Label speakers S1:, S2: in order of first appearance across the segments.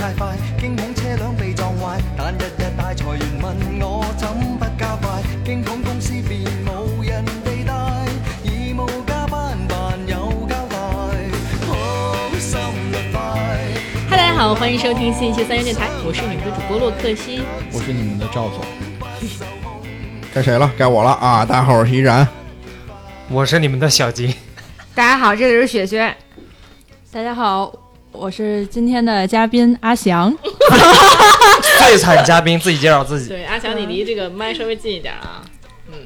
S1: 驚恐車輛被撞壞，但日日大財源問我怎不加快，驚恐公司便冇人地帶，義務加班還有交代，好心率快。
S2: 嗨，大家好，欢迎收听新一期三元电台，我是你们的主播洛克西。
S3: 我是你们的赵总，
S4: 该谁了？该我了啊！大家好，我是依然。
S5: 我是你们的 小吉，
S6: 大家好，这里是雪雪。
S7: 大家好，我是今天的嘉宾阿翔。
S5: 最惨嘉宾自己介绍自己。
S2: 对，阿强，你离这个麦稍微近一点啊。嗯，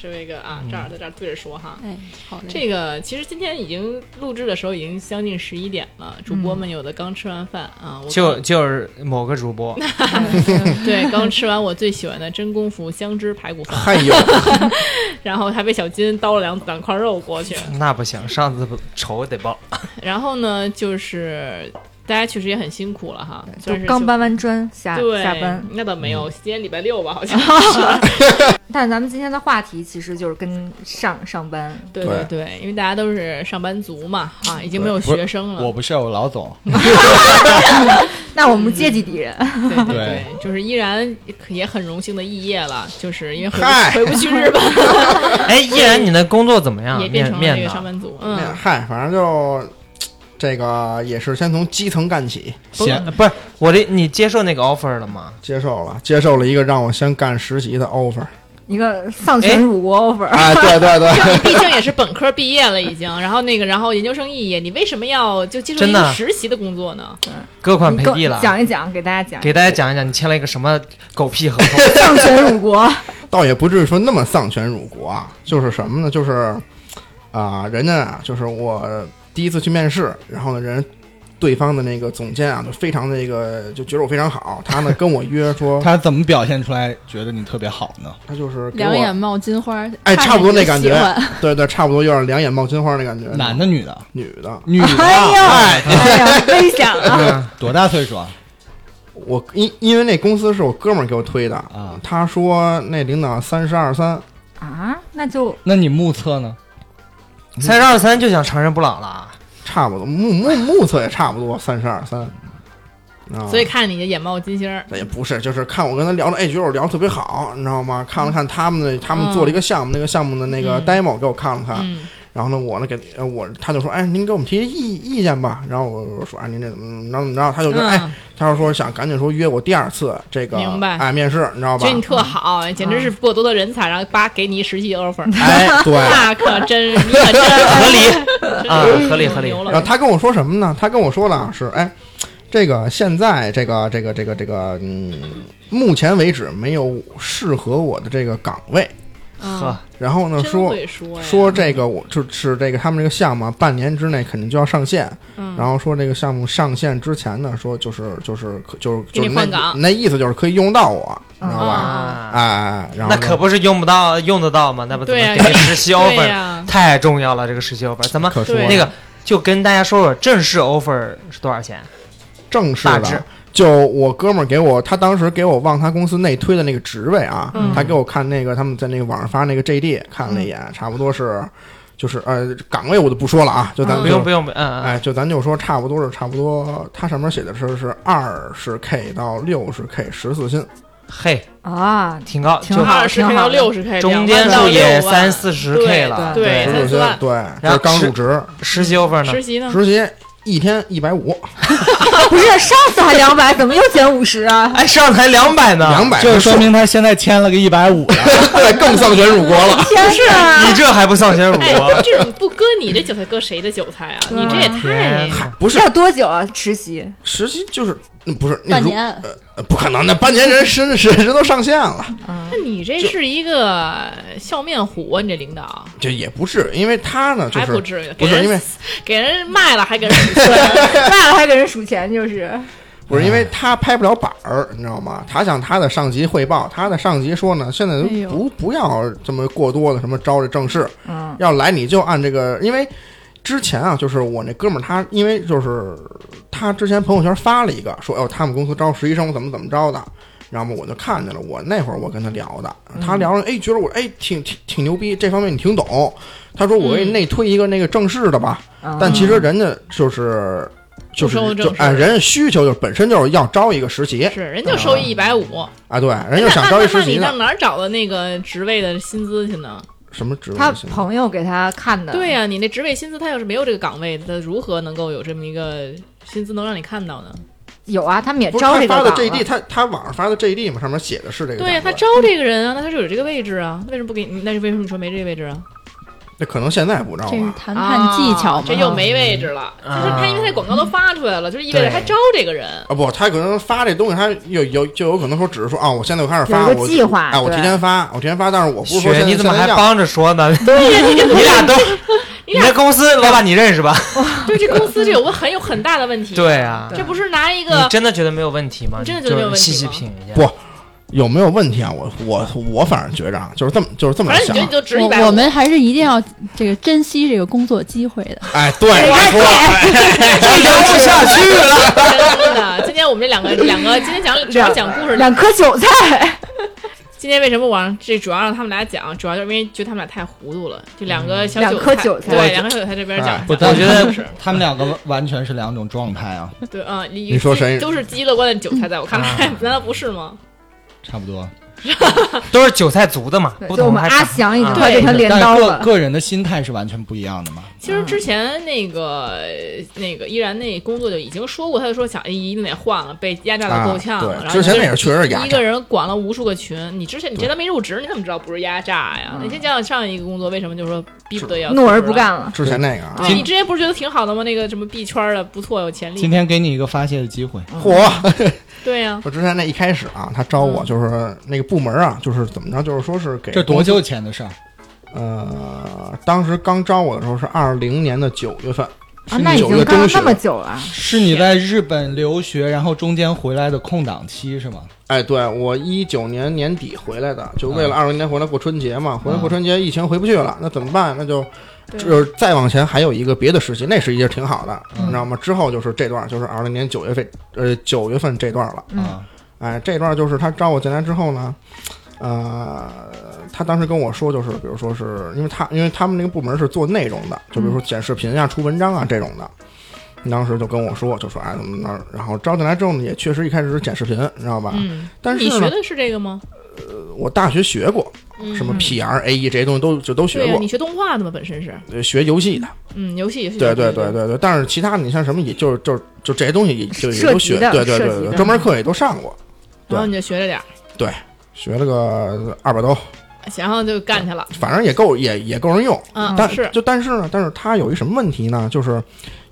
S2: 这位个啊，这儿在这儿对着说哈。
S7: 哎，好嘞，
S2: 这个其实今天已经录制的时候已经将近十一点了，主播们有的刚吃完饭啊，我
S5: 就就是某个主播，
S2: 对 刚吃完我最喜欢的真功夫香汁排骨 饭，
S4: 嗨呦，
S2: 然后还被小金叨了两两块肉过 去，
S5: 那不行，上次不仇 得报。
S2: 然后呢就是大家确实也很辛苦了哈，
S6: 就
S2: 算是
S6: 刚搬完砖下
S2: 对
S6: 下班，
S2: 那倒没有，今天礼拜六吧好像。
S6: 但咱们今天的话题其实就是跟上上班，
S2: 对
S4: 对
S2: 对，因为大家都是上班族嘛，啊，已经没有学生了。
S3: 我不是我老总，
S6: 那我们阶级敌人，
S2: 对对对
S3: 对
S2: 就是依然也很荣幸的肄业了，就是因为回
S4: 嗨
S2: 不回不去日本，
S5: 哎，依然你的工作怎么样
S2: 也？变
S5: 面
S2: 成了
S5: 面
S2: 这个上
S5: 的
S2: 班族。嗯，
S4: 嗨，反正就这个也是先从基层干起，
S3: 闲
S5: 不是我的，你接受那个 offer 了吗？
S4: 接受了，接受了一个让我先干实习的 offer
S6: 一个丧权辱国 offer。
S3: 哎
S4: 啊！对对 对，
S2: 你嗯毕竟也是本科毕业了已经，然后那个，然后研究生肄业，你为什么要就接受一
S5: 真
S2: 个
S5: 的
S2: 实习的工作呢？
S5: 各款
S2: 嗯
S6: 你
S5: 赔
S6: 跟
S5: 地了，
S6: 讲一讲，给大家讲
S5: 给大家讲一讲，你签了一个什么狗屁合 同？
S6: 丧权辱国，
S4: 倒也不至于说那么丧权辱国啊，就是什么呢？就是啊、人家啊，就是我第一次去面试，然后呢，人家对方的那个总监啊，就非常那个，就觉得我非常好，他呢跟我约
S6: 哦
S4: 说，
S3: 他怎么表现出来觉得你特别好呢？
S4: 他就是给
S7: 两眼
S4: 我，
S7: 冒金花，
S4: 哎
S7: 看着
S4: 差不多
S7: 你
S4: 那
S7: 就
S4: 感
S7: 喜
S4: 觉
S7: 欢
S4: 对对，差不多有点两眼冒金花那感觉，
S6: 嗯
S3: 男的女的？
S4: 女的。
S3: 女的啊，
S6: 哎呦，哎呀，危险了！
S5: 嗯
S3: 多大岁数啊？
S4: 我因因为那公司是我哥们儿给我推的
S6: 嗯
S3: 啊
S4: 他说那领导三十二三，
S6: 啊，那就
S3: 那你目测呢？
S5: 三十二三就想长生不老了？
S4: 差不多目目目测也差不多三十二三，啊，
S2: 所以看你就眼冒金星儿，
S4: 那也不是，就是看我跟他聊的，哎，觉得我聊得特别好，你知道吗？看了看他们的，他们做了一个项目，那个项目的那个
S2: 嗯
S4: demo 给我看了看，
S2: 嗯，
S4: 然后呢，我呢给呃我他就说，哎，您给我们提提意意见吧，然后我我说啊，您这怎么怎么着怎么着，他就说，哎，
S2: 嗯，
S4: 他就说想赶紧说约我第二次这个
S2: 明白
S4: 哎面试，你知道吧
S2: 觉得？你特
S4: 嗯
S2: 好，简直是不可多得人才，然后叭给你实习 offer，
S4: 哎， 对。
S2: 那可真是你可 真合理
S5: 啊合理合理
S4: 然后他跟我说什么呢？他跟我说了是，哎，这个现在这个这个这个这个，嗯，目前为止没有适合我的这个岗位。嗯
S5: 呵，
S4: 然后呢，
S2: 嗯真
S4: 说
S2: 会说呀
S4: 说这个我就是这个他们这个项目啊半年之内肯定就要上线，
S2: 嗯
S4: 然后说这个项目上线之前呢，说就是就是可就是
S2: 给
S4: 就
S2: 你
S4: 是那
S2: 换岗
S4: 那意思就是可以用到我，你知道吧？
S5: 啊
S4: 哎，然后呢
S5: 那可不是用不到用得到吗？那不怎
S2: 对
S5: 么
S2: 呀
S5: 给你实习
S2: 对
S5: offer？
S2: 呀，
S5: 太重要了，这个实习 offer 怎么
S4: 可说
S2: 对
S5: 那个就跟大家说说正式 offer 是多少钱？
S4: 正式
S5: 大致
S4: 的。就我哥们儿给我，他当时给我往他公司内推的那个职位啊，
S2: 嗯
S4: 他给我看那个他们在那个网上发那个 JD 看了一
S5: 嗯
S4: 眼，差不多是，就是呃岗位我就不说了啊，就咱
S5: 不
S4: 就
S5: 用不用，不用嗯嗯，
S4: 哎，就咱就说差不多是差不多，它上面写的是是二十 K 到六十 K 十四薪，
S5: 嘿，
S6: 啊，
S5: 挺高，
S6: 挺
S5: 就
S6: 好
S2: 二十 K 到六十 K，
S5: 中间数也三四十
S2: 对
S5: K 了，
S2: 对
S4: 十
S2: 对三十
S4: 四薪
S2: 万，
S4: 对，
S5: 哎然
S4: 这
S5: 后
S4: 是刚
S5: 实
S4: 入职，
S5: 实习 offer 呢
S2: 实？习呢？
S4: 实习一天一百 五，
S6: 不是上次还两百，怎么又减五十啊？
S5: 哎，上台两百呢，
S4: 200
S3: 这说明他现在签了个一百五啊的，
S4: 对，更丧权辱国了。
S6: 天哪！
S5: 你这还不丧心辱
S2: 哎
S5: 国？，
S2: 这种不割你这韭菜，割谁的韭菜啊？你这也太
S5: 天
S4: 嗨， 不是
S6: 要多久啊？实习
S4: 实习就是嗯不是那
S7: 半
S4: 如
S7: 年，
S4: 呃不可能，那半年人人人人都上线了。
S2: 那你这是一个笑面虎啊！你这领导
S4: 这也不是，因为他呢，就
S2: 还
S4: 是
S2: 不至于，
S4: 不
S2: 给
S4: 是
S2: 人
S4: 因为
S2: 给人卖了还给人数钱，
S6: 卖了还给人数钱，就是
S4: 不是因为他拍不了板儿，你知道吗？他向他的上级汇报，他的上级说呢，现在都
S7: 哎呦
S4: 不不要这么过多的什么招这正事，
S6: 嗯
S4: 要来你就按这个，因为之前啊，就是我那哥们儿他，因为就是他之前朋友圈发了一个说，哦，他们公司招实习生怎么怎么着的。然后我就看见了，我那会儿我跟他聊的，他聊了，哎，觉得我哎挺挺挺牛逼，这方面你挺懂。他说我给你内推一个那个正式的吧，
S6: 嗯
S4: 但其实人家就是就是
S2: 不收
S4: 就
S2: 正式
S4: 哎，人家需求就是本身就是要招一个实习
S2: 是人就收一百五，
S4: 啊，对，人
S2: 哎那
S4: 就想
S2: 那
S4: 招一
S2: 那
S4: 实
S2: 那
S4: 习
S2: 你
S4: 的
S2: 上哪儿找的那个职位的薪资去呢？
S4: 什么职位
S6: 他
S4: 行？
S6: 朋友给他看的，
S2: 对呀、你那职位薪资他要是没有这个岗位，他如何能够有这么一个薪资能让你看到呢？
S6: 有啊，他们也
S4: 不是
S6: 招
S4: 他
S6: 这个
S4: 发的
S6: 岗
S4: JD，
S6: 了
S4: 他他网上发的 JD 嘛，上面写的是这个。
S2: 对呀、他招这个人啊，那他就有这个位置啊，为什么不给你？那是为什么你说没这个位置啊？
S4: 那可能现在不招
S7: 这是
S6: 哦
S4: 吧？
S7: 谈判技巧
S2: 啊
S7: 嘛？
S2: 这又没位置了。
S5: 嗯
S2: 就是他，因为他广告都发出来了，就是意味着
S5: 对
S2: 他招这个人。
S4: 啊不，他可能发这东西，他有有就有可能说，只是说啊，我现在我开始发，
S6: 有一个
S4: 我
S6: 计划
S4: 啊，我提
S6: 对
S4: 前发，我提前发，但是我不是说
S5: 雪，
S4: 现在
S5: 你怎么还
S4: 现在要
S5: 帮着说呢？ 你 俩都，你这公司老板你认识吧？
S2: 对，这公司这有问很有很大的问题。，
S5: 对啊，
S2: 这不是拿一
S5: 你
S2: 个
S5: 真的觉得没有问题吗？
S2: 你真的
S5: 就
S2: 觉得没有问题
S5: 细细
S2: 吗
S5: 品一下。
S4: 不有没有问题啊？我我我反正觉着啊，就是这么就是这么
S2: 反正你
S4: 想啊
S2: 觉得，你就值一百
S7: 我我们还是一定要这个珍惜这个工作机会的。
S4: 哎，对，我说
S5: 哎聊不下去了。
S2: 真的。 今天我们这两个两个，今天讲主要讲故事。
S6: 两颗韭菜，
S2: 今天为什么我让这主要让他们俩讲，主要就是因为觉得他们俩太糊涂了，就两个小
S6: 两
S2: 韭
S6: 颗韭菜
S2: 对，两个小韭菜这边讲
S4: 哎。
S3: 不，
S2: 讲
S3: 但
S5: 我觉得
S3: 他们 他们两个完全是两种状态 啊，
S2: 对啊，你
S4: 你说谁
S2: 都是极乐观的韭菜，在我看来， 难道不是吗？
S3: 差不多。
S5: 都是韭菜族的嘛，不
S6: 就我
S5: 同
S6: 们
S5: 还
S6: 阿翔已经
S5: 啊
S6: 快
S2: 对
S6: 变成镰
S3: 但
S6: 刀
S3: 是个
S6: 了。
S3: 个人的心态是完全不一样的嘛。
S2: 其
S4: 嗯
S2: 实之前那个那个依然那工作就已经说过，他就说想哎一定得换了，被压榨的够呛了。
S4: 啊
S2: 然后
S4: 对，之前那
S2: 个
S4: 个确实是压
S2: 一
S4: 榨
S2: 个人管了无数个群，你之前你这都没入职，你怎么知道不是压榨呀？
S6: 嗯
S2: 你先讲讲上一个工作为什么就说逼不得要
S6: 怒而
S2: 辞职
S6: 不
S2: 了？
S6: 干了，
S4: 之前那个啊，
S2: 对你之前不是觉得挺好的吗？那个什么币圈的不错，有潜
S6: 嗯
S3: 今
S2: 力。
S3: 天给你一个发泄的机会，
S2: 嗯
S4: 嚯！
S2: 对呀，
S4: 我之前那一开始啊，他招我
S6: 嗯
S4: 就是那个部门啊，就是怎么着，就是说是给
S3: 这多久？以前的事儿？
S6: 嗯
S4: 呃，当时刚招我的时候是二零年的九月份，
S6: 啊，那已
S4: 九月
S6: 经干了
S4: 中旬
S6: 那么久
S4: 啊
S6: 了，
S3: 是你在日本留学，然后中间回来的空档期是吗？
S4: 哎，对我一九年年底回来的，就
S3: 嗯
S4: 为了二零年回来过春节嘛。回来过春节，疫情回不去了，那怎么办？那就
S2: 对
S4: 就是再往前还有一个别的实习，那实习是挺好的，
S3: 嗯
S4: 你知道吗？之后就是这段，就是二零年九月份，呃，九月份这段了。
S6: 嗯
S3: 啊，
S4: 哎，这段就是他招我进来之后呢，呃，他当时跟我说，就是比如说是因为他因为他们那个部门是做内容的，就比如说剪视频啊、出文章啊这种的。当时就跟我说，就说哎怎么那，然后招进来之后呢，也确实一开始是剪视频，你知道吧？
S2: 嗯，
S4: 啊但
S2: 你
S4: 是
S2: 学
S4: 呢，
S2: 的是这个吗？
S4: 我大学学过
S2: 嗯
S4: 什么 PR、AE E 这些东西都就都学
S2: 对啊呀，
S4: 过
S2: 你，学动画的嘛，本身是，
S4: 呃学游戏的，
S2: 嗯，游戏也是。
S4: 对对对。对对。但是其他你像什么，也就是就是就这些东西也就也
S6: 涉
S4: 都
S6: 及
S4: 学，
S6: 的
S4: 对对
S6: 涉
S4: 对
S6: 及
S4: 对，
S6: 的
S4: 专门课也都上过，
S2: 然后你就学了点儿，
S4: 学了个二百多，
S2: 然后就干去了。
S4: 反正也够也也够人用。
S2: 嗯，
S4: 但
S2: 是
S4: 就但是呢，但是他有一什么问题呢？就是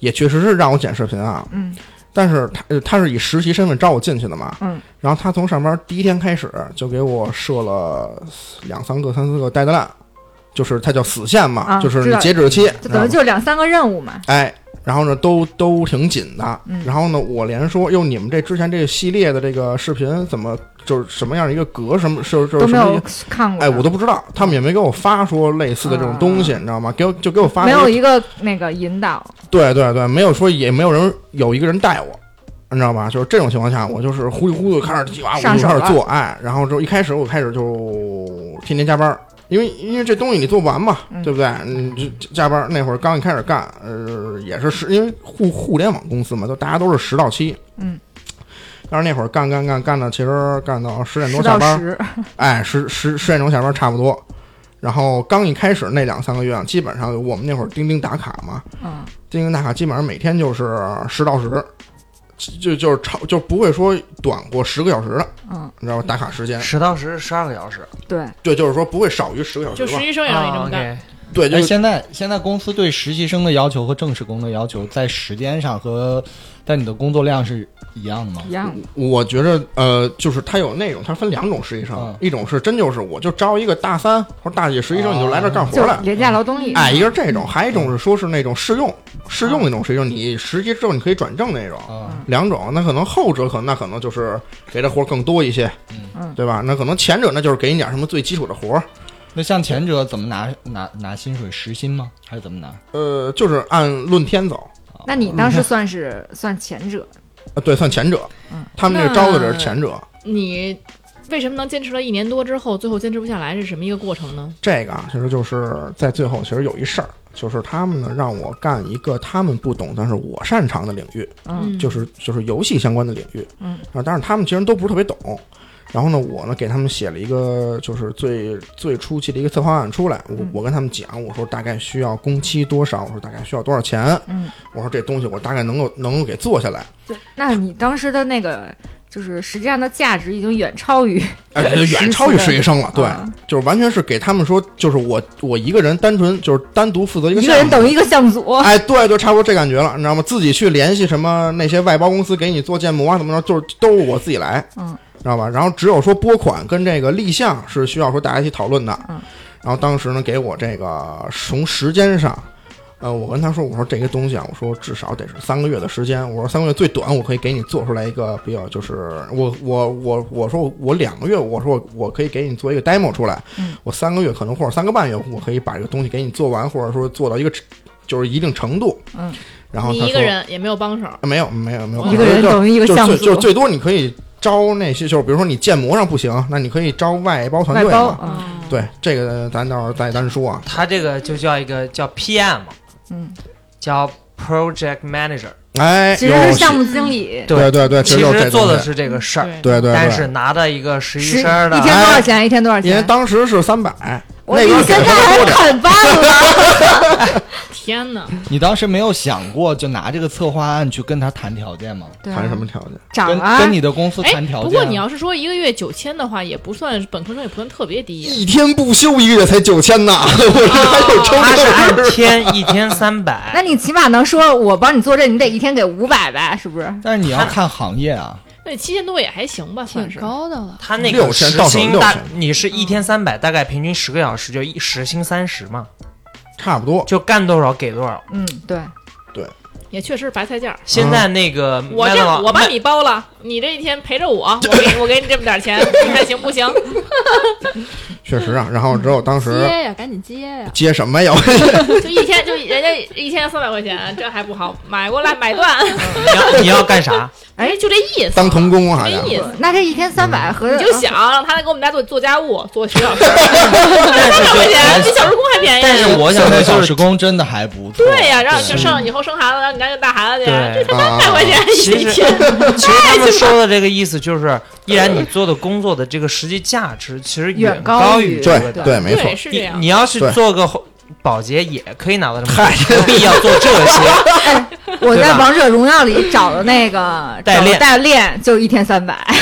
S4: 也确实是让我剪视频啊，
S6: 嗯，
S4: 但是他呃他是以实习身份招我进去的嘛，
S6: 嗯，
S4: 然后他从上班第一天开始就给我设了两三个、三四个 deadline，就是他叫死线嘛，
S6: 啊
S4: 就是
S6: 知
S4: 你
S6: 道
S4: 截止期，
S6: 就等
S4: 知道
S6: 于
S4: 吗
S6: 就两三个任务嘛，
S4: 哎。然后呢，都都挺紧的。
S6: 嗯
S4: 然后呢，我连说，哟，你们这之前这个系列的这个视频怎么就是什么样一个格，什么是就是什
S6: 都没
S4: 么
S6: 有
S4: 一，
S6: 看过。
S4: 哎，我都不知道，他们也没给我发说类似的这种东西，你知道吗？给我就给我发
S6: 啊没
S4: 了一个
S6: 有一个那个引导，
S4: 对对对，没有说也没有人有一个人带我，你知道吧？就是这种情况下，我就是糊里糊涂地开始叽哇，我
S6: 嗯上
S4: 就
S6: 手
S4: 开
S6: 了
S4: 始做，哎，然后之后一开始我开始就天天加班儿，因为因为这东西你做不完嘛，
S6: 嗯
S4: 对不对？你这加班儿那会儿刚一开始干，呃，也是是因为互互联网公司嘛，都大家都是十到七，
S6: 嗯。
S4: 但是那会儿干干干干到，其实干到十点多
S6: 十
S4: 下
S6: 到
S4: 班儿，
S6: 十，
S4: 哎，十十十点钟下班差不多。然后刚一开始那两三个月啊，基本上我们那会儿钉钉打卡嘛，
S6: 嗯，
S4: 钉钉打卡基本上每天就是十到十，就就是超就不会说短过十个小时的，
S6: 嗯，
S4: 你知道吧？打卡时间，
S5: 十到十，十二个小时。
S6: 对，
S4: 对，就是说不会少于十个小时
S2: 就
S4: 吧
S2: 实？习生也让你这
S6: 哦
S2: 么干。
S5: 啊
S4: 对，就
S3: 哎，
S4: 是
S3: 现在现在公司对实习生的要求和正式工的要求，在时间上和在你的工作量是一样的吗
S6: 一？样的，
S4: 我觉着呃，就是它有那种，它分两种实习生，
S3: 嗯
S4: 一种是真就是我就招一个大三或者大几实习生，
S3: 哦
S4: 你就来这儿干活
S6: 就
S4: 来。
S6: 廉价劳动力。
S4: 哎，一个是这种，还有一种是说是那种试用，试用那种实习生，你实习之后你可以转正那种。
S3: 啊，
S4: 两种，那可能后者可能那可能就是给的活儿更多一些，
S6: 嗯
S4: 对吧？那可能前者那就是给你点儿什么最基础的活儿，
S3: 那像前者怎么拿拿拿薪水？时薪吗？还是怎么拿？
S4: 呃，就是按论天走，
S6: 那你当时
S4: 嗯
S6: 算是算前者，
S4: 呃对，算前者
S6: 嗯。
S4: 他们那个招的人是前者，
S2: 你为什么能坚持了一年多之后，最后坚持不下来是什么一个过程呢？
S4: 这个啊，其实就是在最后，其实有一事儿，就是他们呢让我干一个他们不懂但是我擅长的领域，
S6: 嗯
S4: 就是就是游戏相关的领域。
S6: 嗯，
S4: 啊，但是他们其实都不是特别懂。然后呢，我呢给他们写了一个就是最最初期的一个策划案出来，我
S6: 嗯
S4: 我跟他们讲，我说大概需要工期多少，我说大概需要多少钱，
S6: 嗯，
S4: 我说这东西我大概能够能够给做下来，
S6: 对，那你当时的那个就是实际上的价值已经远超于
S4: 哎，
S6: 实
S4: 远
S6: 际
S4: 超于
S6: 的
S4: 实习生了，对，
S6: 啊
S4: 就是完全是给他们说，就是我我一个人单纯就是单独负责一个
S6: 一
S4: 项
S6: 个
S4: 目，
S6: 人等于一个项目组，
S4: 哎，对，就差不多这感觉了，你知道吗？自己去联系什么那些外包公司给你做建模啊，怎么着，就是都是我自己来，
S6: 嗯，
S4: 知道吧？然后只有说拨款跟这个立项是需要说大家一起讨论的，
S6: 嗯。
S4: 然后当时呢，给我这个从时间上，呃，我跟他说，我说这个东西啊，我说至少得是三个月的时间，我说三个月最短，我可以给你做出来一个比较，就是我我我我说我两个月，我说我我可以给你做一个 demo 出来，
S6: 嗯
S4: 我三个月可能或者三个半月，我可以把这个东西给你做完，或者说做到一个就是一定程度，
S6: 嗯，
S4: 然后
S2: 你
S4: 他
S2: 一个
S4: 说
S2: 人也没有帮手，
S4: 啊没有没有没有，
S6: 一个人
S4: 就
S6: 等于一个
S4: 就
S6: 项目
S4: 最就
S6: 组，
S4: 最多你可以招那些，就是比如说你建模上不行，那你可以招外包团
S6: 外
S4: 队
S6: 包
S4: 嘛。
S6: 啊，
S2: 哦
S4: 对，这个咱到时候再单说啊。
S5: 他这个就叫一个叫 PM，
S6: 嗯，
S5: 叫 Project Manager。
S4: 哎，
S6: 其实
S4: 有
S6: 是
S4: 戏
S6: 项目经理，
S4: 对对对，
S5: 其
S4: 实
S5: 实做的
S4: 的
S5: 啊是这个事儿，
S2: 对，
S4: 啊对对对，
S5: 但是拿到一个实习
S6: 十一
S5: 生儿的，啊
S6: 天多 少钱？一天多少
S4: 哎因为
S6: 钱？
S4: 当时是三百，
S6: 我
S4: 那
S6: 比
S4: 个
S6: 现在还砍半了，
S2: 天哪！
S3: 你当时没有想过就拿这个策划案去跟他谈条件吗？
S6: 对啊
S4: 谈什么条件？
S6: 涨
S3: 跟
S6: 啊？
S3: 跟你的公司
S2: 哎
S3: 谈，条件
S2: 不
S3: 啊？
S2: 过你要是说一个月九千的话，也不算本科生，也不算特别低。
S4: 一天不休一个月才九千呐， 我这还有抽
S5: 他是
S4: 成。
S5: 按天一天三
S6: 那
S5: 百，
S6: 你起码能说，我帮你做这，你得一天给五百吧，是不是？
S3: 但是你要看行业啊，
S2: 那你七千多也还行吧，算
S7: 挺
S2: 是。
S7: 高的了。
S5: 他那
S4: 六
S5: 个
S4: 千
S5: 时
S4: 到手
S5: 薪
S4: 六
S5: 大
S4: 千，
S5: 你是一天三百，大概平均十个小时就一时薪三十嘛，
S4: 差不多，
S5: 就干多少给多少。
S6: 嗯，对，
S2: 也确实是白菜价儿。
S5: 现
S4: 嗯
S5: 在那个
S2: 我
S5: 麦
S2: 这
S5: 当劳
S2: 我把
S5: 麦
S2: 你 包了，你这一天陪着我，我给我给你这么点儿 钱，你看行不行？
S4: 确实啊。然后只有当时
S7: 接呀，赶紧接呀！
S4: 接什么呀？
S2: 就一天就人家一天三百块钱，这还不好，买过来买断，
S5: 你要你要干啥？
S2: 哎，就这意思，
S4: 当童工啊，好
S2: 没
S4: 像
S2: 意思。
S6: 那这一天三百和
S2: 嗯
S6: 呃
S2: 你就想让他来给我们家做做家务，做学小时，三
S5: 但是
S2: 百块钱比
S5: 就
S2: 小时工还便宜。
S5: 但
S4: 哎
S5: 是我想
S3: 现
S5: 的
S3: 在
S5: 就
S3: 小
S5: 是
S3: 时工真的还不错。
S2: 对呀、然后就剩以后生孩子，然后你家就带孩子去，
S5: 对啊
S2: 这才三百块钱
S5: 其
S2: 一
S5: 实
S2: 天。
S5: 其实他们说的这个意思就是，依然你做的工作的这个实际价值其实
S6: 远高
S5: 高
S6: 于
S5: 于这
S4: 对
S5: 个的。
S4: 对，没错
S2: 对，。是这样
S5: 你。你要是
S4: 对
S5: 做个保洁也可以拿到这么多，何必要做这 些？
S6: 我
S5: 对
S6: 在
S5: 吧
S6: 王者荣耀里找的那个
S5: 代练
S6: 找的代练，就一天三
S4: 哎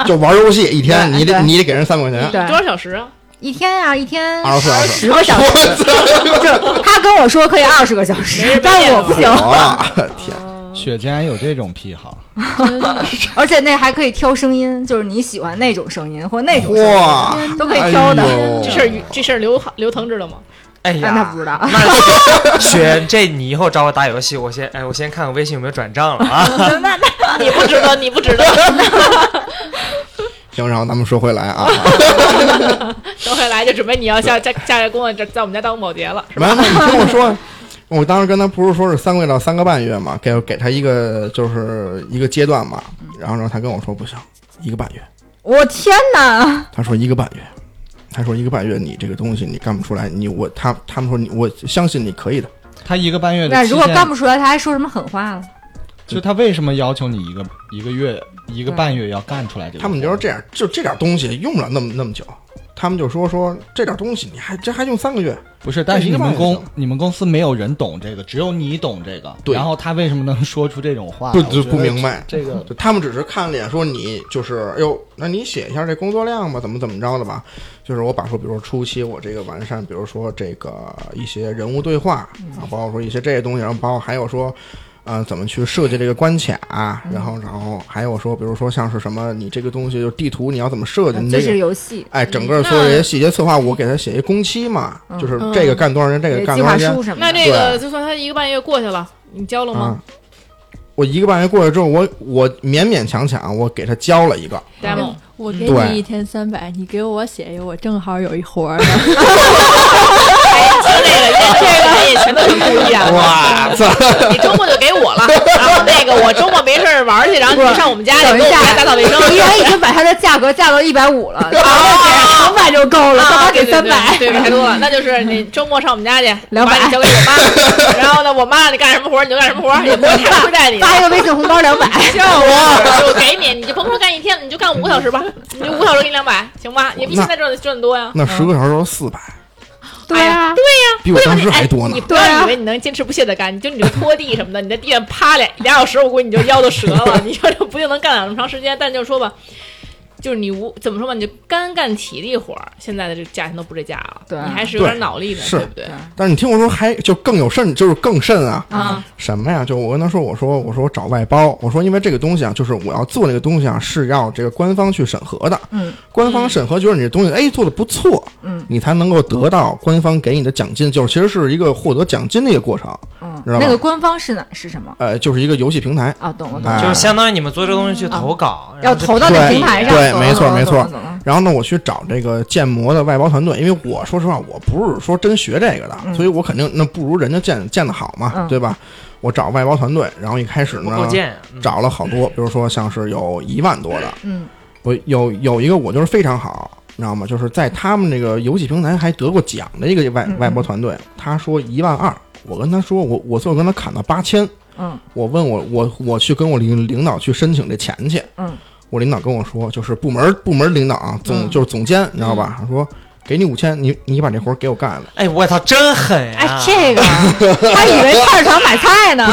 S6: 百，
S4: 就玩游戏一天，
S6: 对
S4: 你得
S6: 对
S4: 你得给人三百块钱，
S6: 对
S2: 多，少小时啊？
S6: 一天啊，一天
S4: 二十四小时
S6: 十个小 时，就是他跟我说可以二十个小时，但我不行，
S4: 好啊，天，
S3: 雪竟然有这种癖好，
S6: 而且那还可以挑声音，就是你喜欢那种声音或那种声音
S4: 哇！
S6: 都可以挑的。
S4: 哎呦
S2: 这事儿这事儿刘刘腾知道吗？
S5: 哎
S6: 那
S5: 呀，
S6: 那不知道，
S5: 那雪，这你以后找我打游戏，我先哎，我先看看微信有没有转账了啊。
S6: 那那
S2: 你不知道，你不知 道。
S4: 行，然后咱们说回来啊，
S2: 等会来就准备你要下下下月工作，在在我们家当保洁了，是吧？
S4: 完了，你听我说，啊 我当时跟他不是说是三个月到三个半月嘛，给给他一个就是一个阶段嘛，
S2: 嗯
S4: 然后然后他跟我说不行，一个半月，
S6: 我天哪！
S4: 他说一个半月，他说一个半月你这个东西你干不出来，你我他他们说你我相信你可以的，
S3: 他一个半月的
S6: 那
S3: 期
S6: 如果
S3: 限
S6: 干不出来，他还说什么狠话了？
S3: 就他为什么要求你一个一个月一个半月要干出来这个
S4: 嗯
S3: 活？
S4: 他们就说这样，就这点东西用不了那么那么久。他们就说说这点东西你还这还用三个月，
S3: 不是，但是
S4: 一
S3: 你
S4: 个半月
S3: 们公
S4: 行
S3: 你们公司没有人懂这个，只有你懂这个。
S4: 对
S3: 然后他为什么能说出这种话？
S4: 不
S3: 我觉
S4: 不
S3: 得
S4: 不明白，
S3: 这个
S4: 就他们只是看脸说你就是，哎呦，那你写一下这工作量吧，怎么怎么着的吧？就是我把说，比如说初期我这个完善，比如说这个一些人物对话啊，
S6: 嗯
S4: 包括说一些这些东西，然后包括还有说。呃，怎么去设计这个关卡、啊然
S6: 嗯
S4: 后，然后还有说，比如说像是什么，你这个东西就地图你要怎么设计？你这
S6: 这啊是
S4: 个
S6: 游戏，
S4: 哎，整个所有这些细节策划，我给他写一工期嘛，
S6: 嗯
S4: 就是这个干多少人，这个哎干
S6: 计
S4: 多少
S6: 划
S4: 人
S6: 书，什么
S2: 那
S6: 的。
S2: 这个就算他一个半月过去了，你交了吗
S4: 啊，
S5: 嗯
S4: 我一个半月过去之后，我我勉勉强强我给他交了一个，
S5: 嗯
S2: ？demo
S7: 我给
S4: 对
S7: 你一天三百，你给我写一个，我正好有一活儿呢。
S2: 那哎个这个也全都是不一 样的。
S4: 哇操！
S2: 啊你周末就给我了，然后那个我周末没事儿玩儿去，然后你上我们家去
S6: 等一
S2: 给我们
S6: 下
S2: 家打扫卫生。哦
S6: 依然已经把它的价格降到一百五了，咱们给两百就够了，干嘛给三百？
S2: 啊对，对对太多了。那就是你周末上我们家去，
S6: 200
S2: 把你交给我妈，然后呢，我妈让你干什么活儿你就干什么活儿，也不会太亏待你的。
S6: 发一个微信红包 两百，
S2: 笑我，我给你，你就甭说干一天了，你就干五个小时吧，你就五个小时给你两百，行吧？也比现在赚的赚的多呀。
S4: 那十个小时都四百，
S6: 对
S2: 哎
S6: 啊
S2: 呀，对呀，
S4: 比我当时还多
S2: 哎
S4: 呢
S2: 你不要以为你能坚持不懈的干，你就你就拖地什么的，你在地上趴俩俩小时，我估计你就腰都折了，你说这不定能干了那么长时间。但就说吧，就是你无怎么说吧，你就干干体力活儿，现在的这价钱都不这价了，
S6: 对
S2: 你还是有点
S4: 对
S2: 脑力的，
S4: 是
S2: 对不对？
S4: 但是你听我说还就更有甚，就是更甚啊！
S2: 啊，
S4: 什么呀？就我跟他说，我说我说我找外包，我说因为这个东西啊，就是我要做这个东西啊，是要这个官方去审核的。
S6: 嗯，
S4: 官方审核觉得你这东西哎做的不错，
S6: 嗯，
S4: 你才能够得到官方给你的奖金，就是其实是一个获得奖金的一个过程。
S6: 嗯，
S4: 知道吧
S6: 那个官方是哪是什么？
S4: 呃，就是一个游戏平台，
S6: 啊，懂了懂
S4: 哎
S6: 了，
S5: 就是相当于你们做这个东西去投稿，然
S6: 要
S5: 后就
S6: 嗯哦投到那
S4: 对
S6: 平台上，
S4: 对
S6: 懂了
S4: 没错
S6: 懂了
S4: 没错
S6: 懂了懂了
S4: 然后呢，我去找这个建模的外包团队，因为我说实话，我不是说真学这个的，
S6: 嗯
S4: 所以我肯定那不如人家建建的好嘛，
S6: 嗯
S4: 对吧？我找外包团队，然后一开始
S5: 不
S4: 呢，
S5: 构建啊。嗯
S4: 找了好多，比如说像是有一万多的，
S6: 嗯
S4: 我有有一个我就是非常好，你知道吗？就是在他们这个游戏平台还得过奖的一个外
S6: 嗯嗯
S4: 外包团队，他说一万二，我跟他说我我最后跟他砍到八千，
S6: 嗯
S4: 我问我我我去跟我领领导去申请这钱去，
S6: 嗯，
S4: 我领导跟我说就是部门部门领导啊，总、
S2: 嗯
S4: 就是总监，你知道吧？他
S6: 嗯
S4: 说给你五千，你你把这活儿给我干了。
S5: 哎，我操，真狠啊呀！
S6: 哎，这个他以为菜市场买菜呢，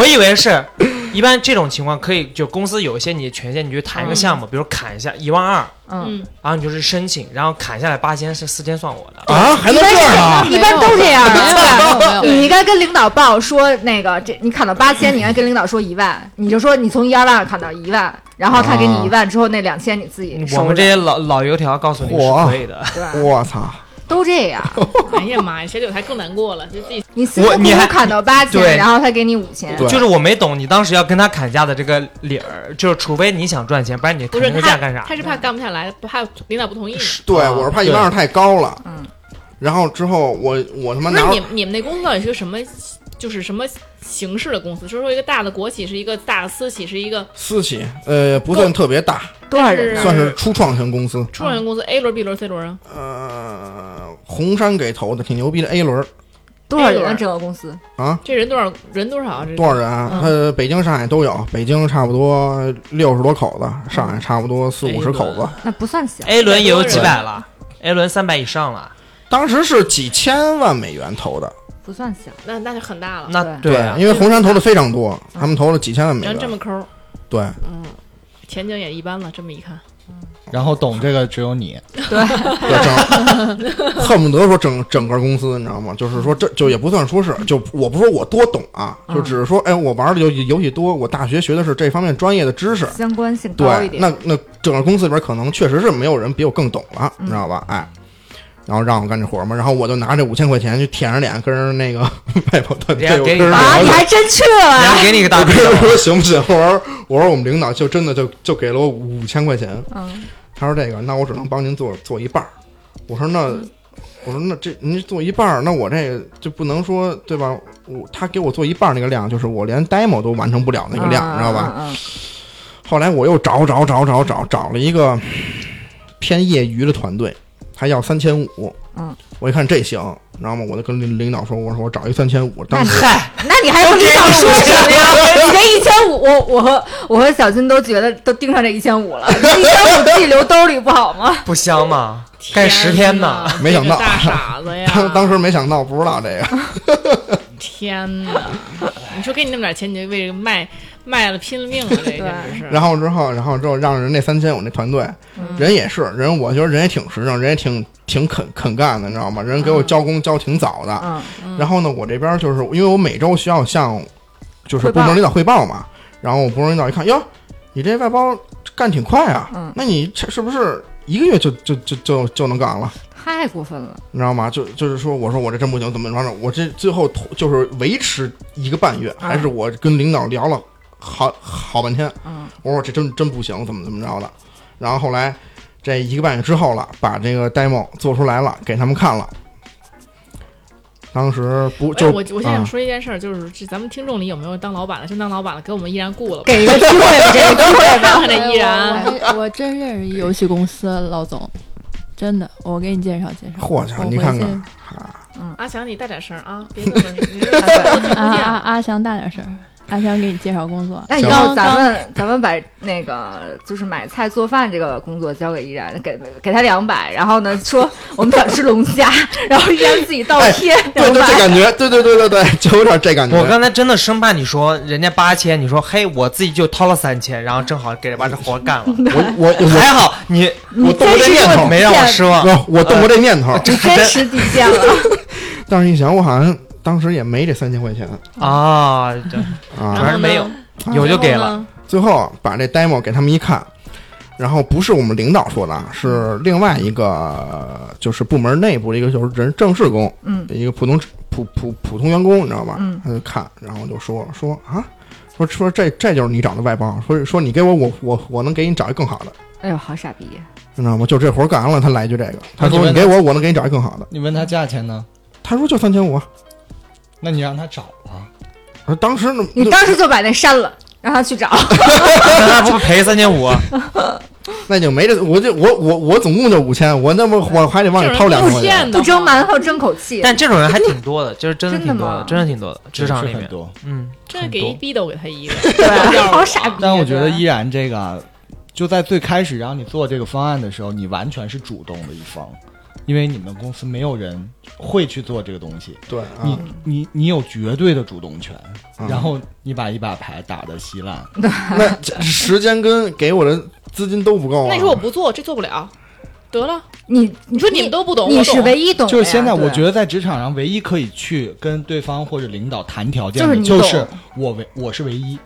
S5: 我以为是，一般这种情况可以，就公司有一些你的权限，你去谈一个项目，比如砍一下一万二，
S6: 嗯，
S2: 嗯，
S5: 然后你就是申请，然后砍下来八千是四千算我的。
S4: 啊，还能这样啊？
S6: 一般都这样
S7: 没有没有没有
S6: 对 你应该跟领导报说那个，这你砍到八千，你应该跟领导说一万，你就说你从一二万砍到一万，然后他给
S4: 啊
S6: 你一万之后那两千你自己收着。
S5: 我们这些老老油条告诉你是
S4: 哇
S5: 可以的，
S6: 对
S4: 我操！
S6: 都这样，
S2: 哎呀妈呀，写久还更难过了，就自己
S6: 你辛辛
S5: 我你
S6: 苦
S5: 还
S6: 苦砍到八
S5: 对
S6: 千，然后他给你五千，
S4: 对
S5: 就是我没懂你当时要跟他砍价的这个理儿，就是除非你想赚钱，不然你
S2: 不
S5: 砍
S2: 是
S5: 这个价
S2: 他，
S5: 干啥
S2: 他？是怕干不下来，不怕领导不同意嘛。
S4: 对，
S5: 啊
S4: 我是怕一
S5: 对
S4: 万二太高了。
S6: 嗯。
S4: 然后之后我我他妈
S2: 不是
S4: 拿
S2: 你们你们那公司到底是个什么，就是什么形式的公司？是说一个大的国企，是一个大的私企，是一个
S4: 私企，呃，不算特别大，
S6: 多少人
S2: 但
S6: 啊？
S4: 算是初创型公司。
S2: 初创型公司 A 轮、B 轮、C 轮啊？
S4: 呃，红杉给投的，挺牛逼的 A 轮儿
S6: 多少人啊？整个公司
S4: 啊，
S2: 这人多少人多少啊？这
S4: 多少人啊？呃，北京、上海都有，北京差不多六十多口子，上海差不多四五十口子。
S6: 那不算小，
S5: A 轮也有几百了，A 轮三百以上了，
S4: 当时是几千万美元投的，
S6: 不算小，
S2: 那那就很大了。
S5: 那
S6: 对
S5: 啊，
S4: 因为红杉投的非常多，他们投了几千万美
S2: 然后这么
S4: 元。
S2: 抠儿，
S4: 对，
S2: 嗯，前景也一般了。这么一看，
S3: 然后懂这个只有你，
S4: 对，整恨不得说整整个公司，你知道吗？就是说这就也不算说是，就我不说我多懂啊，就只是说，哎，我玩的游戏游戏多，我大学学的是这方面专业的知识。
S6: 相关性高一
S4: 对，
S6: 点。
S4: 那那整个公司里边可能确实是没有人比我更懂了，
S6: 嗯
S4: 你知道吧？哎。然后让我干这活儿嘛，然后我就拿这五千块钱去舔着脸跟人那个 外包团队，
S5: 人
S4: 我跟
S5: 家给
S4: 人
S5: 你
S4: 聊
S6: 啊，你
S4: 聊
S6: 还真去了
S5: 然
S6: 啊？
S5: 后给你一个大
S4: 我
S5: 逼
S4: 跟他
S5: 斗。
S4: 说行不行？我说我说我们领导就真的就就给了我五千块钱，
S6: 嗯，
S4: 他说这个，那我只能帮您做做一半儿。我说那，
S6: 嗯
S4: 我说那这您做一半儿，那我这个就不能说对吧？我他给我做一半儿那个量，就是我连 demo 都完成不了那个量，你知道吧？
S6: 嗯？嗯嗯
S4: 后来我又找找找找找找了一个偏业余的团队，他要三千五。
S6: 嗯，
S4: 我一看这行，你知道吗？我就跟领领导说，我说我找一三千五，当时
S5: 嗨，
S6: 那你还有领导说什么呀？你这一千五，我我和我和小军都觉得都盯上这一千五了，一千五自己留兜里不好吗？
S5: 不香吗？干十天呢
S2: 呐，，
S4: 没想到
S2: 这个大傻子呀！
S4: 当当时没想到，不知道这 个。
S2: 天呐，你说给你那么点钱，你就为这个卖卖了拼了命了，这简直是。
S4: 然后之后，然后之后让人那三千我那团队，
S6: 嗯
S4: 人也是人，我觉得人也挺实诚，人也挺挺肯肯干的，你知道吗？人给我交工交挺早的。
S6: 嗯，
S4: 然后呢，我这边就是因为我每周需要向就是
S6: 汇
S4: 部
S6: 报
S4: 门领导汇报嘛，然后我部门领导一看，哟，你这外包干挺快啊，
S6: 嗯
S4: 那你这是不是一个月就就就就就能干了？
S6: 太过分了。
S4: 你知道吗？就就是说，我说我这真不行，怎么着呢？我这最后拖就是维持一个半月，还是我跟领导聊了好好半天。
S6: 嗯，
S4: 我说这真真不行，怎么怎么着的。然后后来这一个半月之后了，把这个 demo 做出来了，给他们看了。当时不
S2: 哎，
S4: 就
S2: 我我现在想
S4: 啊
S2: 说一件事儿，就是这咱们听众里有没有当老板的？就当老板的，给我们依然雇了吧。
S6: 给一个机会 吧，给一个机会
S2: 看
S6: 吧。
S2: 看这依然，
S7: 我我我真认识一游戏公司老总，真的，我给你介绍介绍。
S4: 嚯家伙，你看看
S7: 我
S4: 啊，
S2: 阿强你大点声啊，别这么，你这大家都听不
S7: 阿阿
S2: 见。
S7: 啊阿翔大点声儿，阿翔给你介绍工作。
S6: 那以
S7: 刚
S6: 后咱们咱们把那个就是买菜做饭这个工作交给依然，给给他两百，然后呢说我们想吃龙虾， 然后依然自己倒
S4: 哎
S6: 贴
S4: 对
S6: 两
S4: 对，这
S6: 百。
S4: 感觉，对对对对对，就有点这感觉。
S5: 我刚才真的生怕你说人家八千，你说嘿，我自己就掏了三千，然后正好给把这活干 了。
S4: 我我我
S5: 还好你
S4: 我动过这念头，
S5: 没让我失望。
S4: 我我动过这念头，
S6: 你真实底线了，
S4: 但是一想，我好像当时也没这三千块钱
S5: 啊，对主
S4: 啊。
S5: 要是没有，有就给了。
S4: 最后把这 demo 给他们一看，然后不是我们领导说的，啊，是另外一个呃就是部门内部的一个就是人正式工，
S6: 嗯，
S4: 一个普通普普普通员工，你知道吧？
S6: 嗯
S4: 他就看，然后就说说啊，说说这这就是你找的外包，说说你给我我我我能给你找一更好的，
S6: 哎呦，好傻逼！
S4: 你知道吗？就这活干完了，他来一句这个，他
S3: 那你
S4: 说你
S3: 问他
S4: 给我我能给你找一更好的，
S3: 你问他价钱呢？
S4: 他说就三千五，
S3: 那你让他找啊。
S4: 而当时呢
S6: 你当时就把那删了，让他去找。
S5: 那他不赔三千五？
S4: 那就没这，我就我我我总共就五千，我那么我还得往里掏两
S2: 不
S4: 千块钱。
S2: 见的
S6: 不争馒头争口气。
S5: 但这种人还挺多的，就是真的挺多的，
S6: 真
S5: 真的挺多的，职场里
S3: 是很
S5: 面，
S3: 多，
S5: 嗯，
S2: 这
S5: 很
S2: 给
S5: 多
S2: 一逼都给他一个，
S6: 好傻逼！啊
S3: 但我觉得
S6: 对
S3: 依然这个啊，就在最开始让你做这个方案的时候，你完全是主动的一方，因为你们公司没有人会去做这个东西，
S4: 对
S3: 你
S4: 啊，
S3: 你你有绝对的主动权，
S4: 嗯
S3: 然后你把一把牌打得稀烂，
S4: 那这时间跟给我的资金都不够
S2: 那
S4: 啊
S2: 你。说我不做，这做不了，得了，
S6: 你，
S2: 你说你们都不懂，
S6: 你
S2: 我
S6: 是
S2: 懂。
S6: 唯一懂的呀。
S3: 就是现在，我
S6: 对
S3: 觉得在职场上唯一可以去跟对方或者领导谈条件
S6: 就是
S3: 的，
S6: 你
S3: 就
S6: 懂
S3: 是我唯我是唯一，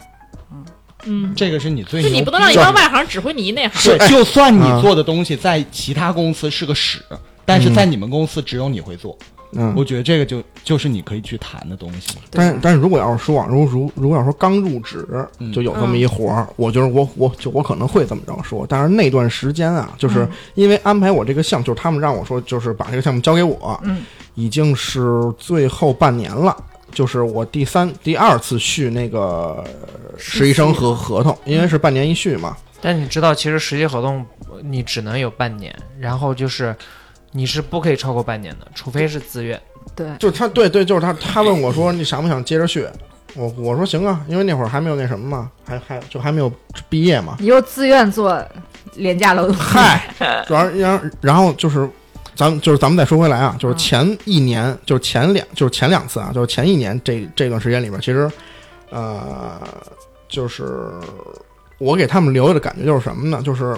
S2: 嗯，
S3: 这个是你最
S2: 就你
S3: 牛
S2: 不能让一
S3: 逼的
S2: 帮外行指挥你一内行。
S3: 对，就算
S4: 啊
S3: 你做的东西在其他公司是个屎，但是在你们公司只有你会做。
S4: 嗯，
S3: 我觉得这个就就是你可以去谈的东西。
S4: 但但是如果要是说啊，如如如果要说刚入职
S3: 嗯
S4: 就有这么一活儿，我觉得我我就我可能会这么着说。但是那段时间啊，
S3: 嗯
S4: 就是因为安排我这个项，就是他们让我说，就是把这个项目交给我，
S6: 嗯，
S4: 已经是最后半年了。就是我第三第二次续那个实习生合合同，因为是半年一续嘛，
S5: 但你知道，其实实习合同呃你只能有半年，然后就是你是不可以超过半年的，除非是自愿。
S6: 对，
S4: 就他对对，就是他，他问我说你想不想接着续？我我说行啊，因为那会儿还没有那什么嘛，还还就还没有毕业嘛。
S6: 你又自愿做廉价劳 动，
S4: 嗨，然后然后然后就是，咱们就是咱们再说回来啊，就是前一年，就是前两，就是前两次啊，就是前一年这这段时间里边，其实，呃，就是我给他们留下的感觉就是什么呢？就是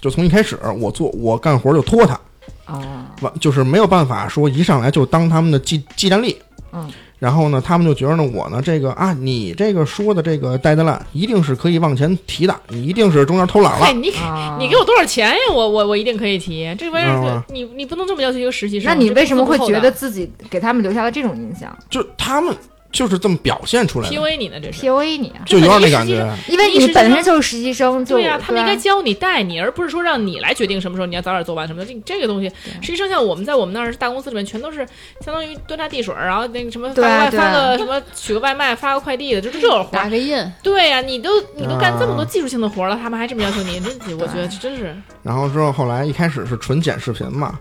S4: 就从一开始我做我干活就拖沓，
S6: 哦，
S4: 完就是没有办法说一上来就当他们的计计战力。
S6: 嗯，
S4: 然后呢，他们就觉得呢，我呢这个啊，你这个说的这个 deadline 一定是可以往前提的，你一定是中间偷懒
S2: 哎，
S4: 了。
S2: 你
S6: 啊
S2: 你给我多少钱呀？我我我一定可以提。这玩意
S4: 知道
S2: 儿
S4: 吗，
S2: 你你不能这么要求一个实习生。
S6: 那你为什么会觉得
S2: 这
S6: 自己给他们留下了这种印象
S4: 就他们就是这么表现出来的，
S2: PUA 你呢？这是。
S6: ？PUA 你啊，
S4: 就有点那感
S2: 这
S4: 觉
S2: 很。
S6: 因为你本身就是实习生，就
S2: 对呀、他们应该
S6: 对啊
S2: 教你带你，而不是说让你来决定什么时候你要早点做完什么的。这这个东西，实际上像我们在我们那儿大公司里面，全都是相当于端茶递水，然后那个什么发
S6: 对
S2: 个
S6: 啊
S2: 外
S6: 对
S2: 发
S6: 啊嗯
S2: 个什么取个外卖、发个快递的，就是这种活
S7: 打
S2: 儿。
S7: 个印，
S2: 对呀、你都你都干这么多
S4: 啊
S2: 技术性的活儿了，他们还这么要求你，这我觉得这真是
S4: 然后之后后来一开始是纯剪视频嘛，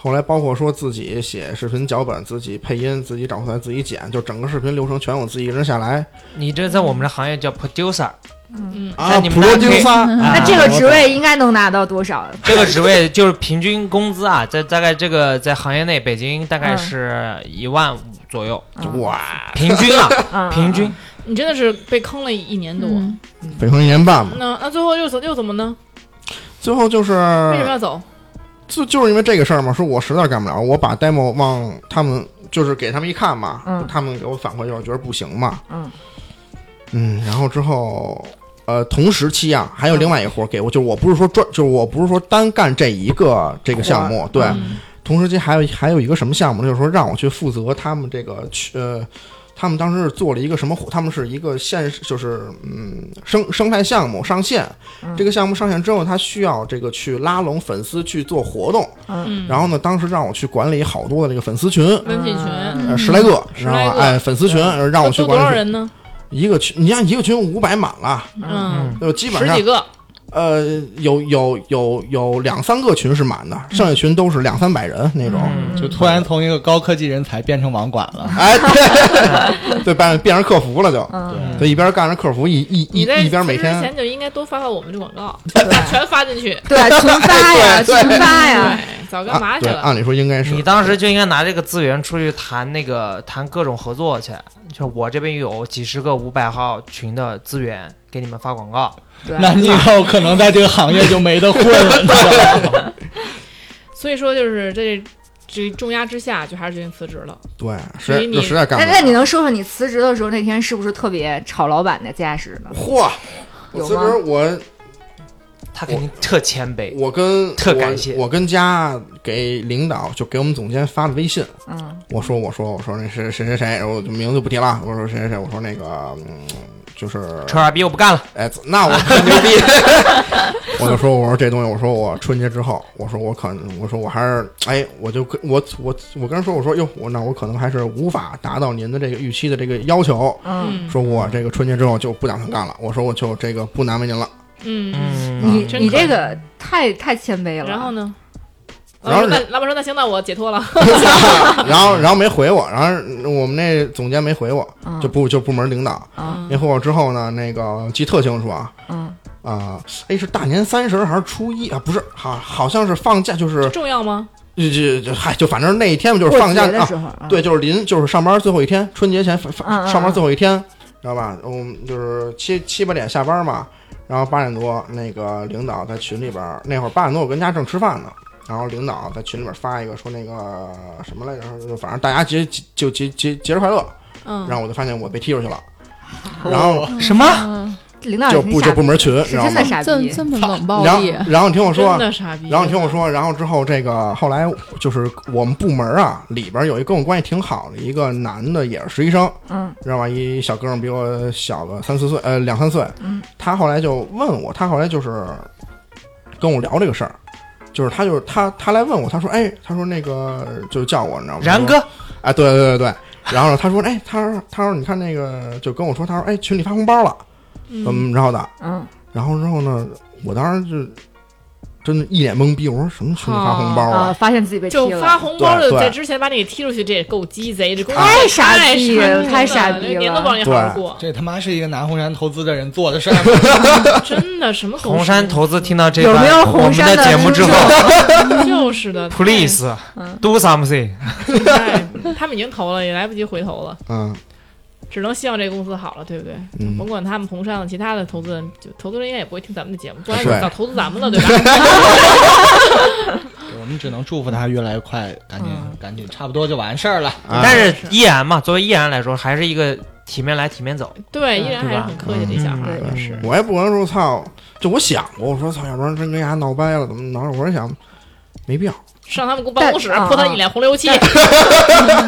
S4: 后来包括说自己写视频脚本、自己配音、自己找素材、自己剪，就整个视频流程全我自己一人下来
S5: 你这在我们这行业叫 producer，
S4: 啊
S5: 那你们俩可以
S4: producer
S6: 嗯啊那
S3: 啊
S5: 那
S6: 这个职位应该能拿到多少？
S5: 这个职位就是平均工资啊，在大概这个在行业内，北京大概是
S6: 嗯
S5: 一万五左 右，
S4: 哇，
S5: 平均啊，
S6: 啊，
S5: 平均。
S2: 你真的是被坑了一年多。
S7: 嗯，
S4: 北方一年半嘛，
S2: 那那最后又怎又怎么呢？
S4: 最后就是
S2: 为什么要走？
S4: 就就是因为这个事儿嘛，说我实在干不了，我把 demo 往他们就是给他们一看嘛，
S6: 嗯
S4: 他们给我反馈就是觉得不行嘛，
S6: 嗯
S4: 嗯，然后之后呃同时期啊，还有另外一个活儿给我，就是我不是说专，就是我不是说单干这一个这个项目，对，
S2: 嗯
S4: 同时期还有还有一个什么项目呢，就是说让我去负责他们这个去呃。他们当时是做了一个什么活？他们是一个线，就是嗯生生态项目上线。
S2: 嗯
S4: 这个项目上线之后，他需要这个去拉拢粉丝去做活动。
S6: 嗯，
S4: 然后呢，当时让我去管理好多的这个粉丝群，
S2: 温品群，
S4: 呃十来个，
S2: 嗯十
S4: 然
S2: 来
S4: 后
S2: 个嗯
S4: 哎粉丝群呃让我去
S2: 都多少
S4: 管理
S2: 人呢？
S4: 一个群，你像一个群五百满了，
S2: 嗯，
S4: 就基本
S2: 十
S4: 上
S2: 几个，
S4: 呃，有有有有两三个群是满的，剩下群都是两三百人那
S2: 嗯
S4: 种。
S5: 嗯
S3: 就突然从一个高科技人才变成网管了。
S4: 哎，对， 对，变变成客服了就，
S6: 嗯，
S4: 就一边干着客服，一一
S2: 你在
S4: 一一边每
S2: 之
S4: 天
S2: 前就应该多发发我们的广 告，
S6: 对
S2: 全发进去。
S6: 对，啊群发呀，
S4: 对对
S6: 群发呀，
S2: 对，早干
S4: 啊，
S2: 嘛去
S4: 对，
S2: 了？
S4: 按理说应该
S6: 嗯
S4: 是
S5: 你当时就应该拿这个资源出去谈那个谈各种合作去，就是我这边有几十个五百号群的资源给你们发广告，
S6: 对
S3: 那你以后可能在这个行业就没得混了，你知道 吗？
S2: 所以说就是这这重压之下，就还是决定辞职了。
S4: 对，实
S2: 所以
S4: 在
S2: 你
S4: 就实在干
S6: 那
S4: 不
S6: 那你
S4: 了。
S6: 能说说你辞职的时候那天是不是特别吵老板的架势呢？
S4: 嚯！我
S6: 有
S4: 辞
S6: 吗
S4: 职，我
S5: 他肯定特谦卑。
S4: 我跟
S5: 哎特感谢
S4: 我，我跟家给领导就给我们总监发了微信，
S6: 嗯
S4: 我说我说我说那谁谁谁谁，我就名字不提了，我说谁谁谁，我说那个嗯，就是
S5: 臭傻逼，我不干了！
S4: 哎，那我吹牛逼， 我就说，我说这东西，我说我春节之后，我说我可，能，我说我还是，哎，我就跟我我我跟人说，我说哟，我那我可能还是无法达到您的这个预期的这个要求，
S6: 嗯，
S4: 说我这个春节之后就不打算干了，我说我就这个不难为您 了，
S2: 嗯，
S5: 嗯，
S6: 你
S2: 真
S6: 你
S2: 可
S6: 这
S2: 以
S6: 个太太谦卑了。
S2: 然后呢？
S4: 嗯然后
S2: 老板说
S4: 是
S2: 那老板说那行，那我解脱了。
S4: 然后然后没回我，然后我们那总监没回我，
S6: 嗯，
S4: 就部就部门领导
S6: 嗯
S2: 啊
S4: 没回我之后呢，那个记特清楚啊
S6: 嗯，
S4: 啊，哎是大年三十儿还是初一啊？不是，好好像是放假，就是
S2: 重要吗？
S4: 就就就嗨，就反正那一天就是
S6: 过
S4: 放假
S6: 节的时
S4: 啊，
S6: 候，啊
S4: 对，，就是临就是上班最后一天，春节前放
S6: 嗯嗯
S4: 放
S6: 嗯
S4: 上班最后一天，知道吧？嗯，就是七七八点下班嘛，然后八点多那个领导在群里边儿，那会儿八点多我跟家正吃饭呢，然后领导在群里边儿发一个说那个什么来着，反正大家节节就节节节日快乐，
S2: 嗯
S4: 然，后我就发现我被踢出去了，
S6: 哦
S4: 然后
S5: 什么？
S7: 嗯
S6: 领导
S4: 就
S6: 也挺
S4: 部就
S6: 傻
S4: 部
S6: 逼，
S4: 门群，
S6: 是
S4: 知
S6: 啊
S4: 道
S6: 真
S4: 吗
S6: 的？傻
S7: 这
S6: 逼。
S7: 这么冷暴
S4: 然后
S7: 力，
S4: 然后你听我说
S2: 真，的傻逼。
S4: 然后你听我说，然后之后这个后来就是我们部门啊里边有一跟我关系挺好的一个男的，也是实习生，
S6: 嗯
S4: 知道吧？一小哥们比我小个三四岁，呃，两三岁。
S6: 嗯
S4: 他后来就问我，他后来就是跟我聊这个事儿，就是他就是他他来问我，他说，哎，他说那个就叫我，你知道吗？
S5: 然
S4: 他说，
S5: 哥，
S2: 嗯
S4: 哎，对对对对。然后呢，他说，哎，他说他说你看那个就跟我说，他说，哎，群里发红包了，怎
S2: 嗯，
S4: 么着的？
S6: 嗯，
S4: 然后之后呢，我当时就真的一脸懵逼，我说什么群里发红包
S6: 啊，发现自己被
S2: 就
S6: 踢了，
S2: 发红包
S4: 对
S2: 就
S4: 对
S2: 在之前把你给踢出去，这也够鸡贼，这公司
S6: 太傻
S2: 傻
S6: 逼了太傻
S2: 了
S6: 逼了
S2: 年都不让你好好过，
S3: 这他妈是一个拿红杉投资的人做的事儿吗？
S2: 真的什么狗
S5: 红杉投资听到这
S6: 有
S5: 段
S6: 没有红
S5: 我们
S6: 杉
S5: 的
S6: 的
S5: 节目之后
S6: 听
S2: 就是的
S5: ，please
S2: 嗯
S5: do something。
S2: 太他们已经投了，也来不及回头了，
S4: 嗯，
S2: 只能希望这个公司好了，对不对？
S4: 嗯
S2: 甭管他们红杉了，其他的投资人，就投资人应该也不会听咱们的节目，不然
S4: 对
S2: 早投资咱们了，对吧？
S3: 我们只能祝福他越来越快，赶紧
S2: 嗯
S3: 赶紧，差不多就完事儿了。
S4: 啊
S5: 但是依然嘛，作为依然来说，还是一个体面来体面走。
S2: 对，依然还是很客气，这小孩儿
S6: 嗯
S2: 也嗯是。
S4: 我也不能说操，就我想过，我说操，要不然真跟人家闹掰了，怎么挠？我是想，没必要。
S2: 上他们办公室
S6: 但
S2: 泼他
S6: 啊
S2: 一脸红油 漆，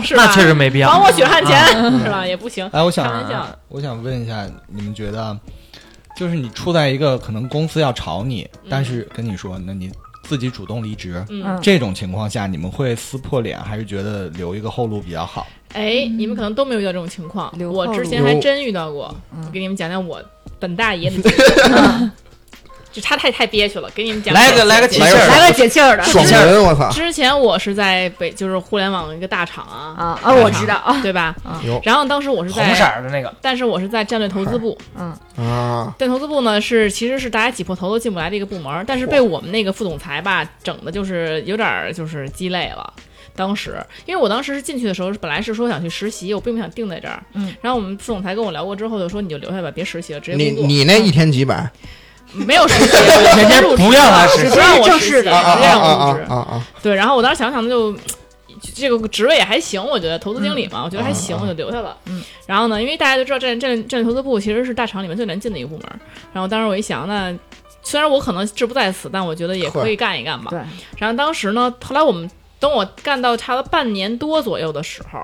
S2: 是吧？
S5: 那确实没必要。
S2: 还我血汗钱是吧？也不行，
S3: 哎，我
S2: 开
S3: 想
S2: 玩笑。
S3: 我想问一下，你们觉得，就是你处在一个可能公司要炒你，但是跟你说，那你自己主动离职，
S2: 嗯，
S6: 嗯
S3: 这种情况下，你们会撕破脸，还是觉得留一个后路比较好？
S2: 哎，你们可能都没有遇到这种情况，
S6: 留
S2: 我
S6: 后
S2: 之
S6: 路
S2: 前还真遇到过。
S6: 嗯
S2: 我给你们讲讲我本大爷 的经历，就他太太憋屈了，给你们讲
S5: 来
S2: 讲
S5: 个来个
S2: 讲
S5: 提气儿，
S6: 来个解气
S2: 啊
S6: 儿的
S4: 爽文，我操！
S2: 之前我是在北，就是互联网一个大厂啊，
S6: 啊啊！我知道啊，
S2: 对吧
S6: 啊
S4: 有？
S2: 然后当时我是
S5: 红色
S2: 在，
S5: 儿的那个，
S2: 但是我是在战略投资部，
S6: 嗯
S4: 啊，
S2: 战略投资部呢是其实是大家挤破头都进不来的一个部门儿，但是被我们那个副总裁吧整的就是有点儿就是鸡肋了。当时，因为我当时是进去的时候，本来是说想去实习，我并不想定在这儿。
S6: 嗯，
S2: 然后我们副总裁跟我聊过之后，就说你就留下吧，别实习了，直接
S4: 你
S2: 工作。
S4: 你那一天几百
S2: 没有实习，
S5: 人家
S2: 入职
S5: 不让他实习
S2: 不让我
S6: 正
S2: 实
S6: 式
S2: 习
S6: 的
S4: 啊啊
S2: 直接让
S4: 啊
S2: 我入
S4: 啊
S2: 职。
S4: 啊啊！
S2: 对，然后我当时想想，那就这个职位也还行，我觉得投资经理嘛，我觉得还行，我就留下了。
S6: 嗯，
S2: 然后呢，因为大家都知道战战战略投资部其实是大厂里面最难进的一个部门儿，然后当时我一想，那虽然我可能志不在此，但我觉得也可以干一干吧。
S6: 对，
S2: 然后当时呢，后来我们等我干到差不多半年多左右的时候，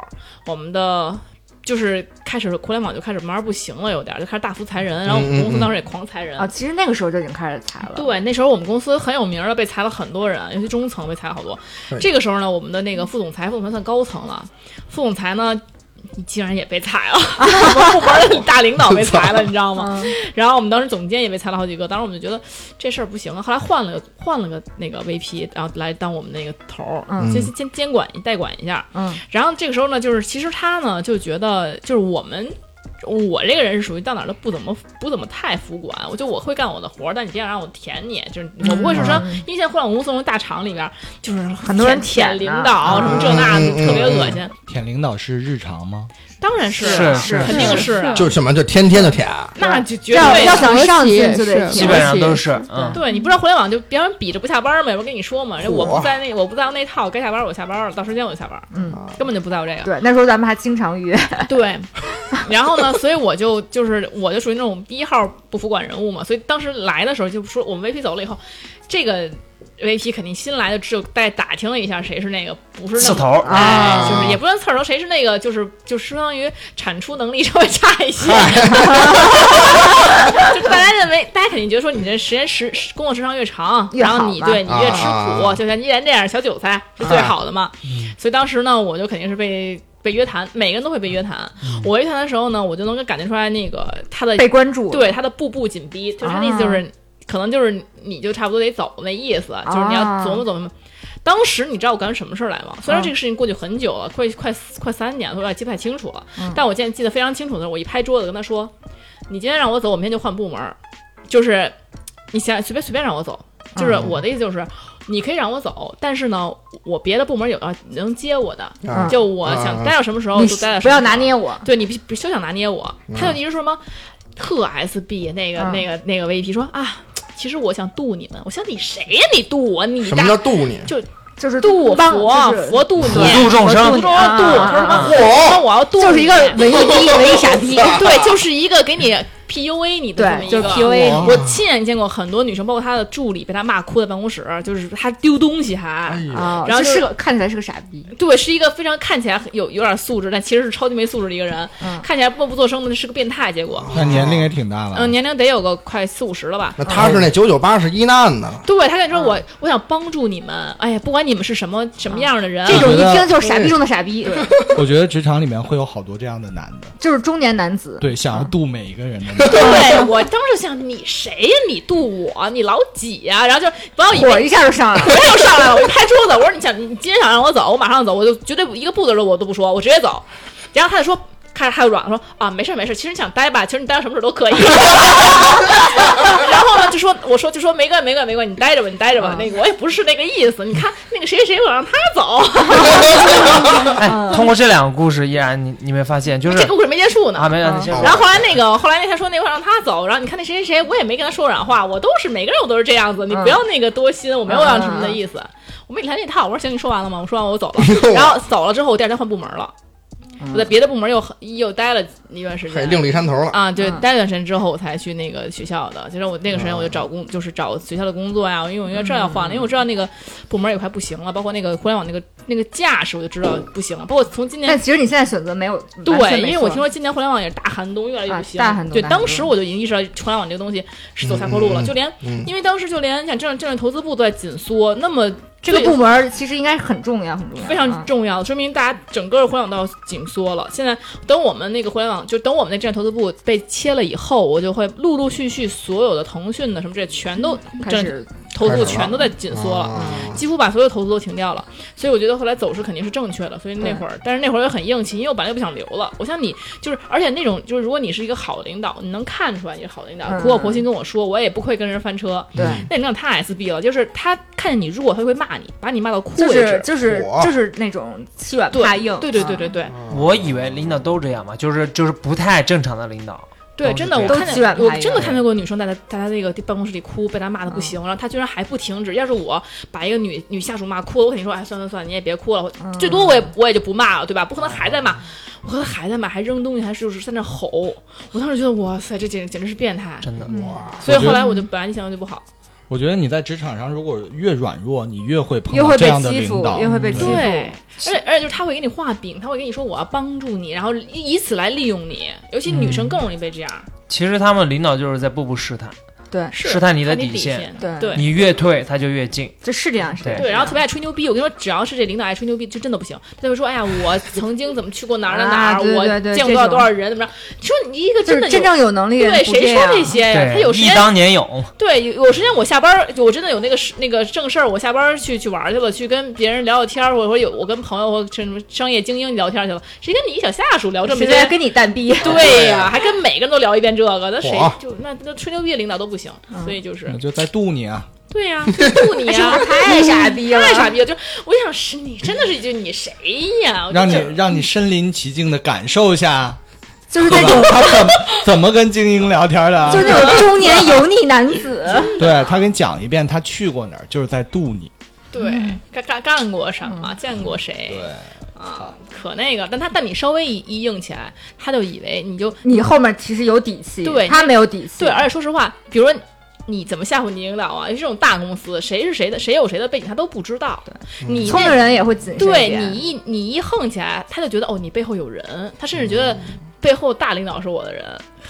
S2: 我们的就是开始互联网就开始慢慢不行了，有点儿就开始大幅裁人，然后我们公司当时也狂裁人
S6: 嗯啊，其实那个时候就已经开始裁了。，
S2: 对，那时候我们公司很有名儿的，被裁了很多人，尤其中层被裁了好多
S4: 对。
S2: 这个时候呢，我们的那个副总裁，副总裁算高层了，副总裁呢，竟然也被裁了，我们部门的大领导被裁了，你知道吗？
S6: 嗯，
S2: 然后我们当时总监也被裁了好几个，当时我们就觉得这事儿不行啊，后来换了个换了个那个 VP，然后来当我们那个头儿，
S6: 嗯
S2: 先监监管代管一下，
S6: 嗯，
S2: 然后这个时候呢，就是其实他呢就觉得，就是我们我这个人是属于到哪儿都不怎么不怎么太服管，我就我会干我的活儿，但你别让我舔你，就是我不会受
S4: 啊
S2: 伤，因为现在互联网公司那种大厂里边儿，就是很
S6: 多人
S2: 舔
S6: 舔
S2: 领
S6: 啊
S2: 导什么这那
S4: 嗯嗯嗯
S2: 的，特别
S4: 嗯
S2: 恶心。
S3: 舔领导是日常吗？
S2: 当然是
S5: 是
S2: 啊
S5: 是
S2: 肯定是啊，
S4: 就什么就天天的舔，啊
S2: 那就绝
S6: 要
S2: 对
S6: 要想上
S7: 国企
S6: 去
S7: 也
S6: 就得
S7: 是
S5: 基
S6: 舔
S5: 本上都是，嗯，
S2: 对你不知道互联网就别人比着不下班儿嘛，有人跟你说嘛，人我
S4: 嚯
S2: 不在那我不在乎那套，该下班儿我下班儿了，到时间我就下班儿，
S6: 嗯，
S2: 根本就不在乎这个。
S6: 对，那时候咱们还经常约，
S2: 对，然后呢，所以我就就是我就属于那种一号不服管人物嘛，所以当时来的时候就说我们 VP 走了以后，这个 VP 肯定新来的只有再打听了一下谁是那个不是那
S5: 刺
S2: 么。
S5: 头，
S6: 啊
S2: 哎，就是也不算刺儿头，谁是那个就是就是相当于产出能力稍微差一些， 就是大家认为大家肯定觉得说你这时间时时工作时长越长，
S6: 越
S2: 然
S6: 好
S2: 后你
S6: 吧啊
S2: 对你越吃
S4: 啊
S2: 苦，就像依然这样小韭菜是最好的嘛。
S6: 嗯
S2: 所以当时呢，我就肯定是被被约谈，每个人都会被约谈。
S6: 嗯
S2: 我约谈的时候呢，我就能够感觉出来那个他的
S6: 被关注。
S2: 对他的步步紧逼，就是他那意
S6: 啊
S2: 思就是、可能就是你就差不多得走那意思，就是你要
S6: 啊
S2: 琢磨琢磨。当时你知道我干什么事儿来吗？虽
S6: 啊
S2: 然这个事情过去很久了，快快快三年了，我有点记不太清楚了。
S6: 嗯
S2: 但我现在记得非常清楚的是，我一拍桌子跟他说：“你今天让我走，我明天就换部门儿，就是你想随便随便让我走。”就是
S6: 嗯
S2: 我的意思就是，你可以让我走，但是呢，我别的部门有要能接我的，
S4: 啊
S2: 就我想待到什么时候
S6: 你
S2: 就待到什么时候。
S6: 不要拿捏我，
S2: 对你必必休想拿捏我。他
S4: 嗯
S2: 就一直说什么特 SB 那个、
S6: 嗯
S2: 那个那个 VP 说啊，其实我想渡你们，我想你谁呀、你渡我，你
S4: 什
S2: 大
S4: 么叫渡你？
S6: 就是
S2: 渡我
S6: 帮
S2: 佛、
S6: 就是
S2: 佛渡你，
S5: 普度众
S2: 佛
S5: 生
S2: 渡，
S6: 啊
S2: 渡我说什么我说我要渡你，
S6: 就是一个文艺 逼、文艺傻逼。
S2: 对，就是一个给你 PUA 你的这么
S6: 对，
S2: 一
S6: 就
S2: 个
S6: 是 PUA
S4: 哦
S2: 我亲眼见过很多女生，包括她的助理，被她骂哭在办公室，就是她丢东西还，
S4: 哎呀，
S6: 啊，
S2: 然后
S6: 就
S2: 就是
S6: 个看起来是个傻逼，
S2: 对，是一个非常看起来很有有点素质，但其实是超级没素质的一个人，
S6: 嗯
S2: 看起来默不作声的，是个变态。结果，
S4: 哦
S6: 哦
S3: 那年龄也挺大了。
S2: 嗯，年龄得有个快四五十了吧。
S4: 那他
S2: 啊
S4: 是那九九八十一难呢，
S2: 对他跟你说
S6: 嗯
S2: 我，我想帮助你们，哎呀，不管你们是什么什么样的人，
S6: 这种一
S3: 觉得
S6: 听就是傻逼中的傻逼，
S3: 我觉得职场里面会有好多这样的男的，
S6: 就是中年男子。
S3: 对，想要渡每一个人的 男的。
S2: 对我当时想你谁呀、你渡我，你老几呀、然后就不要以
S6: 火
S2: 为
S6: 一下就上来了，
S2: 又上来了，我一拍桌子，我说你想你今天想让我走，我马上走，我就绝对不一个步骤我都不说，我直接走。然后他就说。开始还有软了说啊，没事儿没事儿，其实你想待吧，其实你待到什么时候都可以。 然后呢，就说我说就说没关系没关系没关系，你待着吧你待着吧，那个我也不是那个意思。你看那个谁谁谁，我让他走，
S5: 哎，通过这两个故事，依然你你没发现就
S2: 嗯这
S5: 是
S2: 个故事没结束呢。
S5: 啊，没有，你先
S4: 啊
S5: 说
S2: 然后后来那个，后来那他说那块让他走，然后你看那谁谁谁，我也没跟他说软话，我都是每个人我都是这样子，你
S6: 嗯
S2: 不要那个多心，我没有让什么的意思，我没理他那套，我说行，你说完了吗？我说完我走了，然后走了之后，我第二天换部门了，我在别的部门又很又待了一段时
S4: 嘿，
S2: 间。
S4: 另立山头了。
S2: 啊，对，
S6: 嗯
S2: 待了一段时间之后，我才去那个学校的。其实我那个时间我就找工，就是找学校的工作呀，因为我因为这要换了，因为我知道那个部门也快不行了，包括那个互联网那个那个架势，我就知道不行了。包括从今年
S6: 但其实你现在选择没有完全
S2: 对，
S6: 没
S2: 因为我
S6: 错
S2: 听说今年互联网也是大寒冬，越来越不行。
S6: 啊大寒冬
S2: 对，
S6: 大寒冬
S2: 当时我就已经意识到互联网这个东西是走下坡路了，
S4: 嗯嗯嗯
S2: 就连
S4: 嗯
S2: 因为当时就连你想政政治投资部都在紧缩，那么
S6: 这个
S2: 最
S6: 部门儿其实应该很重要，很重要，
S2: 非
S6: 啊
S2: 常重要，说明大家整个互联网都要紧缩了。现在等我们那个互联网，就等我们那战略投资部被切了以后，我就会陆陆续续所有的腾讯的什么这些全都
S6: 开
S2: 这
S6: 始
S2: 投资
S4: 开
S2: 部
S4: 始
S2: 全都在紧缩了。
S4: 啊
S2: 几乎把所有投资都停掉了，所以我觉得后来走势肯定是正确的。所以那
S6: 对
S2: 会儿，但是那会儿又很硬气，因为我本来就不想留了。我想你就是，而且那种就是，如果你是一个好的领导，你能看出来你是好的领导，
S6: 嗯
S2: 苦口婆心跟我说，我也不会跟人翻车。
S6: 对。
S2: 那领导太 SB 了，就是他看见你弱，他就会骂你，把你骂到哭
S6: 就
S2: 为
S6: 是
S2: 止。
S6: 就是
S4: 火
S6: 就是那种欺软
S2: 对
S6: 怕硬，
S2: 对对
S6: 啊
S2: 对对对
S5: 我以为领导都这样嘛，就是就是不太正常的领导，
S2: 对，
S5: 都是
S2: 真的，
S5: 这
S2: 我
S5: 样
S2: 看
S6: 都欺软
S2: 见
S6: 怕
S2: 我
S6: 硬嗯
S2: 真的看见过女生在她在她那个办公室里哭，被她骂的不行，然后她居然还不停止。要是我把一个女女下属骂哭了，我肯定说，哎，算了算了，你也别哭了，我
S6: 嗯
S2: 最多我也我也就不骂了，对吧？不可能还在骂，我和他还在骂，还扔东西，还是就是在那吼。我当时觉得哇塞，这简简直是变态。
S5: 真的。
S6: 嗯
S2: 所以
S3: 我觉得
S2: 后来我就本来印象就不好，
S3: 我觉得你在职场上如果越软弱，你越会碰
S6: 越嗯
S3: 到
S6: 会
S3: 这
S6: 被
S3: 样的
S6: 欺
S3: 领
S6: 负
S3: 导，，
S6: 越会被欺负。
S2: 对，而且而且就是他会给你画饼，他会跟你说我要帮助你，然后以以此来利用你。尤其女
S5: 嗯
S2: 生更容易被这样，
S5: 其实他们领导就是在步步试探，
S6: 对
S2: 是
S5: 试探你的
S2: 看你
S5: 底线
S2: 线。
S6: 对
S2: 对
S5: 你越退他就越近。
S6: 这是这样，是这样。
S2: 对，然后特别爱吹牛逼。我跟你说，只要是这领导爱吹牛逼，就真的不行。他就会说：“哎呀，我曾经怎么去过哪儿哪儿哪
S6: 啊
S2: 儿，
S6: 对对对
S2: 我见过多少多少人，怎么着？”你说你一个
S6: 就
S2: 真的
S6: 是
S2: 有
S6: 真正有能力人
S2: 对
S6: 不这
S2: 谁
S6: 样
S2: 说这些哎呀？他有时
S5: 忆
S2: 间嗯
S5: 当年勇，
S2: 对有有时间我下班儿，我真的有那个事那个正事儿，我下班儿去去玩儿去了，去跟别人聊聊天儿，或者说有我跟朋友或什么商业精英聊天儿去了，谁跟你一小下属聊这么
S6: 谁在
S2: 些？
S6: 跟你蛋逼？
S2: 对呀、还跟每个人都聊一遍这个，那谁
S4: 火
S2: 就那那吹牛逼的领导都不行，
S6: 嗯
S2: 所以就是
S3: 就在度你啊。
S2: 对 呀、就雇你呀、
S6: 哎是不是太傻逼了
S2: 太傻逼了！就是我想是你真的是就你谁
S6: 哦
S2: 呀？我就
S3: 让你
S2: 觉得
S3: 让你身临其境的感受一下，
S6: 嗯 就是
S3: 对
S6: 那
S3: 吧
S6: 种，？
S3: 他怎么怎么跟精英聊天的 啊？
S6: 就是那种中年油腻男 子。
S3: 对他给你讲一遍他去过哪儿，就是在度你。
S6: 嗯
S2: 对干干干过什么，见过
S6: 哎
S2: 谁？啊，可那个，但他但你稍微一一硬起来，他就以为你就
S6: 你后面其实有底气，
S2: 对
S6: 他没有底气。
S2: 对，而且说实话，比如说你怎么吓唬你领导啊？因为这种大公司，谁是谁的，谁有谁的背景，他都不知道。你
S6: 聪
S2: 那
S6: 明人也会谨慎一
S2: 对
S6: 点
S2: 你一你一横起来，他就觉得哦，你背后有人，他甚至觉
S6: 嗯
S2: 得背后大领导是我的人，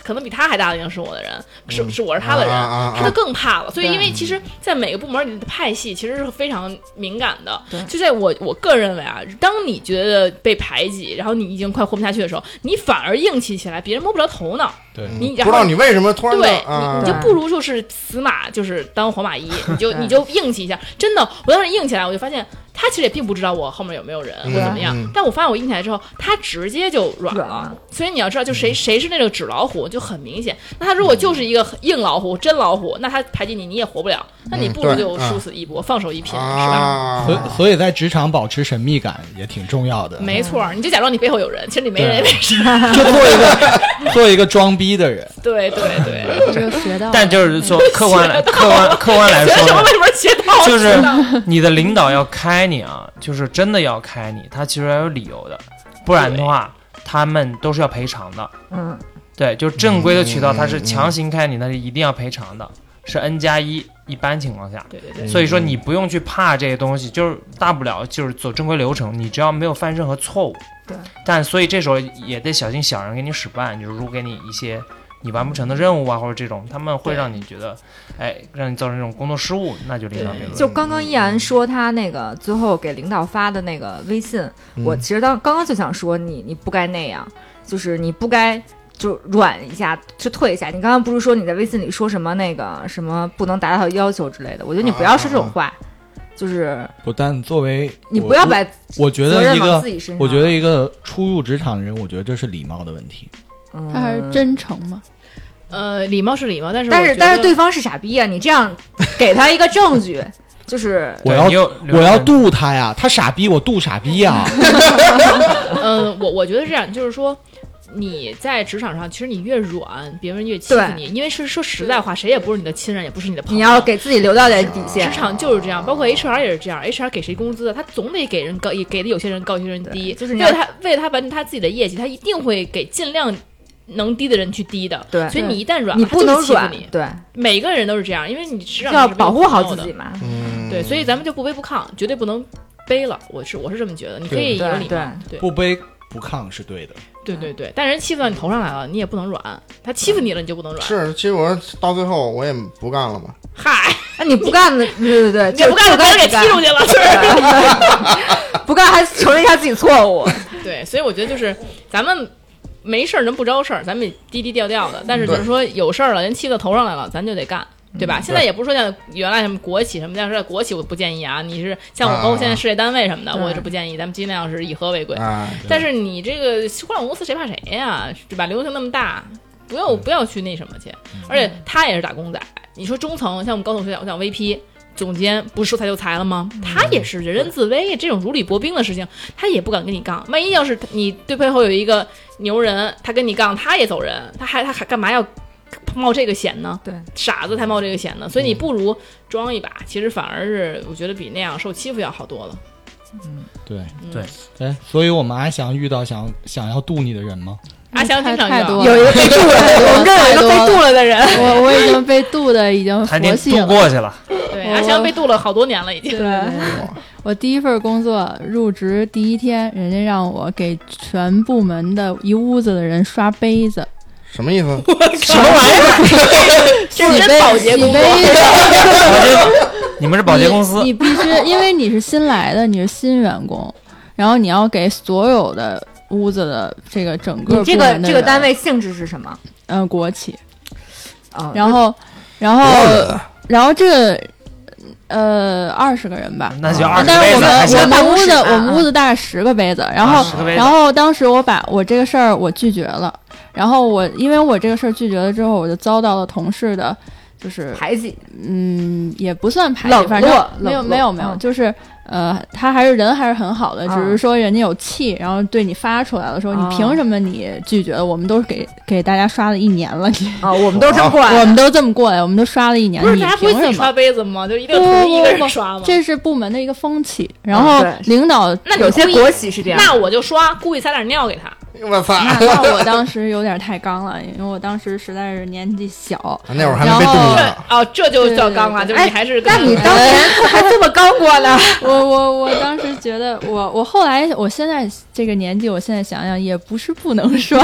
S2: 可能比他还大的领导是我的人，
S6: 嗯
S2: 是是我是他的人，
S4: 啊啊啊
S2: 他就更怕了。所以，
S6: 对
S2: 因为其实，在每个部门里的派系其实是非常敏感的
S6: 对。
S2: 就在我我个人认为啊，当你觉得被排挤，然后你已经快活不下去的时候，你反而硬气起来，别人摸不着头脑。
S3: 对
S2: 你
S4: 不
S2: 然
S4: 知
S2: 后
S4: 道你为什么突然
S2: 对
S4: 就啊
S2: 你，你就不如就是死马，就是当活马医，你就
S6: 对
S2: 你就硬气一下。真的，我当时硬起来，我就发现他其实也并不知道我后面有没有人
S4: 嗯
S2: 或怎么样
S4: 嗯。
S2: 但我发现我硬起来之后，他直接就软
S6: 软
S2: 了
S6: 了。
S2: 所以你要知道，就谁谁是那个纸老虎，就很明显。那他如果就是一个硬老虎、真老虎，那他排挤你，你也活不了。那你
S4: 嗯
S2: 不如
S4: 对
S2: 就
S4: 啊
S2: 殊死一搏，放手一拼，是吧？
S4: 啊
S3: 所，以所以在职场保持神秘感也挺重要的。
S2: 没错儿，你就假装你背后有人，其实你没人也没事。
S3: 就做一 个做一个装逼的人，
S2: 对对对，
S7: 就学到了。
S5: 但就是说
S2: 嗯
S5: 客观来客观客观来
S2: 学
S5: 说
S2: 什么
S5: 呢
S2: 为，什么学到
S5: 就
S2: 知
S5: 是
S2: 道
S5: 你的领导要开你啊，就是真的要开你，他其实要有理由的，不然的话他们都是要赔偿的。
S6: 嗯，
S5: 对，就正规的渠道，
S4: 嗯
S5: 他是强行开你，那是一定要赔偿的，是 N 加一，一般情况下。
S2: 对对对。
S4: 嗯
S5: 所以说你不用去怕这些东西，就是大不了就是走正规流程，你只要没有犯任何错误。
S6: 对。
S5: 但所以这时候也得小心小人给你使绊，就是如果给你一些你完不成的任务啊，或者这种，他们会
S2: 对
S5: 让你觉得，哎，让你造成这种工作失误，那就另当别论。
S6: 就刚刚依然说他那个最后给领导发的那个微信，
S3: 嗯
S4: 嗯
S6: 我其实当刚刚就想说你你不该那样，就是你不该就软一下，就退一下。你刚刚不是说你在微信里说什么那个什么不能达到他的要求之类的？我
S3: 啊
S6: 觉得你不要说这种话，就是
S3: 不但作为
S6: 你
S3: 我
S6: 不要把
S3: 我觉
S6: 责
S3: 得
S6: 任
S3: 一
S6: 往
S3: 个
S6: 自，己身上。
S3: 我觉得一个初入职场的人，我觉得这是礼貌的问题。
S6: 嗯
S7: 他还是真诚嘛？
S2: 呃，礼貌是礼貌，但是
S6: 但
S2: 哎我
S6: 是
S2: 觉
S6: 但是
S2: 得
S6: 对方是傻逼呀、你这样给他一个证据， 就是
S3: 我
S5: 对
S3: 要
S5: 你有
S3: 我要度他呀，他傻逼，我度傻逼呀。
S2: 嗯，我我觉得是这样，就是说。你在职场上，其实你越软，别人越欺负
S6: 对
S2: 你，因为是说实在话，谁也不是你的亲人，也不是你的朋友。
S6: 你要给自己留到点底线
S2: 职。场哦就是这样，包括 HR 也是这样，HR 给谁工资，他总得给人高，也给的有些人高，有些人低。
S6: 对就是
S2: 为
S6: 你
S2: 了
S6: 要
S2: 他，为了他完成他自己的业绩，他一定会给尽量能低的人去低的。
S6: 对
S2: 所以你一旦软，
S6: 你
S2: 他就
S6: 不
S2: 是
S6: 能
S2: 欺负
S6: 软
S2: 你，
S6: 对，
S2: 每个人都是这样，因为你职场
S6: 要
S2: 是没有
S6: 保护好
S2: 朋友
S6: 自己嘛。
S2: 的。
S4: 嗯
S2: 对，所以咱们就不卑不亢，绝对不能卑了。我是我是这么觉得，你可以有
S6: 对
S2: 礼
S6: 对
S2: 貌，对
S3: 不卑不亢是对的，
S2: 对对对，但人欺负到你头上来了，你也不能软。他欺负你了，你就不能软。
S4: 是，其实我到最后我也不干了嘛。
S2: 嗨，
S6: 那你不干的，对对对，
S2: 你不干了，
S6: 就
S2: 把人
S6: 该
S2: 给踢出去了，是。
S6: 对 不干还承认一下自己 错误，
S2: 对，所以我觉得就是咱们没事儿人不招事儿，咱们低低调调的。但是就是说有事儿了，人欺到头上来了，咱就得干。对吧？现在也不是说像原来什么国企什么这样，像国企我不建议啊。你是像我包括现在事业单位什么的，
S6: 啊
S2: 我是不建议。咱们尽量是以和为贵。
S4: 哎，
S2: 但是你这个互联网公司谁怕谁呀？对吧？流行那么大，不要不要去那什么去。而且他也是打工仔，你说中层像我们高总学长，我想 VP。总监不是说裁就裁了吗？他也是人人自危，这种如履薄冰的事情，他也不敢跟你杠。万一要是你对背后有一个牛人，他跟你杠，他也走人，他还他还干嘛要冒这个险呢？
S6: 对，
S2: 傻子才冒这个险呢。所以你不如装一把，其实反而是我觉得比那样受欺负要好多了。
S3: 对
S2: 嗯
S5: 对
S3: 哎，所以我们还想遇到想想要度你的人吗？
S2: 阿翔经常
S7: 太
S2: 遇到
S7: 多
S6: 有一 个被渡了，我们这儿有一个被渡了的人，
S7: 我我已经被渡的 已经
S5: 他已
S7: 佛
S5: 经
S7: 系
S5: 度
S7: 了。
S5: 过去了，
S2: 对，
S7: 我
S2: 阿翔被渡了好多年了，已经。
S7: 哦对，我第一份工作入职第一天，人家让我给全部门的一屋子的人刷杯子，
S4: 什么意思？
S2: 什么玩意儿？这是真保洁
S7: 洗
S2: 工
S7: 杯
S2: 作。
S7: 子。
S5: 你们是保洁公司
S7: 你，你必须，因为你是新来的，你是新员工，然后你要给所有的屋子的这个整个
S6: 你这
S7: 部
S6: 个
S7: 门的
S6: 这个
S7: 人
S6: 单，位性质是什么？
S7: 嗯、国企，
S6: 哦
S7: 然后，然
S4: 多少
S7: 后，
S4: 人
S5: 啊
S7: 然后这个，呃，二十个人吧。
S5: 那就
S6: 啊
S5: 二十
S7: 但
S5: 倍
S7: 是我们
S5: 还行
S7: 我们
S6: 办公
S7: 屋
S6: 室
S7: 子
S6: 啊
S7: 我们屋子大概十个杯子，然后
S5: 十个杯子
S7: 然后当时我把我这个事儿我拒绝了，然后我因为我这个事儿拒绝了之后，我就遭到了同事的，就是
S6: 排挤，
S7: 嗯，也不算排
S6: 冷
S7: 挤，反正
S6: 落
S7: 没有
S6: 冷落
S7: 没有没有，
S6: 嗯
S7: 就是呃，他还是人还是很好的，
S6: 嗯
S7: 只是说人家有气，然后对你发出来了，说
S6: 哦
S7: 你凭什么你拒绝？我们都是给给大家刷了一年了， 你
S6: 啊，我们都是这么过来的，
S7: 哦我们都这么过来，我们都刷了一年，
S2: 不是
S7: 你
S2: 大家不会
S7: 凭
S2: 自己
S7: 什
S2: 刷
S7: 么？
S2: 杯子吗？就一定
S7: 哎不
S2: 统一一个
S7: 不
S2: 人
S7: 不
S2: 刷吗？
S7: 这是部门的一个风气，然后
S6: 嗯对
S7: 领 导
S2: 那你
S6: 有些
S2: 故意
S6: 国企是这样，
S2: 那我就刷，故意撒点尿给他。
S7: 啊
S4: 我操！
S7: 那那我当时有点太刚了，因为我当时实在是年纪小，
S4: 那会儿还没被冻
S7: 然后
S4: 呢。
S2: 这哦，这就叫刚了，就
S7: 对对对哎
S2: 是你还是
S6: 那你当年 还这么刚过呢？
S7: 我我我当时觉得我，我后来，我现在这个年纪，我现在想想也不是不 能刷，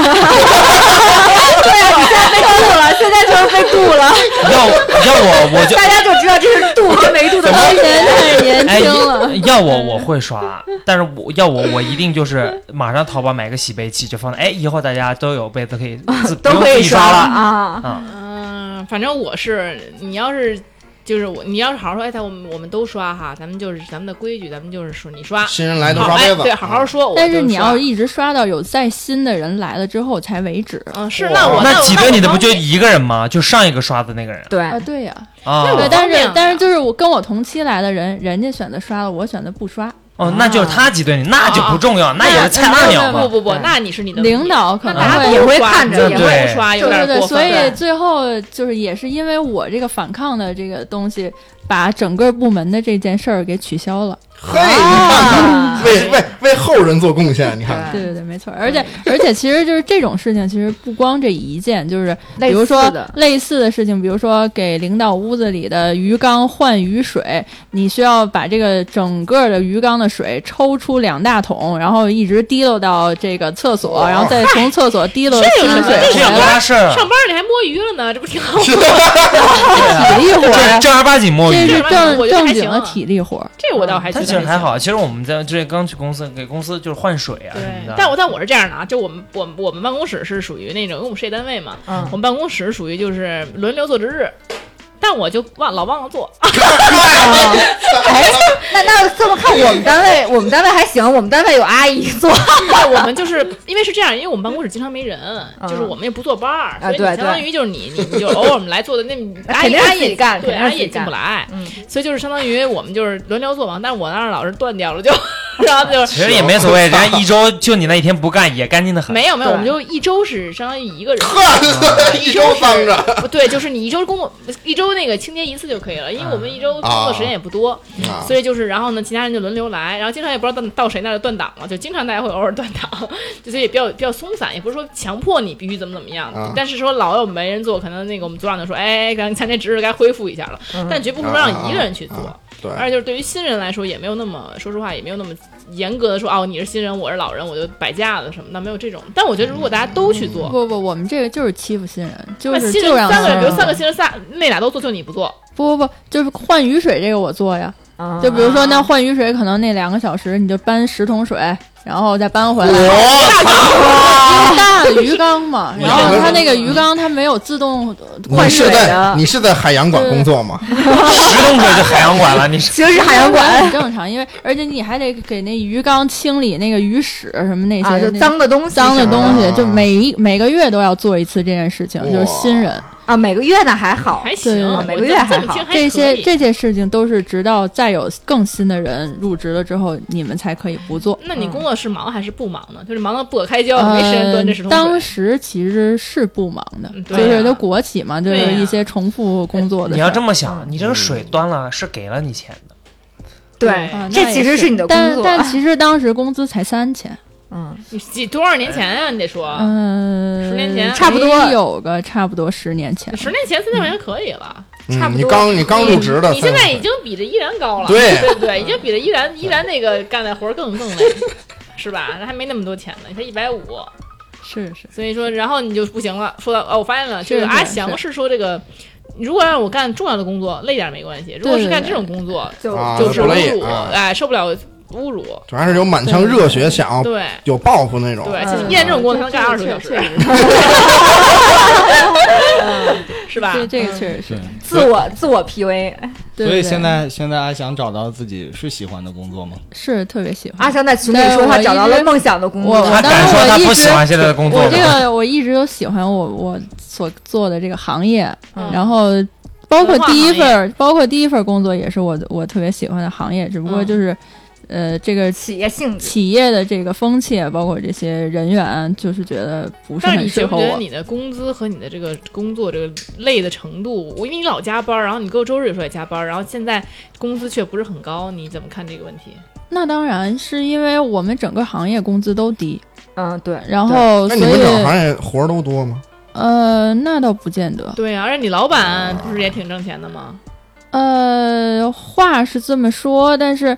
S6: 对呀，你现在被渡了，现在就是被渡 了，
S5: 要要我我就
S6: 大家就知道这是渡和没渡的
S7: 当
S6: 区
S7: 年 太
S6: 别。
S7: 年
S5: 哎
S7: 轻了。
S5: 要我我会刷，但是我要我我一定就是马上淘宝买个洗杯器，就放在哎以后大家都有杯子可以 自
S6: 都可
S5: 不用自
S6: 以
S5: 己
S6: 刷
S5: 刷
S6: 了
S5: 了。
S6: 啊！
S2: 嗯，反正我是，你要是就是我，你要是好好说，哎，咱我们我们都刷哈，咱们就是咱们的规矩，咱们就是说你刷，
S4: 新人来都
S2: 好
S4: 刷
S2: 哎
S4: 杯，子，
S2: 对，好好说。我
S7: 但是
S2: 就
S7: 你
S2: 刷
S7: 要一直刷到有再新的人来了之后才为止。
S2: 嗯是那
S4: 哇
S2: 我
S5: 那
S2: 我
S5: 挤
S2: 那
S5: 兑
S2: 我
S5: 你的不
S2: 方
S5: 就
S2: 便
S5: 一个人吗？就上一个刷的那个人
S6: 对，
S7: 啊，对呀、
S5: 啊
S2: 那。我
S7: 对，但
S2: 方
S7: 是
S2: 便
S7: 但
S2: 啊
S7: 是就是我跟我同期来的人，人家选择刷了，我选择不刷。
S5: 哦，那就是他挤兑你，那就不重要，那也是菜
S7: 啊那
S5: 二鸟
S2: 不
S5: 嘛。
S2: 不不，那你是你的
S7: 领导可
S2: 那
S7: 能
S2: 大家
S7: 会
S2: 都
S6: 也会
S2: 刷
S6: 看着
S2: 你
S5: 也
S2: 不
S5: 会
S2: 刷有
S7: 对对
S2: 点
S7: 对，
S2: 过
S7: 所
S2: 分。
S7: 以最后就是也是因为我这个反抗的这个东西，把整个部门的这件事儿给取消了。
S4: 嘿，你看
S2: 啊
S6: 啊
S4: 看，为为为后人做贡献，你看
S2: 嗯
S4: 看。
S7: 对对对，没错。而且 而且，其实就是这种事情，其实不光这一 件，就是比
S6: 类
S7: 如说
S6: 似的
S7: 类似的事情，比如说给领导屋子里的鱼缸换雨水，你需要把这个整个的鱼缸的水抽出两大桶，然后一直滴漏到这个厕所，
S4: 哇
S7: 然后再从厕所滴漏
S2: 这有什
S7: 清
S2: 么
S7: 水
S5: 这
S7: 回
S5: 有多
S7: 来。
S5: 大事
S6: 嗯
S5: 儿啊
S2: 上？班你还摸鱼了呢，这不挺好吗？
S7: 体力活
S5: 这
S7: 儿
S5: 是，正儿八经摸
S7: 这
S5: 鱼
S7: 是。
S2: 我觉
S7: 正
S2: 得还
S7: 正
S2: 行啊
S7: 经的体力活儿。
S2: 这我倒
S6: 嗯
S2: 还觉
S5: 他
S2: 得
S5: 其实还
S2: 行。
S5: 好，啊其实我们在这刚去公司给公司就是换水啊什么
S2: 对
S5: 的，。
S2: 但我但我是这样的啊，就我们我们我们办公室是属于那种，因为我们事业单位嘛，
S6: 嗯
S2: 我们办公室属于就是轮流做值日，但我就忘老忘了做，啊
S6: 哎， 那那这么看，我们单位我们单位还行，我们单位有阿姨做，
S2: 但哎我们 就是因为是这样，因为我们办公室经常没人，就是我们也不坐班儿，所以
S6: 嗯啊对
S2: 你相当于就是你你你就偶尔我们来做 的那阿
S6: 肯
S2: 姨
S6: 定是
S2: 阿
S6: 自己
S2: 姨
S6: 干
S2: 对
S6: 肯定
S2: 阿
S6: 是
S2: 姨
S6: 自己
S2: 也进
S6: 干
S2: 不来，
S6: 嗯
S2: 所以就是相当于我们就是轮流做完，但是我那儿老是断掉了就， 然后就是
S5: 其实也没所 谓，人家一周就你那一天不干也干净的很。
S2: 没有没有，
S6: 对
S2: 我们就一周是相当于一 个人。嗯
S4: 一周当着，
S2: 不对，就是你一周工作一周那个清洁一次就可以了，因为我们一周工作时间也不多，
S4: 啊
S2: 所以就是然后呢，其他人就轮流来，然后经常也不知道到到谁那儿就断档了，就经常大家会偶尔断档， 就所以也比较比较松散，也不是说强迫你必须怎么怎么样的，
S4: 啊
S2: 但是说老有没人做，可能那个我们组长就说，哎，咱咱这值日该恢复一下了，但绝不能让一个人去做。
S4: 啊啊啊对，
S2: 而且就是对于新人来说，也没有那么说实话，也没有那么严格的说哦，你是新人，我是老人，我就摆架子什么的，没有这种。但我觉得如果大家都去做，
S7: 不不，我们这个就是欺负新人，就
S2: 那
S7: 是
S2: 新
S7: 就
S2: 人
S7: 让
S2: 三个人，比如
S7: 做
S2: 三个新人仨，那俩都做，就你不做，
S7: 不不不，就是换雨水这个我做呀。
S2: 啊
S7: 就比如说，那换雨水可能那两个小时你就搬十桶水，然后再搬回来。因为大的鱼缸嘛，然后它那个鱼缸它没有自动呃
S4: 你
S7: 换水
S4: 是在
S7: 的，
S4: 你是在海洋馆工作吗？
S2: 嗯
S5: 十桶水就海洋馆 了，你是
S6: 其实是海洋
S7: 很
S6: 馆
S7: 正常，因为而且你还得给那鱼缸清理那个鱼屎什么那些
S6: 啊，就
S7: 那
S6: 脏的东西，
S7: 脏的东西，
S4: 啊
S7: 就每一每个月都要做一次这件事情，就是新人
S6: 啊，每个月呢还好
S2: 还，行
S7: 对，
S2: 我
S6: 每个
S2: 就
S6: 月还
S2: 这么
S6: 好嗯
S2: 听还
S7: 这些
S2: 可以
S7: 这些事情都是直到再有更新的人入职了之后，你们才可以不做。
S2: 那你工作是忙还是不忙呢？就是忙到不可开交，
S7: 呃，
S2: 没时间端这十桶
S7: 当
S2: 水。
S7: 时其实是不忙的，
S2: 嗯
S7: 就
S2: 对
S7: 是
S2: 呀
S7: 都国企嘛，就是
S2: 对呀啊
S7: 一些重复工作的
S5: 你
S7: 啊嗯事儿。
S5: 要这么想，你这个水端了是给了你钱的，
S6: 对
S7: 啊，那
S6: 这
S7: 也
S6: 其实
S7: 是
S6: 你的工
S7: 但
S2: 啊
S6: 作，
S7: 但其实当时工资才三千，
S6: 嗯，
S2: 你几多少年前啊？你得说，
S7: 嗯，
S2: 十年前
S7: 差不多
S6: 没
S7: 有个差不多十年前。
S2: 十年前三六
S7: 嗯
S2: 零可以了。
S6: 差
S4: 嗯，
S6: 不
S4: 你
S6: 多
S4: 刚你刚入职的，
S2: 你现在已经比这依然高了，
S4: 对
S2: 对不对，已经比这依然依然那个干的活儿更更 累，是吧？他还没那么多钱呢，才一百五，
S7: 是是，
S2: 所以说，然后你就不行了。说到哦，我发现了，
S7: 是
S2: 这个阿
S7: 是
S2: 翔是说这个，如果让我干重要的工作，累点儿没关系；如果是干这种工作，
S6: 就
S4: 啊
S2: 就是
S4: 不累
S2: 侮辱，
S4: 啊
S2: 哎，受不了侮辱，
S4: 主要是有满腔热血，想要
S2: 对。
S4: 有抱负那种。
S2: 对，
S6: 嗯
S2: 就是验证过程干二十小时
S6: 确，
S2: 是吧？嗯
S7: 这这个确实是。
S6: 自我自我 PUA。
S7: 对
S3: 所以
S7: 对
S3: 现在现在阿翔找到自己是喜欢的工作吗？
S7: 是特别喜欢
S6: 阿翔在群里说
S7: 对
S6: 他
S7: 我
S6: 找到
S7: 一直
S6: 了梦想的工
S7: 我
S6: 作，
S7: 我
S5: 他
S7: 当
S5: 敢
S7: 时
S5: 说他
S7: 一
S5: 不
S7: 直
S5: 喜欢现在的工作
S7: 我
S2: 啊
S5: 吗？
S7: 这个我一直都喜欢我我所做的这个行业，
S2: 嗯
S7: 然后包括
S2: 文化
S7: 第一
S2: 行业
S7: 份，包括第一份工作也是我的我特别喜欢的行业，只不过
S2: 嗯
S7: 就是，呃，这个
S6: 企业性质。
S7: 企业的这个风气，包括这些人员，就是觉得不是
S2: 但是
S7: 很啊
S2: 你觉
S7: 适合
S2: 不觉得
S7: 我。
S2: 你的工资和你的这个工作这个累的程度，我因为你老加班儿，然后你给我周日的时候也加班儿，然后现在工资却不是很高，你怎么看这个问题？
S7: 那当然是因为我们整个行业工资都低，
S6: 嗯，对。
S7: 然后
S4: 那你
S7: 所
S4: 们
S7: 以
S4: 整个行业活儿都多吗？
S7: 呃，那倒不见得。
S2: 对啊呀、而且你老
S4: 哦
S2: 板不是也挺挣钱的吗？
S7: 呃，话是这么说，但是，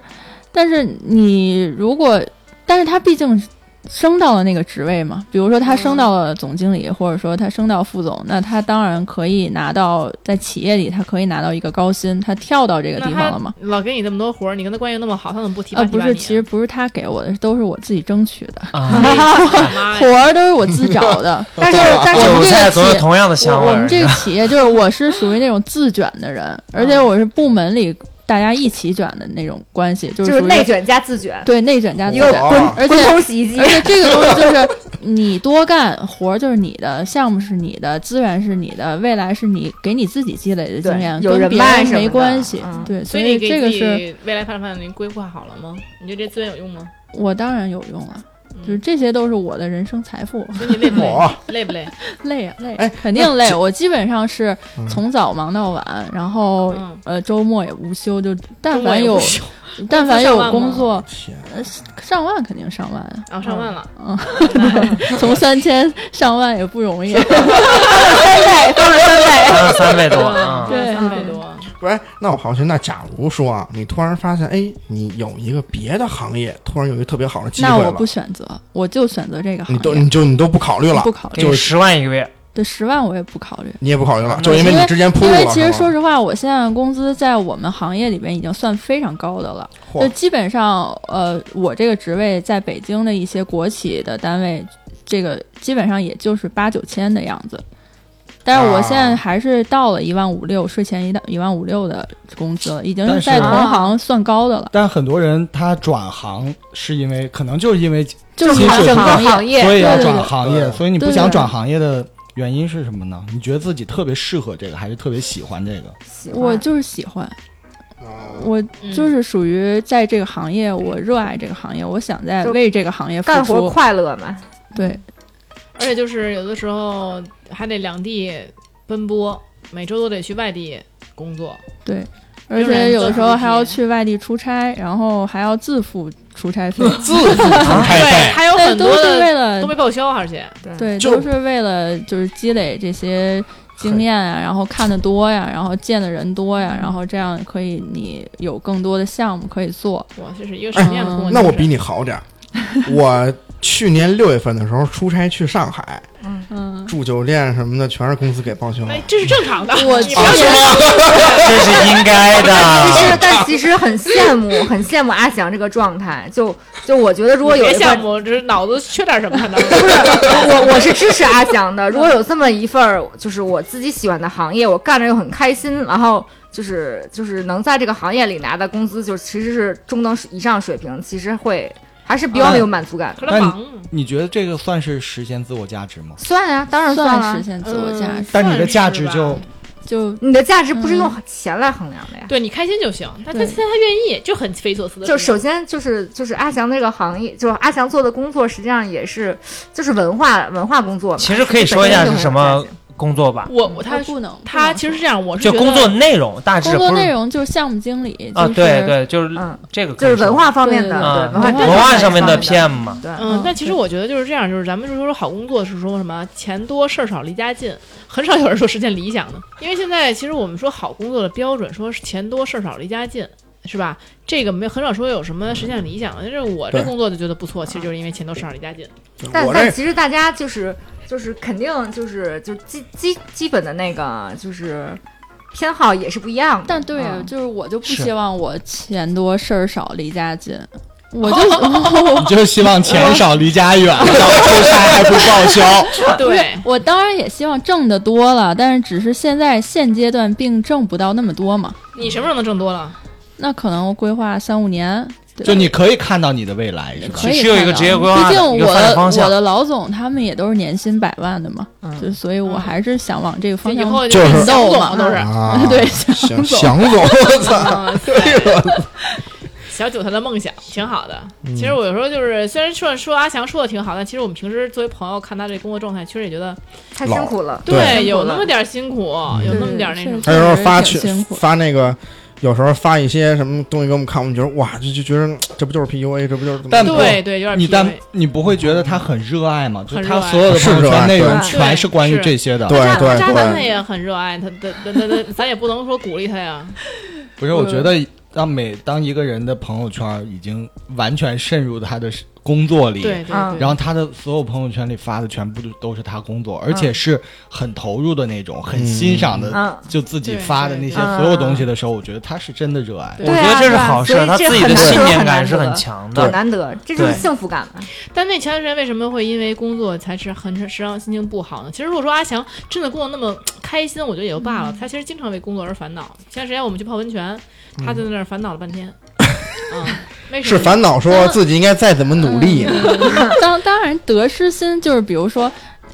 S7: 但是你如果，但是他毕竟升到了那个职位嘛，比如说他升到了总经理，或者说他升到副总，那他当然可以拿到在企业里，他可以拿到一个高薪，他跳到这个
S2: 那
S7: 地
S2: 他
S7: 方了嘛？
S2: 老给你这么多活儿，你跟他关系那么好，他怎么不提拔
S7: 啊，
S2: 提
S7: 不
S2: 拔
S7: 是，
S2: 你？
S7: 其实不是他给我的，都是我自己争取的，
S5: 啊，
S2: 哎妈呀
S7: 活儿都是我自找的。
S4: 啊
S7: 但是，但是 我
S5: 韭
S7: 们这
S5: 菜
S7: 个
S5: 总有
S7: 企
S5: 同样的香
S7: 我
S5: 味
S7: 我们
S5: 儿。
S7: 这个企业就是我是属于那种自卷的人，而且我是部门里大家一起卷的那种关系，就
S6: 就是是
S7: 属于
S6: 内卷加自卷，
S7: 对内卷加自
S6: 一个
S7: 卷，
S6: 滚
S7: 而且
S6: 滚筒洗衣机
S7: 而。且这个东西就是你多干活儿就是你的，项目是你的，资源是你的，未来是你给你自己积累的经验，
S6: 对有
S7: 跟
S6: 人
S7: 别
S6: 脉
S7: 人
S6: 什么
S7: 没
S6: 的
S7: 关系
S6: 嗯。
S7: 对，
S2: 所
S7: 所
S2: 以你
S7: 以
S2: 给
S7: 这个
S2: 自己
S7: 是
S2: 未来发展你规划好了吗？你觉得这资源有用吗？
S7: 我当然有用了。就是这些都是我的人生财富，
S2: 所以你累不累？
S4: 我
S2: 累不累？
S7: 累啊累啊
S4: 哎，嗯
S7: 肯定累。我基本上是从早忙到晚，然后
S2: 嗯
S7: 呃周末也无休，就但
S2: 中国
S7: 凡
S2: 也
S7: 有
S2: 不休
S7: 但凡有
S2: 工
S7: 工
S2: 资上
S7: 作，
S4: 天，
S7: 呃，上万肯定上万啊，
S2: 啊，上万了，
S7: 从三千上万也不容易。
S5: 翻了三倍多 啊！
S7: 对
S2: 嗯三百多，
S4: 不是？那我好奇，那假如说啊，你突然发现，哎，你有一个别的行业，突然有一个特别好的机会
S7: 那我
S4: 了，
S7: 不选择，我就选择这个行
S4: 你
S7: 业，
S4: 都你就你都不考虑了
S7: 不，考虑
S5: 给。你十万一 个月，啊
S7: 对，十万我也不考虑，
S4: 你也不考虑了，
S5: 嗯
S4: 就因为你之前铺
S7: 因
S4: 路了。
S7: 为其
S4: 是
S7: 实
S4: 吗
S7: 说实话，我现在的工资在我们行业里边已经算非常高的了。
S4: 嚯
S7: 就基本上，呃，我这个职位在北京的一些国企的单位，这个基本上也就是八九千的样子。但是我现在
S4: 啊
S7: 还是到了一万五六，税前一到一万五六的工资了，已经
S3: 但
S7: 是
S3: 是
S7: 在同行算高的了。
S3: 但很多人他转行是因为可能就是因为
S7: 就是
S3: 其实
S7: 行
S6: 整个
S7: 行业
S6: 行业
S3: 所以要
S7: 对对
S3: 转
S7: 对
S3: 行
S4: 对
S3: 业，所以你不
S7: 对
S3: 想
S7: 对
S3: 转行业的原因是什么呢？你觉得自己特别适合这个，还是特别喜欢这个？
S6: 喜欢
S7: 我就是喜欢，
S4: 啊
S7: 我
S2: 嗯
S7: 就是属于在这个行业，我热爱这个行业，我想在
S6: 就
S7: 为这个行业付
S6: 干活
S7: 出。
S6: 快乐嘛，
S2: 嗯
S7: 对，
S2: 而且就是有的时候还得两地奔波，每周都得去外地工作。
S7: 而
S2: 有人
S7: 且有的
S2: 做
S7: 时候
S2: 主
S7: 还要
S2: 题
S7: 去外地出差，然后还要自付出差费，
S2: 对，还有
S7: 对，
S2: 很
S7: 都
S2: 多
S7: 是
S2: 的
S7: 为了
S2: 都没报销，而且
S7: 对，
S4: 就
S7: 都是为了就是积累这些经验啊，然后看的多呀，然后见的人多呀，然后这样可以你有更多的项目可以做。
S2: 哇，这是一个什么样的工作？
S4: 那我比你好点儿。我去年六月份的时候出差去上海，
S7: 嗯，
S4: 住酒店什么的全是公司给报销。
S2: 哎，这是正常的。
S7: 我
S2: 你
S7: 去
S2: 不要
S7: 年
S5: 这是应该
S6: 但
S5: 的。
S6: 是但其实很羡慕，很羡慕阿翔这个状态。就就我觉得，如果有
S2: 别
S6: 一
S2: 项
S6: 份
S2: 目，这脑子缺点什么？呢？
S6: 不是我我是支持阿翔的。如果有这么一份儿，就是我自己喜欢的行业，我干着又很开心，然后就是就是能在这个行业里拿的工资，就其实是中等以上水平，其实会还是比较有满足感 的。
S2: 可能忙。
S3: 你觉得这个算是实现自我价值吗？
S6: 算啊，当然
S7: 算
S6: 了
S7: 实。现自我价值，
S3: 但你的价值
S2: 算是吧
S3: 就
S7: 就
S6: 你的价值不是用钱来衡量的 呀。
S2: 对你开心就行。但他
S7: 对
S2: 他他愿意，就很匪夷所思的事情。
S6: 就首先就是就是阿翔这个行业，就是阿翔做的工作，实际上也是就是文化文化工作嘛。
S5: 其实可以说一下是什么工作吧？
S2: 我我他
S7: 不能，
S2: 他
S7: 不能
S2: 其实是这样，我是
S5: 就
S2: 觉
S5: 工
S2: 得
S5: 作内容大致
S7: 工作
S5: 不是
S7: 内容就是项目经理
S5: 啊，对，对，就是
S6: 嗯，
S5: 这个可
S6: 就
S5: 以
S6: 是文
S5: 说
S6: 化方面的，
S5: 啊
S6: 对
S7: 文
S5: 文
S6: 化
S5: 化
S6: 这
S5: 上面的
S6: 的
S5: PM 嘛，
S6: 对，
S2: 嗯
S7: 嗯，
S2: 但其实
S7: 对
S2: 我觉得就是这样，就是咱们就是说好工作是说什么钱多事儿少离家近，很少有人说实现理想的，因为现在其实我们说好工作的标准，说是钱多事儿少离家近，是吧？这个没有很少说有什么实现理想的，但是我这
S4: 对
S2: 工作就觉得不错，其实就是因为钱多事儿少离家近。
S6: 但
S4: 我
S6: 但
S4: 这
S6: 其实大家就是就是肯定就是就是基基基本的那个就是偏好也是不一样的，
S7: 但对啊
S6: 嗯，
S7: 就是我就不
S5: 是
S7: 希望我钱多事儿少离家 近，我就
S3: 你就是希望钱少离家远，到出差还不报 销。
S2: 对，
S7: 我当然也希望挣的多了，但是只是现在现阶段并挣不到那么多嘛，
S2: 你什么时候能挣多了？
S7: 那可能规划三五年。对
S3: 就你可以看到你的未来，是吧？
S7: 可以
S5: 是有一
S7: 看
S5: 个
S7: 到啊
S5: 职业规
S7: 毕
S5: 划的
S7: 竟
S5: 一个
S7: 我
S5: 发展
S7: 的
S5: 方
S7: 我
S5: 向。
S7: 的老总他们也都是年薪百万的嘛，
S6: 嗯
S7: 就所以我
S2: 嗯
S7: 还是想往这个
S2: 就
S7: 方
S2: 以
S7: 向。，
S2: 后
S4: 就是
S2: 想不懂了都是。
S4: 啊
S7: 对，想
S4: 想
S7: 走
S4: 想走，我操！
S2: 嗯，对，小韭菜的梦想挺好的。
S4: 嗯
S2: 其实我有时候就是，虽然说说阿强说的挺好，但其实我们平时作为朋友看他这工作状态，确实也觉得
S6: 太
S4: 老
S6: 辛苦了，
S4: 对嗯
S6: 辛苦
S2: 有那
S6: 了
S2: 么点儿辛苦，有那么点儿那什么。
S7: 对
S4: 他有时候发
S7: 确
S4: 去
S7: 实挺辛苦
S4: 发那个，有时候发一些什么东西给我们看，我们觉得哇，这就觉得这不就是 PUA，这不就是怎么
S3: 但
S4: 着
S2: 对对，有点
S3: 你
S2: PUA
S3: 但你不会觉得他很热爱吗？就
S2: 很热
S3: 他
S2: 爱
S3: 所有的
S4: 是
S3: 朋友
S4: 热爱
S3: 圈内容
S6: 对
S3: 全是关于
S2: 是
S3: 这些的。
S4: 对
S2: 渣
S4: 对
S2: 渣男他
S4: 对，
S2: 也很热爱他，的，的的的，咱也不能说鼓励他 呀。
S3: 不是，我觉得当每当一个人的朋友圈已经完全渗入他的工作里，
S2: 对对
S6: 嗯
S2: 对，
S3: 然后他的所有朋友圈里发的全部都都是他工作，而且是很投入的那种，很欣赏的，
S6: 嗯
S3: 就自己发的那些
S6: 对嗯对对
S3: 所有东西的时候，我觉得他是真的热爱。
S2: 对
S5: 我
S6: 对
S5: 觉
S6: 啊
S5: 得这是
S6: 对啊
S5: 好事
S6: 所，以
S5: 他
S6: 这
S5: 自己的
S6: 很难
S5: 信
S6: 得
S5: 念感
S6: 很难
S5: 是很
S6: 得
S5: 强
S6: 好
S5: 的。
S6: 难得，这就是
S5: 对
S6: 幸福感嘛。
S2: 但那前段时间为什么会因为工作才是很时常心情不好呢？其实如果说阿强真的工作那么开心，我觉得也就罢了。他其实经常为工作而烦恼。前段时间我们去泡温泉，他就在那儿烦恼了半 天。嗯，为什
S4: 是
S2: 么？
S4: 烦恼说自己应该再怎么努力，
S2: 嗯
S7: 当当然得失心就是，比如说，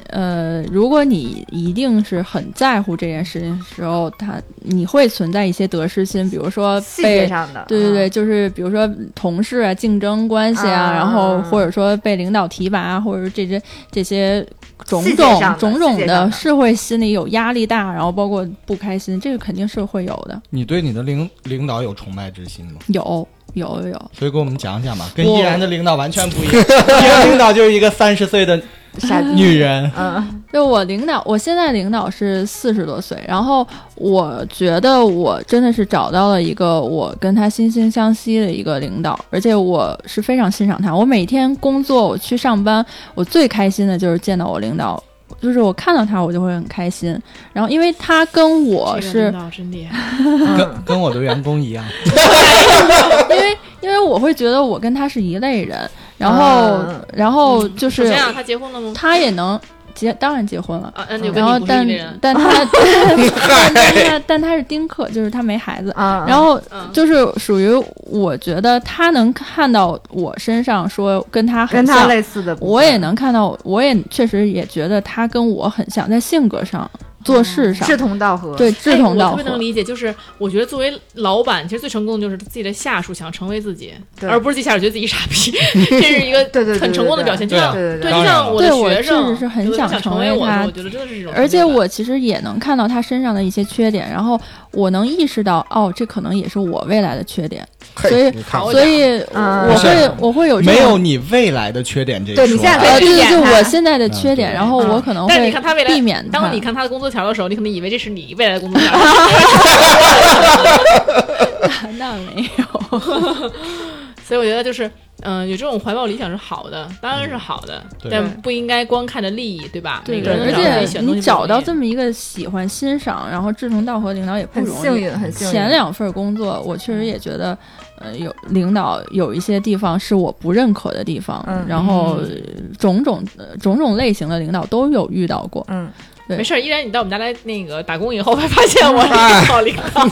S7: 呃，如果你一定是很在乎这件事情的时候，他你会存在一些得失心，比如说
S6: 细节
S7: 被。
S6: 上的，
S7: 对对对，
S6: 嗯，
S7: 就是比如说同事啊、竞争关系啊，
S6: 啊
S7: 然后或者说被领导提拔啊，或者是这些这些种
S6: 细节
S7: 种
S6: 上的
S7: 种
S6: 细
S7: 种
S6: 节上
S7: 的，
S6: 的
S7: 是会心里有压力大，然后包括不开心，这个肯定是会有的，
S3: 你对你的领领导有崇拜之心吗？
S7: 有有有有。
S3: 所以给我们讲讲吧，跟
S7: 我
S3: 依然的领导完全不一样。依然领导就是一个三十岁的
S6: 傻逼，
S3: 女人，
S6: 嗯，
S7: 就我领导，我现在领导是四十多岁，然后我觉得我真的是找到了一个我跟他惺惺相惜的一个领导，而且我是非常欣赏他。我每天工作，我去上班，我最开心的就是见到我领导，就是我看到他，我就会很开心。然后因为他跟我
S2: 这
S7: 是、
S2: 个领导真厉害，
S3: 跟跟我的员 工一样。
S7: 因为因为我会觉得我跟他是一类人，然后、
S6: 嗯
S7: 然后就是、
S2: 首先啊，他结婚了吗？
S7: 他也能结，当然结婚了。
S2: 啊，那你就跟
S7: 然
S2: 你
S7: 后
S2: 不是
S7: 但
S2: 一类人。
S7: 但 他但但他但他是丁克，就是他没孩子。
S6: 啊，
S7: 然后
S2: 嗯
S7: 就是属于我觉得他能看到我身上说跟他很
S6: 跟他
S7: 像，
S6: 类似的部分，
S7: 我也能看到，我也确实也觉得他跟我很像，在性格上、做事上，
S6: 志同道合，
S7: 对志
S2: 嗯哎
S7: 同
S2: 我
S7: 道合
S2: 特别能。理解，就是我觉得作为老板，其实最成功的就是自己的下属想成为自己，
S6: 对
S2: 而不是自己下属觉得自己傻逼， 这是一个
S6: 对对对
S2: 很成功的表现。就
S3: 对
S2: 像
S6: 对对
S2: 对，
S3: 当
S2: 就
S3: 然了
S2: 像我的
S7: 对我
S2: 学生，
S7: 确实是很
S2: 有的
S7: 想
S2: 想
S7: 成
S2: 为
S7: 为
S2: 我的，
S7: 他
S2: 我觉得真的是这种成就感。
S7: 而且我其实也能看到他身上的一些缺点，然后我能意识到，哦，这可能也是我未来的缺点，
S4: 嘿
S7: 所以
S4: 你看
S2: 好
S7: 所以
S2: 啊
S6: 嗯
S7: 我会我会有这
S3: 没
S7: 种
S3: 有你未来的缺点这一说。
S6: 对你现 在可以
S7: 呃，对对
S6: 点
S7: 对，
S6: 他
S7: 我现在的缺点，
S3: 嗯对
S7: 然后我可能
S2: 但是
S7: 会
S2: 你看他未来
S7: 避免它。
S2: 当你看他的工作条的时候，你可能以为这是你未来的工作条。
S7: 那没有，
S2: 所以我觉得就是，嗯、有这种怀抱理想是好的，当然是好的，
S3: 对
S2: 但不应该光看着利益，对吧？ 每个人都
S7: 而
S2: 找自己
S7: 且
S2: 选的东西
S7: 你
S2: 不容
S7: 找
S2: 易
S7: 到这么一个喜欢、欣赏，然后志同道合的领导也不
S6: 很
S7: 容
S6: 幸
S7: 易。
S6: 运，很幸运。
S7: 前两份工作，我确实也觉得，呃，有领导有一些地方是我不认可的地方，
S6: 嗯
S7: 然后呃
S2: 嗯
S7: 种种、呃种种类型的领导都有遇到过。
S6: 嗯，
S7: 对
S2: 没事儿，依然你到我们家来那个打工以后，会发现我是
S6: 哎
S2: 一个好领 导。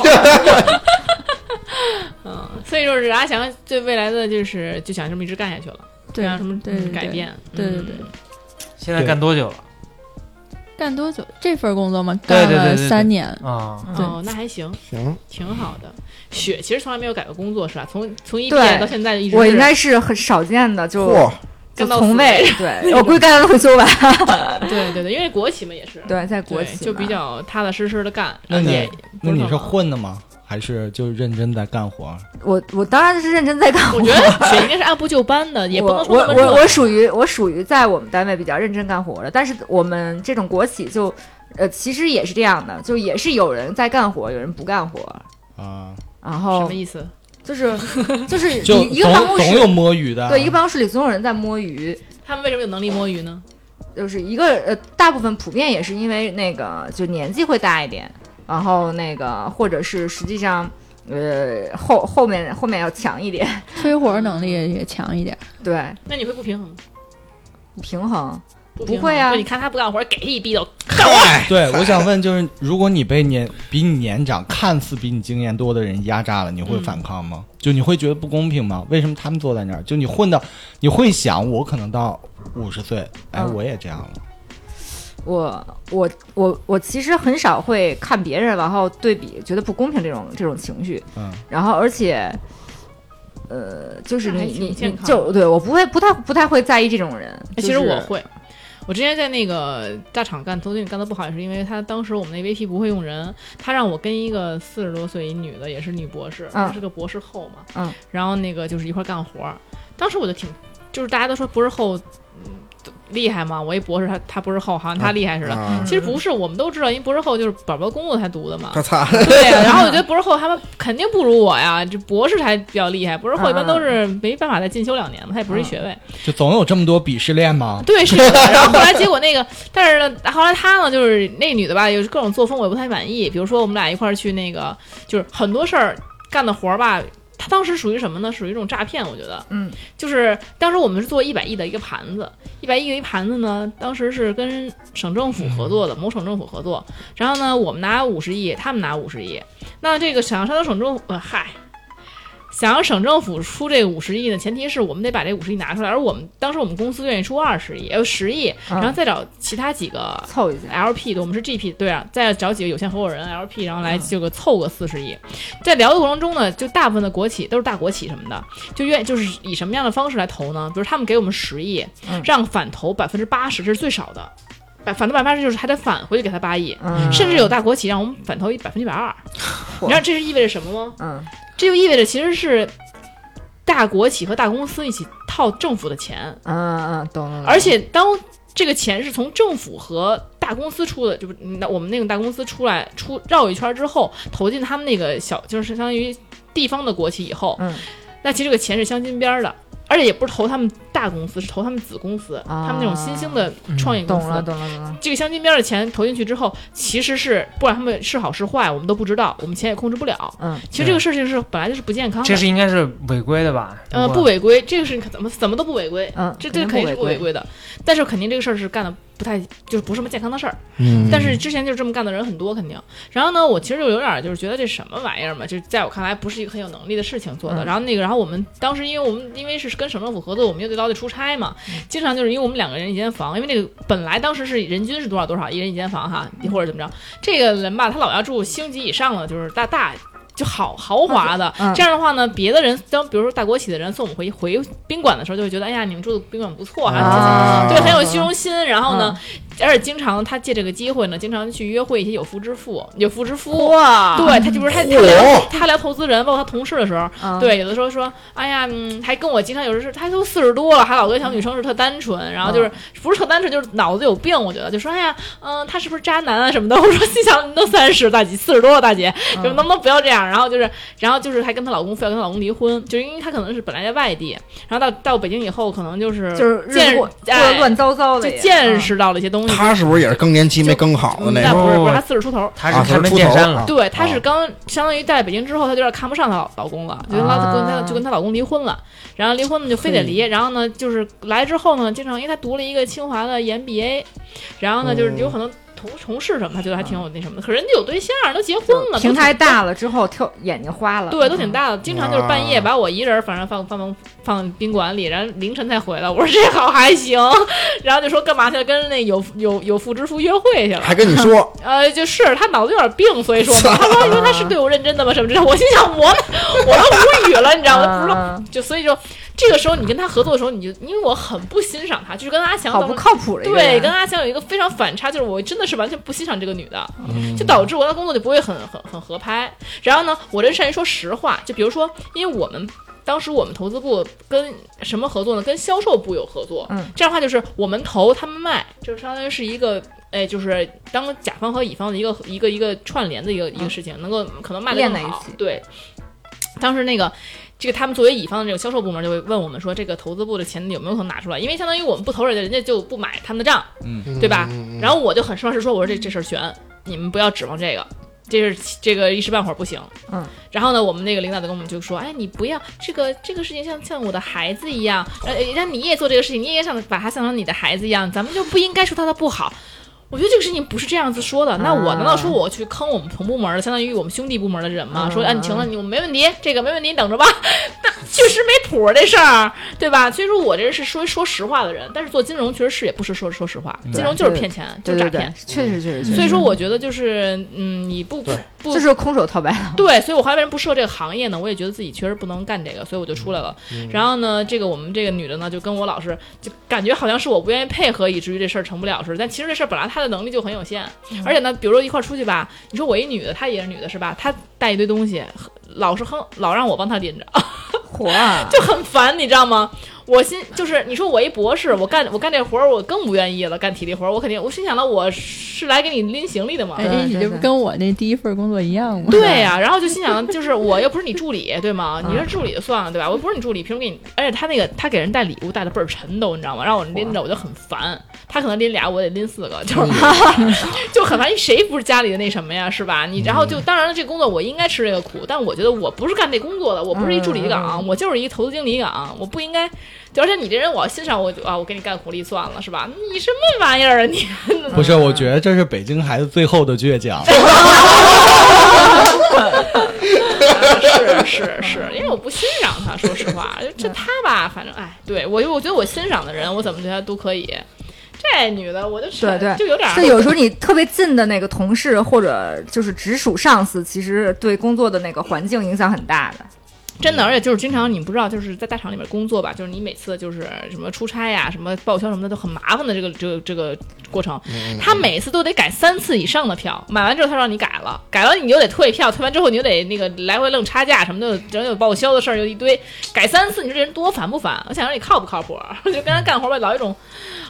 S2: 嗯，所以就是阿翔对未来的就是就想这么一直干下去了，
S7: 对
S2: 没有什么
S7: 对对对
S2: 改变？
S7: 对对对
S2: 嗯，
S5: 现在干多久了
S7: 干多久？这份工作嘛，
S5: 对
S7: 干
S5: 对对
S7: 了
S5: 对对
S7: 三年。
S5: 啊？
S6: 嗯
S2: 哦，那还行，
S4: 行，
S2: 挺好的。雪其实从来没有改过工作是吧？从从一毕
S6: 对
S2: 业到现在一直
S6: 我应
S2: 是
S6: 该是很少见的，就
S4: 嚯，
S6: 就
S2: 干到
S6: 从
S2: 死
S6: 未
S2: 为
S6: 对， 我估计干了会修吧。
S2: 对对对，因为国企嘛也是，
S6: 对，
S2: 对
S6: 在国企
S2: 就
S6: 嘛
S2: 比较踏踏实实的干，
S3: 那你
S2: 也
S3: 那你是
S2: 不忙
S3: 混的吗？还是就认真在干活？
S6: 我我当然是认真在干活
S2: 我。觉得雪应该是按部就班的，也不能说
S6: 我
S2: 那么
S6: 我我
S2: 热
S6: 我属于我属于在我们单位比较认真干活的，但是我们这种国企就，呃，其实也是这样的，就也是有人在干活，有人不干活，
S3: 啊，
S6: 然
S2: 什
S6: 后
S2: 么意思？
S6: 就是就是
S3: 就
S6: 一一个
S3: 总
S6: 办公
S3: 总有
S6: 室，
S3: 摸鱼的。
S6: 对，一个办公室里总有人在摸鱼，
S2: 他们为什么有能力摸鱼呢？
S6: 就是一个呃，大部分普遍也是因为那个就年纪会大一点，然后那个或者是实际上呃后后面后面要强一点，
S7: 推活能力也强一点。
S6: 对，
S2: 那你会不平衡？
S6: 平衡。
S2: 不平衡
S6: 不会啊
S2: 就你看他不干活，给他一逼斗，
S3: 对，我想问，就是如果你被年比你年长、看似比你经验多的人压榨了，你会
S2: 嗯
S3: 反抗吗？就你会觉得不公平吗？为什么他们坐在那儿？就你混到，你会想，我可能到五十岁，哎，
S6: 嗯
S3: 我也这样了。
S6: 我我我我其实很少会看别人，然后对比觉得不公平这种这种情绪，
S3: 嗯，
S6: 然后而且，呃，就是
S2: 那
S6: 你
S2: 还挺
S6: 你
S2: 健
S6: 你
S2: 康
S6: 就对我不会不太不太会在意这种人。
S2: 哎，其实
S6: 就是
S2: 我会。我之前在那个大厂干，总经理干的不好，也是因为他当时我们那 VP 不会用人，他让我跟一个四十多岁一女的，也是女博士，
S6: 嗯
S2: 她是个博士后嘛，
S6: 嗯，
S2: 然后那个就是一块儿干活儿，当时我就挺，就是大家都说博士后，嗯，都厉害嘛，我一博士，他他博士后，好像
S6: 嗯
S2: 他厉害似的，
S4: 啊，
S2: 其实不是，我们都知道，因为博士后就是宝宝公公才读的嘛
S4: 他，擦，
S2: 对呀、然后我觉得博士后他们肯定不如我呀，这博士才比较厉害，博士后一般都是没办法再进修两年嘛，他也不是一学位，
S3: 就总有这么多鄙视链吗？
S2: 对，是有的。然后后来结果那个，但是呢，后来她呢，就是那女的吧，有各种作风我也不太满意。比如说我们俩一块儿去那个，就是很多事儿干的活儿吧。她当时属于什么呢？属于一种诈骗，我觉得，
S6: 嗯，
S2: 就是当时我们是做一百亿的一个盘子，一百亿的一盘子呢，当时是跟省政府合作的，某省政府合作，然后呢，我们拿五十亿，他们拿五十亿，那这个想要山东省政府，呃，嗨，想要省政府出这五十亿呢，前提是我们得把这五十亿拿出来，而我们当时我们公司愿意出二十亿，呃十亿，
S6: 嗯
S2: 然后再找其他几个
S6: 凑一下，
S2: LP 的，我们是 GP 对啊，再找几个有限合伙人 LP，然后来这个凑个四十亿。在聊的过程中呢，就大部分的国企都是大国企什么的，就愿就是以什么样的方式来投呢？比如他们给我们十亿
S6: 嗯，
S2: 让反投百分之八十，这是最少的，百反投百分之八十就是还得返回去给他八亿，
S6: 嗯，
S2: 甚至有大国企让我们反投一百分之一百二，你知道这是意味着什么吗？
S6: 嗯
S2: 这就意味着其实是大国企和大公司一起套政府的钱，
S6: 嗯嗯，懂了。懂了
S2: 而且当这个钱是从政府和大公司出的，就是那我们那个大公司出来出绕一圈之后，投进他们那个小，就是相当于地方的国企以后，
S6: 嗯
S2: 那其实这个钱是镶金边儿的。而且也不是投他们大公司，是投他们子公司，
S6: 啊
S2: 他们那种新兴的
S5: 嗯
S2: 创业公
S6: 懂
S2: 司。
S6: 了懂了懂了，
S2: 这个镶金边儿的钱投进去之后，其实是不管他们是好是坏，我们都不知道，我们钱也控制不了。
S6: 嗯
S2: 其实这个事情是本来就是不健康的，
S5: 这是应该是违规的吧？
S2: 呃
S5: 如
S2: 不
S5: 果，
S2: 违规，这个是怎么怎么都不违规，
S6: 嗯，
S2: 这这啊肯定是不违
S6: 规。
S2: 规的。但是肯定这个事儿是干的不太就是不是什么健康的事儿。
S4: 嗯
S2: 但是之前就是这么干的人很多，肯定。然后呢，我其实就有点儿就是觉得这什么玩意儿嘛，就是在我看来不是一个很有能力的事情做的。
S6: 嗯
S2: 然后那个，然后我们当时因为我们因为是跟省政府合作，我们又得老得出差嘛，
S6: 嗯
S2: 经常就是因为我们两个人一间房，因为那个本来当时是人均是多少多少一人一间房哈，
S6: 嗯
S2: 或者怎么着，这个人吧他老要住星级以上的，就是大大。就好豪华的，
S6: 嗯
S2: 这样的话呢，别的人当比如说大国企的人送我们回回宾馆的时候，就会觉得哎呀，你们住的宾馆不错哈、
S6: 啊
S2: 对，很有
S6: 懂了
S2: 虚荣心。然后呢，而且经常他借这个机会呢，经常去约会一些有妇之夫、有妇之夫。
S6: 哇，
S2: 对他，就是他他聊他聊投资人，包括他同事的时候，
S6: 嗯，
S2: 对，有的时候说，哎呀，嗯，还跟我经常有时候，他都四十多了，还老跟小女生是特单纯，然后就是不是特单纯，就是脑子有病，我觉得就说，哎呀，嗯，他是不是渣男啊什么的？ 我说心想，你都三十大姐，四十多了大姐，
S6: 嗯，
S2: 就能不能不要这样？然后就是，然后就是还跟她老公非要跟她老公离婚，就是因为她可能是本来在外地，然后到到北京以后，可能就是
S6: 就是日
S2: 见
S6: 过
S2: 哎
S6: 过乱糟糟的
S2: 就
S6: 也，
S2: 见
S6: 嗯
S2: 识到了一些东西。
S4: 他是不是也是更年期没更好的嗯那
S2: 那
S4: 种？
S2: 不是不是，
S5: 哦
S2: 她四十出头。
S5: 他
S4: 啊
S5: 是开
S4: 他是
S5: 门
S4: 出
S5: 见
S4: 头
S5: 山
S4: 啊
S5: 了，
S2: 对，她是
S4: 哦
S2: 刚相当于在北京之后，她就有点看不上她老老公了，就跟她
S6: 啊
S2: 跟她就跟她老公离婚了，然后离婚呢就非得
S4: 嗯
S2: 离，然后呢就是来之后呢，经常因为她读了一个清华的 MBA，然后呢就是
S4: 嗯
S2: 有可能同同事什么，她觉得还挺有那什么的，可人家有对象，都结婚
S6: 就
S2: 了，
S6: 哦平
S2: 都
S6: 台
S2: 挺大
S6: 大了之后，跳眼睛花了，嗯
S2: 对，都挺大的，经常就是半夜
S4: 啊
S2: 把我一人儿，反正放放放放宾馆里，然后凌晨才回来。我说这好还行，然后就说干嘛去了？跟那有有有妇之夫约会去了。
S4: 还跟你说，
S2: 呃，就是他脑子有点病，所以说嘛，他说因为他是对我认真的嘛什么之类的。我心想我呢，我都无语了，你知道吗？不知道
S6: 嗯
S2: 啊，就所以就这个时候你跟他合作的时候，你就因为我很不欣赏他，就是跟阿强
S6: 好
S2: 当
S6: 不
S2: 时
S6: 靠谱的一个
S2: 对，
S6: 人
S2: 跟阿强有一个非常反差，就是我真的是完全不欣赏这个女的，就导致我的工作就不会很很很合拍。然后呢，我跟善人说实话，就比如说，因为我们。当时我们投资部跟什么合作呢？跟销售部有合作。
S6: 嗯，
S2: 这样的话就是我们投，他们卖，就是相当于是一个，哎，就是当甲方和乙方的一个一个一个串联的一个、一个事情，能够可能卖的
S6: 链
S2: 更
S6: 嗯在一
S2: 好
S6: 起。
S2: 对，当时那个这个他们作为乙方的这个销售部门就会问我们说，这个投资部的钱有没有可能拿出来？因为相当于我们不投人家，人家就不买他们的账，嗯
S4: 嗯
S2: 对吧？然后我就很实话实说，我说这这事儿悬，你们不要指望这个。这是这个一时半会儿不行，
S6: 嗯。
S2: 然后呢，我们那个领导就跟我们就说，哎，你不要这个这个事情像像我的孩子一样，呃，让你也做这个事情，你也想把他想成你的孩子一样，咱们就不应该说他的不好。我觉得这个事情不是这样子说的。那我难道说我去坑我们同部门的，相当于我们兄弟部门的人吗？说，哎，你行了，你我没问题，这个没问题，你等着吧。 那确实没谱儿这事儿，对吧？所以说我这人是说说实话的人，但是做金融确实是也不是说说实话，金融就是
S6: 对
S2: 骗钱，就
S6: 对
S2: 是诈
S6: 对对
S2: 骗，。
S6: 确实确实确实，
S2: 所以说，我觉得就是，嗯，你不不不
S6: 这是空手套白狼。
S2: 对，所以我后来为什么不涉这个行业呢？我也觉得自己确实不能干这个，所以我就出来了。然后呢，这个我们这个女的呢，就跟我老是就感觉好像是我不愿意配合，以至于这事儿成不了似的。但其实这事儿本来她的能力就很有限，
S6: 嗯
S2: 而且呢，比如说一块儿出去吧，你说我一女的，她也是女的，是吧？她带一堆东西，老是哼，老让我帮她拎着，
S6: 火啊！
S2: 就很烦，你知道吗？我心就是你说我一博士，我干我干这活儿，我更不愿意了，干体力活儿，我肯定我心想到我是来给你拎行李的嘛，
S7: 哎，这你这不跟我那第一份工作一样吗？
S2: 对呀、然后就心想，就是我又不是你助理，对吗？你是助理就算了，对吧？我不是你助理，凭什么给你？而且他那个他给人带礼物带的倍儿沉都，你知道吗？让我拎着我就很烦。他可能拎俩，我得拎四个，就是 就很烦。谁不是家里的那什么呀，是吧？你然后就当然了，这工作我应该吃这个苦，但我觉得我不是干这工作的，我不是一助理岗，我就是一投资经理岗，我不应该。就而且你这人，我要欣赏我就啊，我给你干苦力算了，是吧？你什么玩意儿啊你？
S3: 不是，我觉得这是北京孩子最后的倔强。
S2: 是是 是，因为我不欣赏他，说实话，就
S6: 嗯
S2: 这他吧，反正哎，对我就我觉得我欣赏的人，我怎么对他都可以。这女的，我就是
S6: 对对，
S2: 就有点儿
S6: 就有时候你特别近的那个同事或者就是直属上司，其实对工作的那个环境影响很大的。
S2: 真的，而且就是经常你不知道，就是在大厂里面工作吧，就是你每次就是什么出差呀、什么报销什么的都很麻烦的这个这个这个过程，
S4: 嗯
S2: 他每次都得改三次以上的票，买完之后他让你改了，改了你又得退票，退完之后你又得那个来回愣差价什么的，然后有报销的事儿又一堆，改三次，你说这人多烦不烦？ 我想让你靠不靠谱？就跟他干活吧，老有一种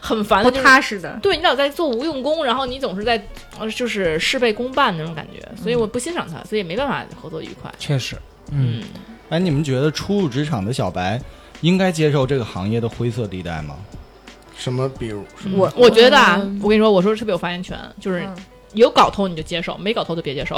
S2: 很烦
S6: 不
S2: 的、就是，
S6: 踏实的，
S2: 对你老在做无用功，然后你总是在呃就是事倍功半那种感觉，所以我不欣赏他，所以没办法合作愉快。
S5: 确实，
S2: 嗯，
S3: 哎，你们觉得初入职场的小白应该接受这个行业的灰色地带吗？
S4: 嗯什么？比如
S6: 我
S2: 我觉得啊
S7: 嗯，
S2: 我跟你说，我说特别有发言权，就是
S6: 嗯
S2: 有搞头你就接受，没搞头就别接受，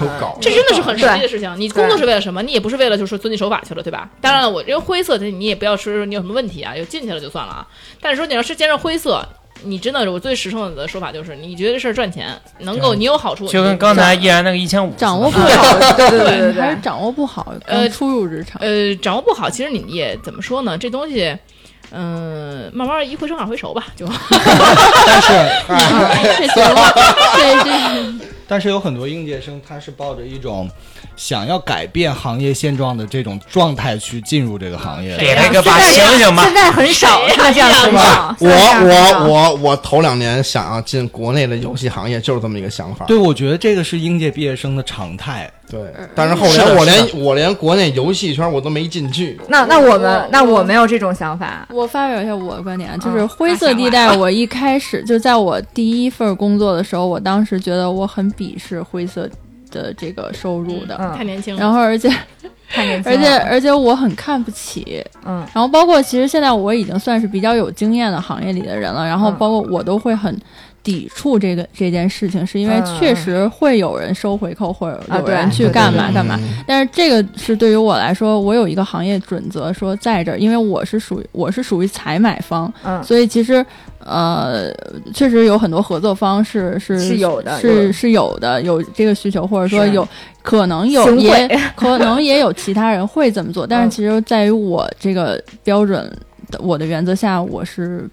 S4: 有搞
S2: 这真的是很实际的
S6: 对
S2: 事情。你工作是为了什么？你也不是为了就是遵纪守法去了，对吧？当然了，我这个灰色的你也不要说你有什么问题啊，就进去了就算了啊。但是说你要是接受灰色。你真的，我最实诚的说法就是，你觉得这事儿赚钱，能够
S5: 对
S2: 你有好处，
S5: 就跟
S2: 你
S5: 刚才依然那个一千五，啊
S7: 掌握不好，
S6: 对对对对
S7: 还
S6: 对
S7: 是，掌握不好，
S2: 呃
S7: 刚初入职场。
S2: 呃，掌握不好，其实你也怎么说呢？这东西，嗯、慢慢一回生二回熟吧，就
S3: 但是，
S6: 呃
S7: 这行吗？ 这这
S3: 但是有很多应届生他是抱着一种想要改变行业现状的这种状态去进入这个行业的。
S5: 给他一个吧，醒醒吧
S6: 现。在很少
S2: 谁呀啊
S6: 像这样的
S2: 谁
S6: 情况。
S4: 我
S6: 现在
S2: 啊
S6: 这样的情
S4: 我
S6: 况
S4: 我我头两年想要进国内的游戏行业，就是这么一个想法。
S3: 对，我觉得这个是应届毕业生的常态。
S7: 嗯
S4: 对，但是后
S5: 是的
S4: 来我
S5: 是
S4: 连我连国内游戏圈我都没进去。
S6: 那那我们
S7: 我
S6: 那我没有这种想法。
S7: 我发表一下我的观点啊，就
S6: 嗯
S7: 是灰色地带。我一开始就在我第一份工作的时候，我当时觉得我很鄙视灰色的这个收入的，
S6: 嗯
S2: 太年轻了。
S7: 然后而且
S6: 太年轻
S7: 而
S6: 了，
S7: 且而且我很看不起，
S6: 嗯
S7: 然后包括其实现在我已经算是比较有经验的行业里的人了，然后
S6: 嗯
S7: 包括我都会很抵触这个这件事情，是因为
S6: 嗯
S7: 确实会有人收回扣，或者
S6: 啊
S7: 有
S6: 对
S7: 人去
S6: 对对
S7: 干
S6: 对嗯
S7: 嘛干嘛。但是这个是对于我来说，我有一个行业准则说在这儿，因为我是属于我是属于采买方，
S6: 嗯，
S7: 所以其实呃，确实有很多合作方是是
S6: 是有的有
S7: 是
S6: 的
S7: 是有的，有这个需求，或者说
S6: 是
S7: 有可能有
S6: 行
S7: 也
S6: 贿
S7: 可能也有其他人会这么做，但
S6: 嗯
S7: 是其实在于我这个标准的我的原则下，我是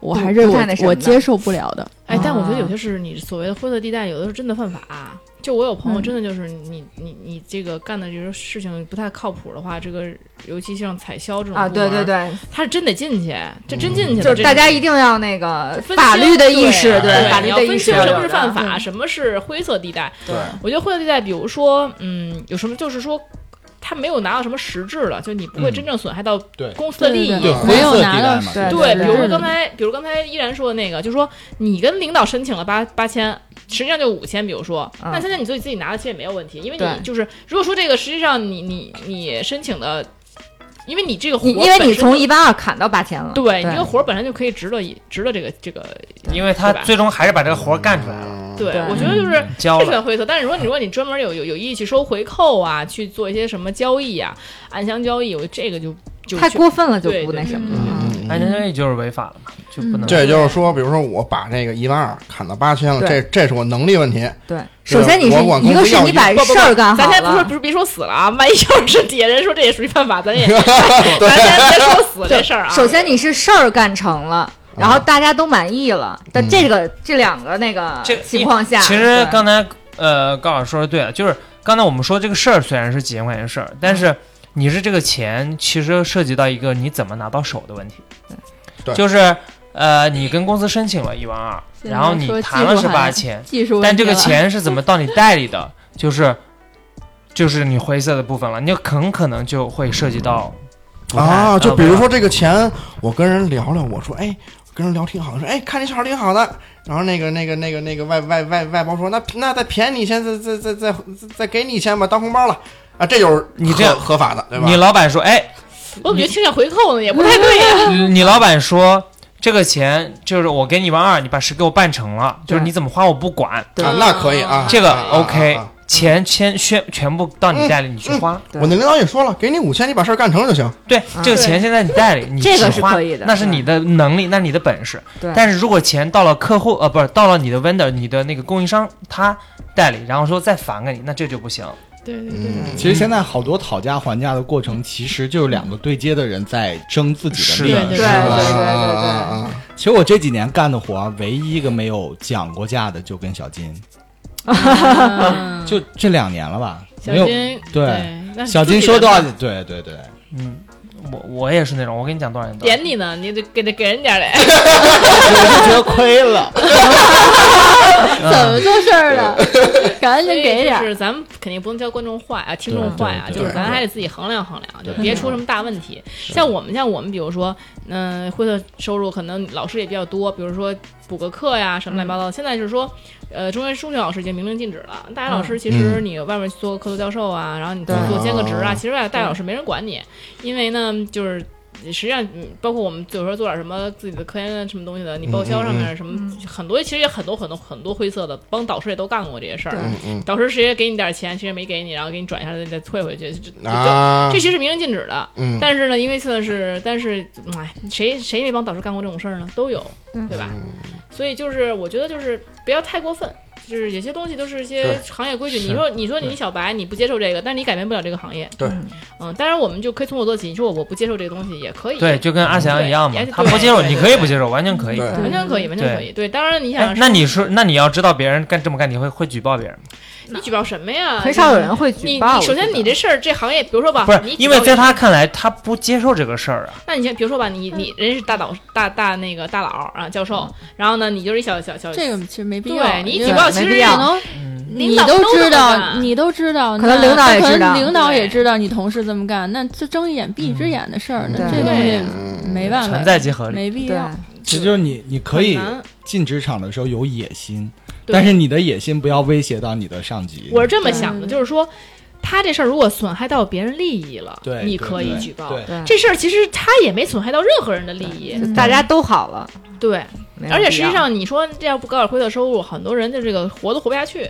S7: 我还是
S6: 不
S7: 我
S6: 太那什么
S7: 我
S6: 的
S7: 接受不了的。
S2: 哎，但我觉得有
S6: 啊
S2: 些是你所谓的灰色地带，有的是真的犯法。啊就我有朋友，
S6: 嗯
S2: 真的就是你、你你这个干的这个事情不太靠谱的话，这个尤其像采销这种
S6: 啊，
S2: 部门
S6: 对对，对，
S2: 他是真得进去，这真
S3: 嗯
S2: 进去了，
S6: 就是
S2: 这
S6: 大家一定要那个
S2: 分清
S6: 法律的意识，
S2: 对
S6: 法律的意识
S2: 你
S6: 要
S2: 要分清
S6: 有的，
S2: 什么是犯法，什么是灰色地带。
S4: 对，
S2: 我觉得灰色地带，比如说，嗯，有什么就是说。他没有拿到什么实质的，就你不会
S3: 嗯
S2: 真正损害到
S3: 对
S2: 公司的利益。
S7: 对
S4: 对
S7: 没
S3: 灰色
S7: 有
S3: 地
S7: 拿
S3: 带
S7: 到
S3: 嘛
S2: 对，
S6: 对
S2: 比如说
S7: 对
S2: 刚才，比如刚才依然说的那个，就是说你跟领导申请了八八千，实际上就五千，比如说，
S6: 嗯
S2: 那现在你自己自己拿的其实也没有问题，因为
S6: 对
S2: 你就是如果说这个实际上你你你申请的，因为你这个活
S6: 你因为
S2: 本
S6: 你
S2: 身
S6: 从
S2: 就
S6: 一万二砍到八千了，
S2: 对你
S6: 对哦
S2: 这个活儿本身就可以值得一值得这个这个，
S5: 因为他
S2: 对吧
S5: 最终还是把这个活儿干出来了，
S4: 嗯
S2: 对
S6: 对
S2: 我觉得就是。
S5: 交
S2: 这算
S5: 嗯了。
S2: 灰色，但是如果你如果你专门有有有意去收回扣啊，去做一些什么交易啊，暗箱交易，我这个就就
S6: 太
S2: 就
S6: 过分了就
S2: 对
S6: 不那
S2: 对
S6: 什么了。
S4: 嗯
S7: 嗯，
S4: 嗯
S5: 哎，那那也就是违法了嘛，就不能。
S4: 这也就是说，比如说我把这个一万二砍到八千了，这
S6: 对
S4: 这是我能力 问题。
S6: 对，
S2: 啊
S6: 首先你
S4: 我
S6: 是
S4: 管
S6: 一
S4: 公
S6: 个
S4: 司
S6: 是
S4: 要
S6: 你
S4: 一
S6: 把
S2: 不不
S6: 事儿干好
S2: 咱先不说，
S6: 了
S2: 不，是别说死了啊，万一要是底下人说这也属于犯法， 咱也 咱先别说死这事儿啊。
S6: 首先你是事儿干成了，然
S5: 嗯
S6: 后大家都满意了，但
S4: 嗯
S6: 这个这两个那个
S5: 这
S6: 情况下，
S5: 其实
S6: 对
S5: 刚才呃高老师说的对了，就是刚才我们说这个事儿虽然是几千块钱的事儿，但是你是这个钱其实涉及到一个你怎么拿到手的问题
S6: 对，
S4: 对
S5: 就是呃你跟公司申请了一万二，
S7: 现在
S5: 然后你
S7: 说
S5: 谈
S7: 技
S5: 了
S7: 术
S5: 是
S7: 含
S5: 八
S7: 量
S5: 千，
S7: 技术问
S5: 但
S7: 题
S5: 这个
S7: 了
S5: 钱是怎么到你袋里的，就是就是你灰色的部分了，你很可能就会涉及到不太
S4: 啊，就
S5: 呃
S4: 比如
S5: 违法
S4: 说这个钱，我跟人聊聊，我说，哎，跟人聊挺好的，说，哎，看这小孩挺好的。然后那个那个那个那个外外外外包说，那那再便宜你一千，再再再再再再给你一千吧，当红包了啊，这就是
S5: 你
S4: 合
S5: 这样
S4: 合法的，对吧？
S5: 你老板说，哎，
S2: 我怎么觉得听见回扣呢，也不太对呀、
S5: 你老板说这个钱就是我给你一万二，你把事给我办成了，就是
S6: 对
S5: 你怎么花我不管，
S4: 啊，那可以啊，
S5: 这个
S4: 啊啊
S5: OK，
S4: 啊啊嗯
S5: 钱先全全部到你袋里，你去花。
S6: 对
S4: 我那领导也说了，给你五千，你把事儿干成就行。
S5: 对，这
S2: 对
S5: 个钱现在你袋里，你
S6: 这个
S5: 只
S6: 是
S5: 花
S6: 可以的
S5: 那是
S6: 嗯
S5: 你的能力，那是你的本事。
S6: 对
S5: 但是如果钱到了客户，呃，不是到了你的 vendor，你的那个供应商他袋里，然后说再返给你，那这就不行。
S2: 对对
S4: 嗯，
S3: 其实现在好多讨价还价的过程，其实就是两个对接的人在争自己的
S5: 是
S3: 利益
S5: 的。嗯
S6: 对
S2: 是
S6: 对
S2: 的
S4: 啊啊
S6: 对对
S4: 啊
S6: 对。
S4: 啊啊
S3: 其实我这几年干的活儿，唯一一个没有讲过价的就跟小金，
S2: 嗯
S3: 就这两年了吧，
S2: 小
S3: 没有。
S2: 金
S3: 对
S2: 那是
S3: 小金
S2: 自己
S3: 说
S2: 的
S3: 多少
S2: 嘛？？
S3: 对对 对，
S5: 嗯，我我也是那种，我跟你讲多少钱多
S2: 点
S5: 少钱。
S2: 你呢，你得给得给人点儿嘞。
S3: 我就觉得亏了。
S5: 嗯
S7: 怎么做事儿了？ 赶紧给点
S2: 就
S7: 儿。
S2: 是咱们肯定不能教观众坏啊，听众
S3: 对
S2: 坏啊，
S3: 对
S2: 就是
S4: 对
S2: 咱
S4: 对
S2: 还得自己衡量衡量，就
S3: 对
S2: 别出什么大问题。像我们像我们，比如说，嗯、会的收入可能老师也比较多，比如说补个课呀什么乱七八糟的。现在就是说，呃，中学中学老师已经明令禁止了，大学老师其实你外面去做客座教授啊，然后你去
S6: 对
S2: 做兼个职啊，
S4: 哦
S2: 其实外大学老师没人管你，因为呢就是。实际上，嗯包括我们有时候做点什么自己的科研啊什么东西的，你报销上面什么很多，其实也很多很多很多灰色的，帮导师也都干过这些事儿。
S6: 对
S4: 嗯嗯
S2: 导师直接给你点儿钱，其实没给你，然后给你转一下，再退回去，这这这
S4: 啊
S2: 这，其实是明令禁止的。
S4: 嗯，
S2: 但是呢，因为现在是，但是，嗯哎，谁谁没帮导师干过这种事儿呢？都有，
S6: 嗯
S2: 对吧？所以就是，我觉得就是不要太过分，就是有些东西都是一些
S4: 对
S2: 行业规矩。
S5: 是
S2: 你说，你说你小白，你不接受这个，但是你改变不了这个行业。
S4: 对
S2: 嗯，嗯，当然我们就可以从我做起。你说我我不接受这个东西也可以，
S5: 对，，就跟阿翔一样嘛
S2: 对，
S5: 他不接受，
S2: 对
S5: 你
S2: 对
S5: 可以
S2: 对
S5: 不接受，完全可以。
S4: 对
S2: 完全可以，完全可以。对，当然你
S5: 哎
S2: 想，，
S5: 那你说，那你要知道别人干这么干，你会会举报别人吗？
S2: 你举报什么呀？
S6: 很少有人会举
S2: 你。
S6: 报。
S2: 你首先你这事儿，这行业，比如说吧，
S5: 不是
S2: 啊你，举
S5: 因为
S2: 报
S5: 在
S2: 一个
S5: 他看来，他不接受这个事儿啊。
S2: 那你先比如说吧，
S7: 嗯
S2: 你你人家是大导大大那个大佬啊教授，然后呢你就是一小小小，
S7: 这个其实没必要，
S2: 对你
S7: 因为
S2: 举报
S6: 没
S2: 其
S6: 必
S2: 实
S7: 可
S6: 要
S7: 能
S5: 嗯，
S7: 你
S2: 领导
S7: 都
S2: 都
S7: 知
S2: 这么
S7: 道，
S2: 干
S7: 你都知道，
S6: 可能
S7: 那
S6: 领导也
S7: 可能
S6: 知道
S7: 领导也
S2: 对
S7: 知道你同事这么干，那这睁一眼闭一只眼的事儿，那
S6: 嗯
S7: 这
S6: 对
S7: 东西
S4: 嗯
S7: 没办法，
S5: 存在即合理。
S7: 没必
S6: 对
S7: 要。
S3: 其实就是你，你可以
S2: 很难
S3: 进职场的时候有野心，
S2: 对
S3: 但是你的野心不要威胁到你的上级。
S2: 我是这么想的，
S7: 对
S2: 就是说他这事儿如果损害到别人利益了，
S3: 对，
S2: 你
S3: 对
S2: 可以
S3: 对
S2: 举报。
S3: 对，
S6: 对，
S2: 这事儿其实他也没损害到任何人的利益，
S7: 嗯
S6: 就大家都好了，
S2: 对。
S6: 没有
S2: 而且
S6: 必
S2: 实
S6: 要
S2: 际上，你说这要不高点灰色收入，很多人就这个活都活不下去，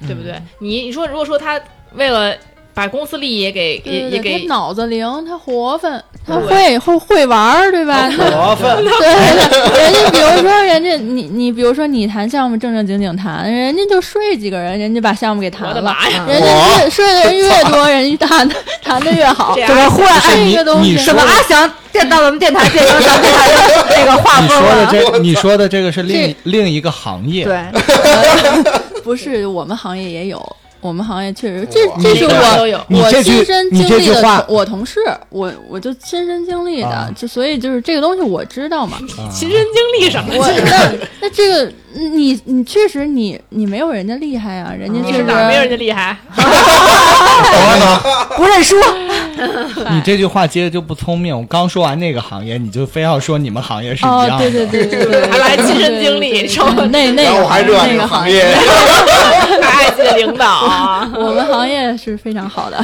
S5: 嗯
S7: 嗯
S2: 对不对？你你说如果说他为了把公司利益也给也
S7: 嗯对
S2: 也
S7: 对对，
S2: 给
S7: 他脑子灵，他活泛，他
S2: 对
S7: 会会会玩儿，对吧？那
S3: 过分。
S7: 对，人家比如说，人家你你比如说你谈项目正正经经谈，人家就睡几个人，人家把项目给
S2: 我
S7: 谈
S2: 的
S7: 了，
S2: 妈呀！
S7: 人家越睡的人越多，人家谈的谈的越好
S2: 这，样
S6: 怎么忽然
S3: 不是
S7: 哎
S3: 你
S7: 这个东西
S3: 你
S6: 怎
S3: 说
S6: 么
S3: 的
S6: 阿翔变到咱们电台变成咱们电台的这个画
S3: 你
S6: 风
S3: 说的
S6: 了。
S3: 这，你说的这个是另另一个行业，
S6: 对，
S7: 不是我们行业也有，我们行业确实这
S4: 哇
S7: 这是
S2: 每个都
S7: 我
S2: 有
S3: 你
S7: 我
S3: 这句
S7: 亲身经
S3: 你这
S7: 历
S3: 句
S7: 的
S3: 话
S7: 同，我同事，我我就亲身经历
S3: 啊
S7: 的，就所以就是这个东西我知 道嘛。
S2: 亲身经历什么
S7: 我
S2: 的，
S7: 那那这个嗯你你确实你你没有人家厉害啊，人家
S2: 你
S7: 确
S2: 嗯是
S7: 实
S2: 哪儿没人家厉害？
S6: 不认输。
S3: 你这句话接的就不聪明。我刚说完那个行业，你就非要说你们行业是一样
S7: 哦
S3: 的。，
S7: 对对对对对，
S2: 还来亲身经历
S7: 对对对对那那
S4: 然后
S7: 个
S4: 我还热爱
S7: 那
S4: 这个
S7: 个行
S4: 行
S7: 业，
S4: 业，
S2: 爱记的领导啊。
S7: 我们行业是非常好的。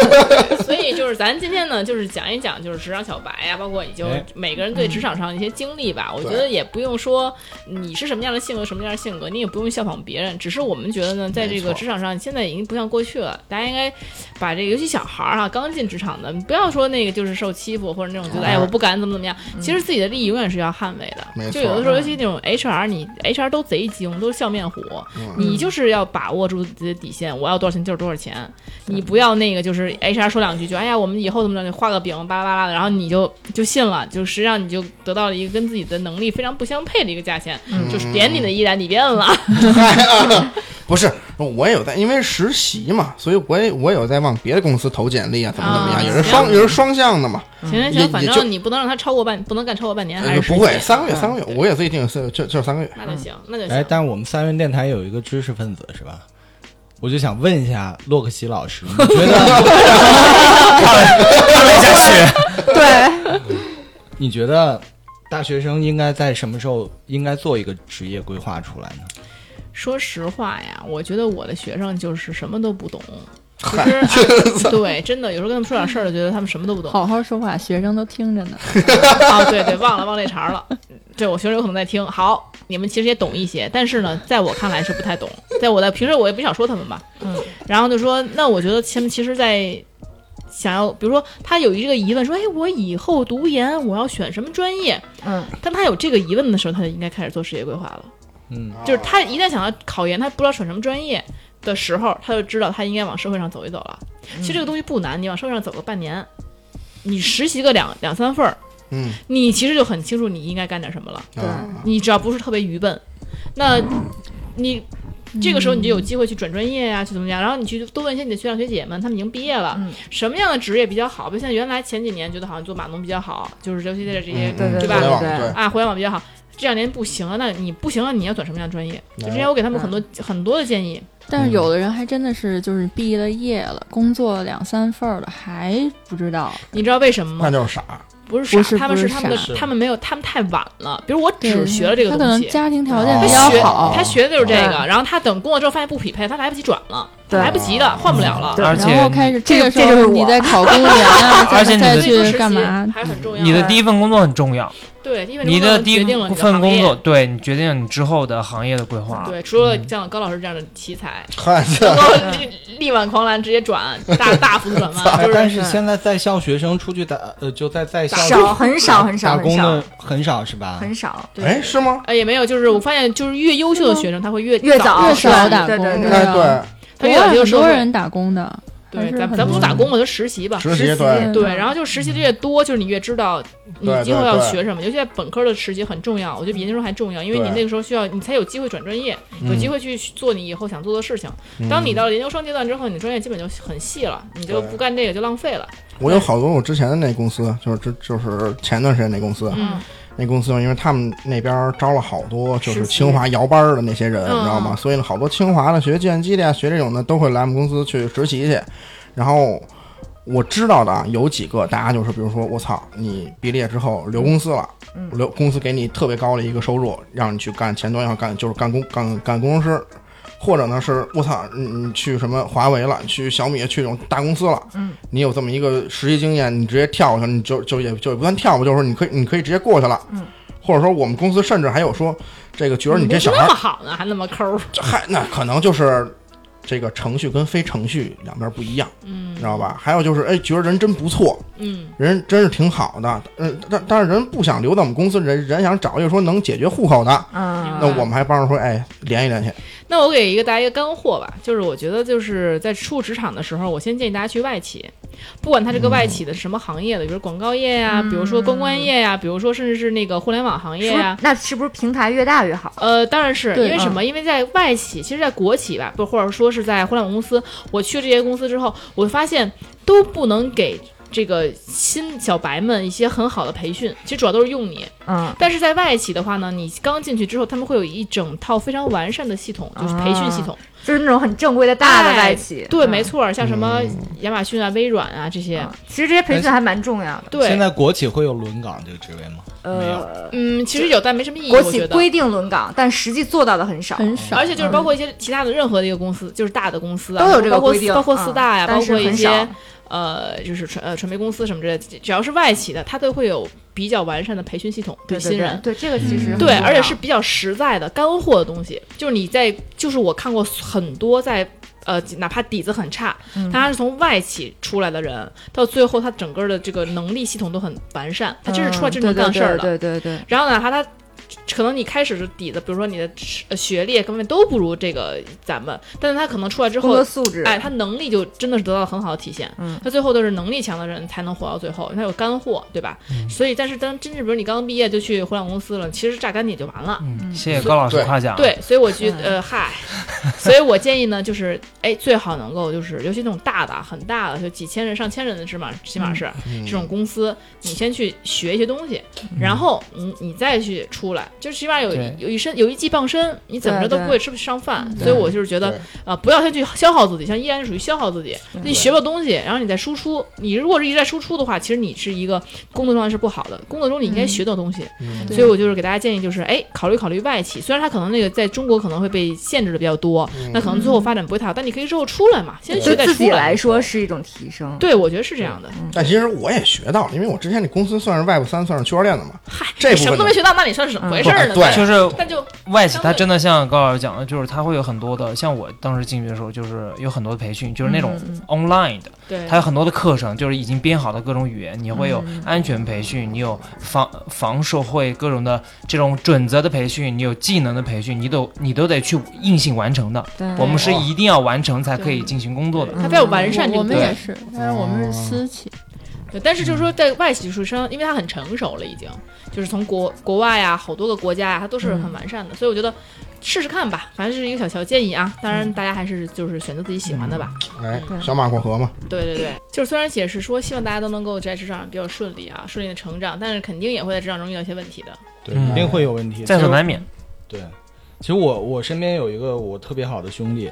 S2: 所以就是咱今天呢，就是讲一讲就是职场小白啊呀、包括也就
S3: 哎
S2: 每个人对职场上的一些经历吧。我觉得也不用说你是什么样的性格，什么样的性格，你也不用效仿别人。只是我们觉得呢，在这个职场上，现在已经不像过去了，大家应该把这个，尤其小孩儿啊，刚进职场的，你不要说那个就是受欺负或者那种觉得哎我不敢怎么怎么样，其实自己的利益永远是要捍卫
S4: 嗯没
S2: 的。
S4: 错嗯
S2: 就有的时候，尤其那种 HR，你 HR 都贼精，都是笑面虎，
S4: 嗯
S2: 你就是要把握住自己的底线，我要多少钱就是多少钱。你不要那个，就是 HR 说两句就，哎呀，我们以后怎么着，就画个饼，巴拉巴拉的，然后你就就信了，就实际上你就得到了一个跟自己的能力非常不相配的一个价钱，
S4: 嗯
S2: 就是点你的一燃，你别摁了。
S3: 嗯
S4: 不是，我也有在，因为实习嘛，所以我也我也有在往别的公司投简历啊，怎么怎么
S2: 啊
S4: 样，也是双
S2: 行
S4: 也是双向的嘛。
S2: 行行
S4: 也
S2: 行，反
S4: 也就
S2: 正你不能让他超过半，不能干超过半年，哎还
S4: 呃
S2: 是
S4: 不会，
S2: 实习
S4: 三个月，三个月，我也最近是就就三个月。
S2: 那就行，那就
S3: 哎
S2: 行，。
S3: 但我们三人电台有一个知识分子是吧？我就想问一下洛克希老师，你 觉得
S6: 对，
S3: 你觉得大学生应该在什么时候应该做一个职业规划出来呢？
S2: 说实话呀，我觉得我的学生就是什么都不懂。其 实，啊对，真的有时候跟他们说点事儿，就觉得他们什么都不懂。
S7: 好好说话，学生都听着呢。
S2: 啊，对对，忘了忘这茬儿了。嗯对我学生有可能在听。好，你们其实也懂一些，但是呢，在我看来是不太懂。在我的平时我也不想说他们吧，嗯。然后就说，那我觉得他们其实，在想要，比如说他有一个疑问，说，哎，我以后读研我要选什么专业？
S6: 嗯，
S2: 当他有这个疑问的时候，他就应该开始做职业规划了。
S3: 嗯，
S2: 就是
S4: 啊
S2: 他一旦想要考研，他不知道选什么专业的时候，他就知道他应该往社会上走一走了。其实这个东西不难，你往社会上走个半年，你实习个两两三份儿，
S4: 嗯，
S2: 你其实就很清楚你应该干点什么了。
S6: 对
S4: 啊
S2: 你只要不是特别愚笨，那你这个时候你就有机会去转专业呀、去怎么样？然后你去多问一些你的学长学姐们，他们已经毕业了，
S6: 嗯
S2: 什么样的职业比较好？比如像原来前几年觉得好像做码农比较好，就是尤其在这些、
S4: 嗯
S6: 对
S2: 对
S6: 对
S2: 吧
S4: 互联网
S6: 对
S4: 对
S2: 啊互联网比较好。这两年不行了，那你不行了，你要转什么样的专业？就之前我给他们很多、很多的建议，
S7: 但
S5: 嗯
S7: 是有的人还真的是就是毕了业了，工作了两三份儿了，还不知道。
S2: 你知道为什么吗？
S4: 那就是傻。
S2: 不是傻，
S7: 不是
S2: 他们
S7: 不
S2: 是
S7: 是
S2: 他们的
S7: 傻，
S2: 他们没有，他们太晚了。比如我
S7: 对
S2: 只学了这个
S7: 他
S2: 东西，
S7: 可能家庭条件
S3: 哦
S7: 比
S2: 学
S7: 较好，
S2: 他学的就是这
S6: 对
S2: 个，然后他等工作之后发现不匹配，他来不及转了，
S6: 对
S2: 来不及的，换不了了。
S6: 对
S5: 而且
S7: 然后开始
S6: 这
S7: 个
S6: 个
S7: 时
S6: 这就是
S7: 候
S6: 我
S7: 你 在考公务员啊，
S5: 而且你
S7: 再
S5: 的
S7: 再
S2: 所以说实
S7: 去
S2: 习
S7: 干嘛？
S2: 还很重要。
S5: 你的第一份工作很重要，
S2: 对，因为
S5: 你的第一
S2: 决定了你的
S5: 份
S2: 行
S5: 工
S2: 业
S5: 作，。对你决定了你之后的行业的规划。嗯
S2: 对，除了像高老师这样的奇 才，
S4: 嗨，
S2: 能够力力挽狂澜，直接转大大幅度转 弯，
S3: 哎
S2: 就
S3: 但
S2: 是
S3: 是现在在校学生出去打呃就在在校
S6: 少很少很少很
S3: 打工的
S6: 少
S3: 很少是吧？
S6: 很少，
S4: 哎，是吗？
S2: 呃也没有，就是我发现就是越优秀的学生，他会越
S6: 越
S2: 早
S6: 早
S7: 越
S2: 上
S7: 少打
S6: 对
S7: 工，
S6: 对啊对
S4: 哎，
S2: 他越
S4: 对，
S7: 国
S2: 早
S7: 外
S2: 就
S7: 很
S2: 社
S7: 多
S2: 会
S7: 人打工的，
S2: 对，
S7: 还是
S2: 咱
S7: 很
S2: 咱不说
S7: 多
S2: 打工吧，就实习吧，嗯
S4: 实
S6: 实
S4: 习
S6: 习
S4: 对，
S2: 对，然后就是实习的越多，就是你越知道你
S4: 对
S2: 今后
S4: 对
S2: 要
S4: 对
S2: 学什么。尤其在本科的实习很重要，我觉得比研究生还重要，因为你
S4: 对嗯
S2: 那个时候需要，你才有机会转专业，有机会去做你以后想做的事情。当你到了研究生阶段之后，你的专业基本就很细了，你就
S4: 对
S2: 不干这个就浪费了。
S4: 我有好多我之前的那公司，就是之就是前段时间那公司，
S2: 嗯
S4: 那公司因为他们那边招了好多就
S2: 实
S4: 是
S2: 习
S4: 清华摇班儿的那些人，
S2: 嗯
S4: 你知道吗？所以呢，好多清华的学计算机的呀，学这种的都会来我们公司去实习去。然后我知道的啊，有几个大家就是，比如说我操，你毕了业之后留公司了，
S2: 嗯
S4: 留公司给你特别高的一个收入，让你去干前端要干就是干工干干工程师。或者呢是我操，你你去什么华为了，去小米，去这种大公司了，嗯，你有这么一个实习经验，你直接跳过去，你就就也就也不算跳吧，就是说你可以你可以直接过去了，嗯，或者说我们公司甚至还有说这个觉得你这小
S2: 嗯
S4: 孩
S2: 那
S4: 儿
S2: 么好呢，还那么 抠儿，
S4: 这还那可能就是这个程序跟非程序两边不一样，
S2: 嗯
S4: 知道吧？还有就是，哎，觉得人真不错，
S2: 嗯，
S4: 人真是挺好的，嗯，但但是人不想留在我们公司，人人想找一个说能解决户口的，
S6: 嗯
S4: 那我们还帮着说，哎，联系联系，
S2: 那我给一个大家一个干货吧，就是我觉得就是在初入职场的时候，我先建议大家去外企，不管它这
S4: 嗯
S2: 个外企的是什么行业的，比如广告业呀、比如说公关业呀、比如说甚至是那个互联网行
S6: 是
S2: 业
S6: 不
S2: 呀
S6: 是、那是不是平台越大越好？
S2: 呃，当然是因
S7: 对
S2: 为
S6: 嗯
S2: 什么？因为在外企，其实，在国企吧，不或者说是在互联网公司，我去这些公司之后，我发现都不能给这个新小白们一些很好的培训，其实主要都是用你。
S6: 嗯，
S2: 但是在外企的话呢，你刚进去之后，他们会有一整套非常完善的系统，
S6: 啊
S2: 就是培训系统。
S6: 就是那种很正规的大的
S2: 哎
S6: 外企。
S2: 对，
S6: 嗯
S2: 没。错儿，像什么亚马逊啊、微软啊这些。
S6: 嗯其实这些培训还蛮重要的。
S3: 现
S2: 对，
S3: 在国企会有轮岗这个职位吗？没有
S6: 呃，
S2: 嗯，其实有，但没什么意义，
S6: 国
S2: 我
S6: 企
S2: 觉得。
S6: 规定轮岗，但实际做到的很少。
S7: 很少，
S2: 而且就是包括一些其他的任何的一个公司，就是大的公司啊，
S6: 都有这个
S2: 包括
S6: 规定
S2: 包括四
S6: 嗯
S2: 大呀，
S6: 但
S2: 包
S6: 是
S2: 括一
S6: 很少
S2: 些呃，就是传呃传媒公司什么之类的，只要是外企的，它都会有比较完善的培训系统
S6: 对对
S2: 新人。
S6: 对对啊这个其实很
S2: 对，
S6: 重
S2: 而且
S6: 要
S2: 是比较实在的干货的东西，就是你在，就是我看过很多在，呃，哪怕底子很差，
S6: 嗯
S2: 他是从外企出来的人，到最后他整个的这个能力系统都很完善，他真是出来真正干事儿的。
S6: 嗯对对对对对
S2: 然后哪怕他可能你开始的底子，比如说你的呃学历各方面都不如这个咱们，但是他可能出来之
S6: 工作
S2: 后，
S6: 素质，
S2: 哎，他能力就真的是得到了很好的体现。
S6: 嗯
S2: 他最后都是能力强的人才能活到最后，他有干货，对吧？所以，但是当真是比如你刚毕业就去互联网公司了，其实榨干你就完了。
S5: 嗯，谢谢高老师
S4: 对
S5: 夸奖。，
S2: 对，所以我觉得，呃，嗨， 所以我建议呢，就是，哎，最好能够就是，尤其那种大的、很大的，就几千人、上千人的，起码起码是、
S4: 嗯
S2: 这种公司，你先去学一些东西，然后你你再去出来，就起码有
S5: 对
S2: 有一身有一技傍身，你怎么着
S6: 对
S2: 都
S6: 对
S2: 不会吃不上饭。所以我就是觉得
S4: 对，
S2: 啊，不要先去消耗自己，像依然是属于消耗自己，你学了东西，然后你再输出。你如果是一直在输出的话，其实你是一个工作状态是不好的，工作中你应该学到东西。
S4: 嗯
S7: 对
S2: 所以我就是给大家建议，就是哎，考虑考虑外企，虽然它可能那个在中国可能会被限制的比较多，
S4: 嗯
S2: 那可能最后发展不会太好，但你可以之后出来嘛，先学
S6: 对
S2: 再
S6: 自
S2: 出
S6: 己来
S2: 来。
S6: 说是一种提升。
S2: 对，我觉得是这样的。
S4: 但其实我也学到了，因为我之前这公司算是外部三，算是区块链的嘛，
S2: 嗨，
S4: 这
S2: 你
S4: 部分
S2: 什么都没学到，那你算是怎么回事儿呢？
S4: 嗯对
S5: 就是
S2: 但就
S5: 外企它
S2: 相对
S5: 真的像高老师讲的，就是它会有很多的，像我当时进去的时候，就是有很多的培训，就是那种
S2: 嗯
S5: online 的，
S2: 对
S5: 它有很多的课程，就是已经编好的各种语言，你会有
S6: 嗯
S5: 安全培训，你有防防社会各种的这种准则的培训，你有技能的培训，你都你都得去硬性完成的。
S6: 对嗯
S5: 我们是一定要完成才
S2: 对
S5: 可以进行工作的。
S2: 它比较完善这
S7: 我嗯我
S2: 个
S7: 们
S2: 对
S7: 也是，但是我们是私企，
S5: 哦
S2: 对，但是就是说，在外企出身，因为它很成熟了，已经就是从国国外呀、好多个国家呀、啊它都是很完善的，所以我觉得试试看吧，反正是一个小小建议啊。当然，大家还是就是选择自己喜欢的吧。
S4: 哎，小马过河嘛，
S2: 对对对，就是虽然解释说希望大家都能够在职场上比较顺利啊，顺利的成长，但是肯定也会在职场中遇到一些问题的。
S3: 对，
S5: 嗯
S3: 一定会有问题。
S5: 在所
S3: 其实
S5: 难免，
S3: 对，其实我我身边有一个我特别好的兄弟，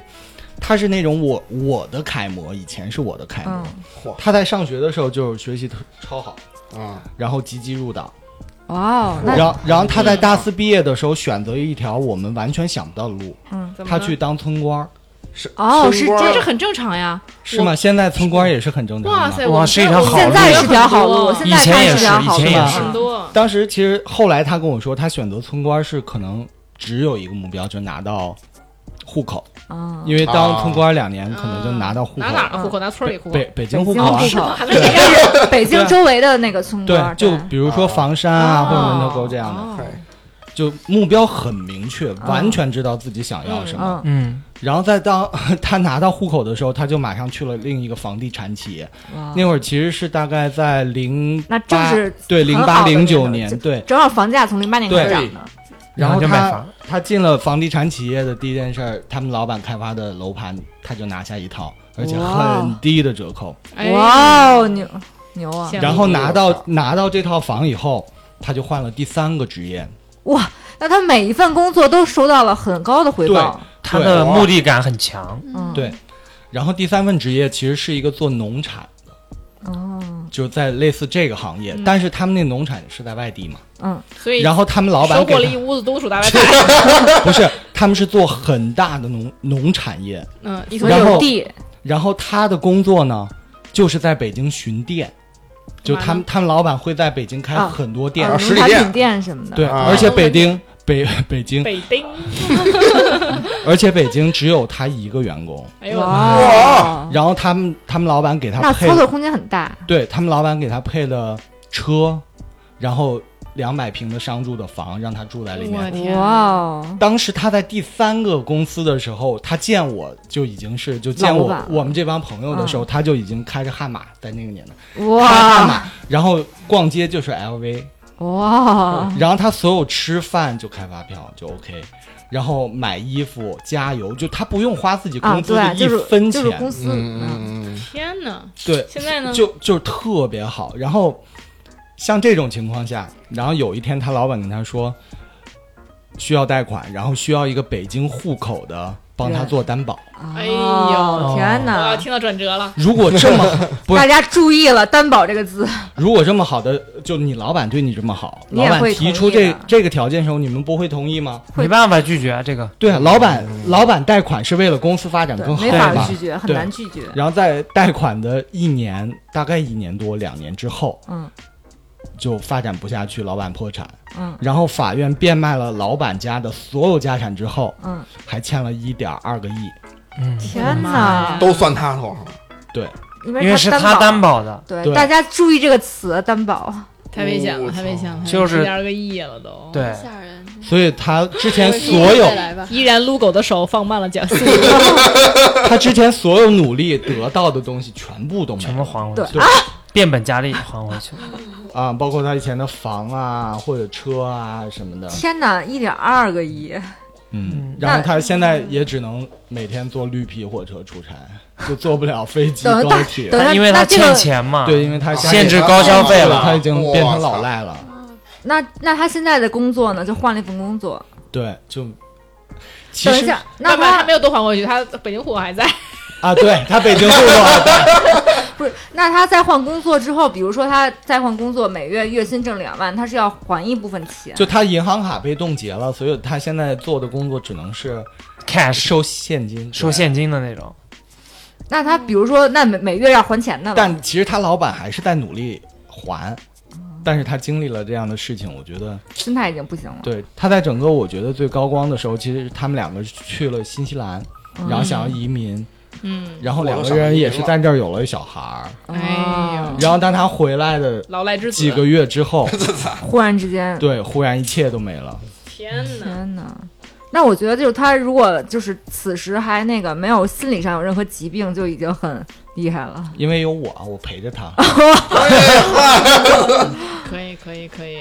S3: 他是那种我我的楷模，以前是我的楷
S6: 嗯
S2: 嗯
S3: 模。
S4: 嚯
S3: 他在上学的时候就是学习特超好，
S4: 啊，
S3: 然后积极入党，
S6: 哇哦，
S2: 嗯
S6: 那
S3: 然后然后他在大四毕业的时候选择一条我们完全想不到的路，
S2: 怎么
S3: 他
S2: 了
S3: 去当村官儿，
S6: 嗯哦是
S4: 村官
S2: 这
S4: 儿
S2: 这很正常呀。
S3: 是吗？现在村官儿也是很正常的。
S2: 哇塞，
S5: 哇
S2: 我们
S5: 是一条好路
S6: 现在是条好
S2: 我
S6: 路，
S2: 们
S6: 现在
S5: 以
S6: 啊看
S5: 前也
S6: 是
S5: 是
S6: 条好路，
S5: 以前
S3: 也
S2: 有很多。
S3: 当时其实后来他跟我说，他选择村官是可能只有一个目标，就拿到户口，
S6: 啊，
S3: 因为当村官两年可能就拿到
S2: 嗯
S3: 户口
S2: 拿哪儿
S3: 了，
S2: 的户口？拿村里户口
S3: 北。北京户口
S6: 北
S3: 啊
S6: 京户，口
S2: 还没这样
S6: 北京周围的那个村
S3: 对
S6: 官，，
S3: 就比如说房山啊
S2: 哦
S3: 或者门头沟这样的，
S2: 哦
S4: 哎，
S3: 就目标很明确，完全知道自己想要什么。
S6: 嗯
S5: 嗯，
S3: 然后在当 他拿到户口的时候，他就马上去了另一个房地产企业。
S6: 哇
S3: 那会儿其实是大概在零
S6: 哦那正是
S3: 对零
S6: 很
S3: 八
S6: 好的
S3: 零九
S6: 那
S3: 年
S6: 种
S3: 对，
S6: 正好房价从零八年开始
S3: 对
S6: 涨的，
S3: 然后
S5: 就买
S3: 他
S5: 房，
S3: 他进了房地产企业的第一件事儿，他们老板开发的楼盘，他就拿下一套，而且
S6: 哇
S3: 很低的折扣。
S2: 哎
S6: 哇哦牛牛啊！
S2: 羡慕
S3: 然后拿
S4: 我靠
S3: 到拿到这套房以后，他就换了第三个职业。
S6: 哇，那他每一份工作都收到了很高的回报，
S5: 它
S3: 对
S5: 的目的感很强。
S6: 嗯，
S3: 对然后第三份职业其实是一个做农产，
S6: 哦，
S3: 就在类似这个行业，
S2: 嗯
S3: 但是他们那农产是在外地嘛，
S6: 嗯，
S2: 所以
S3: 然后他们老板
S2: 收
S3: 给
S2: 获了
S3: 他
S2: 一屋子东楚大白菜。
S3: 不是，他们是做很大的农农产业，
S2: 嗯，你
S6: 所
S2: 说
S6: 以
S3: 然后
S6: 有地，
S3: 然后他的工作呢，就是在北京巡店，就他们他们老板会在北京开
S6: 啊
S3: 很多店，
S6: 啊，
S4: 实
S6: 农
S4: 体
S6: 产
S4: 店
S6: 品店什么的，
S3: 对，
S4: 啊
S3: 而且北京北北京，
S2: 北丁，
S3: 而且北京只有他一个员工，
S2: 哎呦，
S6: 哇哦，
S3: 然后他们他们老板给他
S6: 那
S3: 配
S6: 操，作空间很大，
S3: 对他们老板给他配了车，然后两百平的商住的房让他住在里
S2: 我
S3: 面。
S2: 天，啊
S6: 哇哦，
S3: 当时他在第三个公司的时候，他见我就已经是就见
S6: 老
S3: 我
S6: 板嗯
S3: 我们这帮朋友的时候，他就已经开着悍马，在那个年代开
S6: 啊
S3: 着悍
S6: 哇
S3: 马，然后逛街就是 LV，
S6: 哇，
S3: 然后他所有吃饭就开发票就 OK，然后买衣服、加油，就他不用花自己
S6: 啊，
S3: 工资的
S6: 对，
S3: 一
S6: 就是
S3: 分
S6: 就是
S3: 钱，
S6: 公司，嗯
S4: 嗯嗯
S2: 天哪！
S3: 对，
S2: 现在呢？
S3: 就就是特别好。然后像这种情况下，然后有一天他老板跟他说需要贷款，然后需要一个北京户口的帮他
S6: 人
S3: 做担保。
S2: 哎
S6: 哦
S2: 呦啊
S6: 天
S2: 我要
S6: 哪！
S2: 听到转折了，
S3: 如果这么不是
S6: 大家注意了，担保这个字，
S3: 如果这么好的，就你老板对你这么好，
S6: 你
S3: 老
S6: 也
S3: 板
S6: 会
S3: 提
S6: 同
S3: 出
S6: 意
S3: 这
S6: 的
S3: 这个条件的时候，你们不会同意吗？
S5: 没办法拒绝啊这个。
S3: 对啊，老板老板贷款是为了公司发展
S6: 对
S3: 更好
S6: 没法
S3: 嘛
S6: 拒绝，很
S3: 对
S6: 难拒绝。
S3: 然后在贷款的一年，大概一年多两年之后，
S6: 嗯
S3: 就发展不下去，老板破产。
S6: 嗯
S3: 然后法院变卖了老板家的所有家产之后，
S6: 嗯，
S3: 还欠了一点二个亿。
S5: 嗯，
S6: 天
S2: 妈
S6: 哪
S2: 呀！
S4: 都算他头上了。
S3: 对，
S6: 因
S5: 因为是他担
S6: 保，哦
S5: 保的，
S6: 对，
S3: 对
S6: 大家注意这个词，担保。
S2: 太危险了，
S4: 我操
S2: 太危险了，
S5: 就是
S2: 一点个亿了都。，
S5: 对，
S7: 吓人。
S3: 所以他 之前所有
S7: 再来吧，
S2: 依然撸狗的手放慢了脚步。
S3: 他之前所有努力得到的东西全部都没
S5: 全部
S3: 了
S5: 还回
S6: 对啊
S5: 去，变本加厉还回去。
S3: 啊，包括他以前的房啊或者车啊什么的。
S6: 天哪，一点二个亿！
S3: 嗯，然后他现在也只能每天坐绿皮火车出差，就坐不了飞机、
S6: 等
S3: 高
S6: 他
S3: 铁。
S6: 等他，
S5: 因为
S6: 那
S5: 他
S6: 这个
S5: 欠钱嘛，
S3: 对，因为他家里
S5: 限
S4: 哎
S5: 制高消费了
S3: 他已经变成老赖了。
S6: 那那他现在的工作呢？就换了一份工作。
S3: 对，就其
S6: 等一
S3: 实
S6: 下，那
S2: 那不然他
S6: 他
S2: 没有都还回去，他北京户口还在。
S3: 啊，对他北京户口，
S6: 不是？那他在换工作之后，比如说他再换工作，每月月薪挣两万，他是要还一部分钱。
S3: 就他银行卡被冻结了，所以他现在做的工作只能是
S5: cash
S3: 收现金，
S5: 收
S3: 对。
S5: 现金的那种。
S6: 那他比如说，那每每月要还钱的了。
S3: 但其实他老板还是在努力还，但是他经历了这样的事情，我觉得
S6: 心态已经不行了。
S3: 对他在整个我觉得最高光的时候，其实他们两个去了新西兰，然后想要移民，
S2: 嗯，
S3: 然后两个人也是在这儿有了小孩儿，
S2: 哎
S6: 哦
S2: 呦，
S3: 然后当他回来的
S2: 老赖之子。
S3: 几个月之 后，
S6: 忽然之间，
S3: 对，忽然一切都没了。
S2: 天
S3: 嗯
S2: 哪！
S6: 天哪！那我觉得，就是他如果就是此时还那个没有心理上有任何疾病，就已经很厉害了。
S3: 因为有我，我陪着他。
S2: 可以，可以，可以。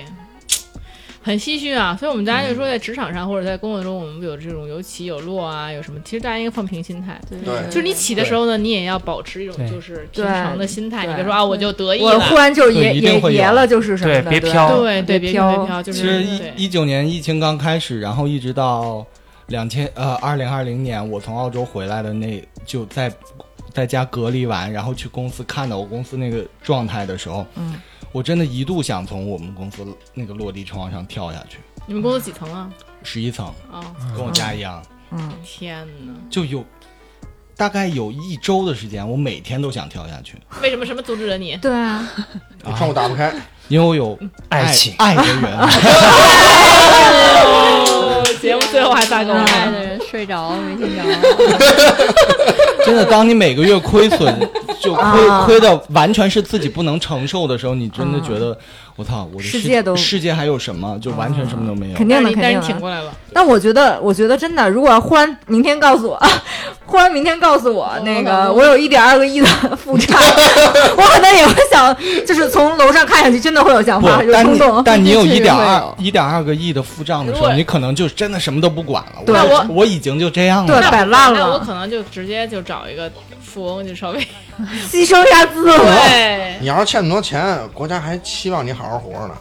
S2: 很唏嘘啊，所以我们大家就说，在职场上或者在工作中，我们有这种有起有落啊，有什么？其实大家应该放平心态，
S4: 对
S2: 就是你起的时候呢，你也要保持一种
S5: 对
S2: 就是平常的心态。
S6: 对
S2: 你别说啊，我就得意
S6: 我忽
S2: 了，
S6: 然就是爷
S3: 对一定
S6: 爷
S3: 会有
S6: 爷了，就是什么的，
S5: 对别
S6: 对
S5: 飘
S2: 对对，别
S6: 飘
S2: 别飘，就
S3: 其
S2: 是
S3: 实一一九年疫情刚开始，然后一直到两千呃二零二零年，我从澳洲回来的那就在在家隔离完，然后去公司看到我公司那个状态的时候，
S6: 嗯，
S3: 我真的一度想从我们公司那个落地窗户上跳下去，
S2: 你们公司几层啊？
S3: 十一层
S2: 啊，
S3: 跟我家一样，
S6: 嗯，
S2: 天哪！
S3: 就有大概有一周的时间，我每天都想跳下去，
S2: 为什么什么阻止了你？
S6: 对啊，
S4: 把窗户打不开，
S3: 因为我有
S5: 爱情
S3: 爱 的人。
S2: 哦，节目最后还撒狗
S7: 我爱
S2: 爱
S7: 的
S2: 的
S7: 人睡着没 听着，
S3: 真的，当你每个月亏 损，就
S6: 啊
S3: 亏亏的完全是自己不能承受的时候，你真的觉得，我操，我的
S6: 啊世界都嗯
S3: 世界还有什么？就完全什么都没有
S6: 肯。定
S2: 但是
S6: 的，
S2: 你
S6: 肯
S2: 但是
S6: 定
S2: 你挺
S6: 的。
S2: 过来了，
S6: 但我觉得，我觉得真的，如果忽然明天告诉我， 忽然明天告诉我
S2: 哦
S6: 那个我有一点二个亿的负 债，我可能也会想，就是从楼上看下去，真的会有想
S3: 不
S6: 法，有，
S3: 但
S6: 冲
S3: 你
S6: 动。
S3: 但你 有
S7: 这确
S3: 一
S7: 实
S3: 点
S7: 会
S3: 二
S7: 有
S3: 一点二个亿的负账的时
S2: 如
S3: 候，
S2: 果
S3: 你可能就真的什么都不管了。
S6: 对
S3: 我我已经就这样
S6: 对，
S3: 了。
S6: 摆烂
S2: 那我
S6: 了，
S2: 可能就直接就找一个富翁，就稍微
S6: 牺牲一下自我。
S2: 对
S4: 你要是欠那么多钱，国家还期望你好好活着呢。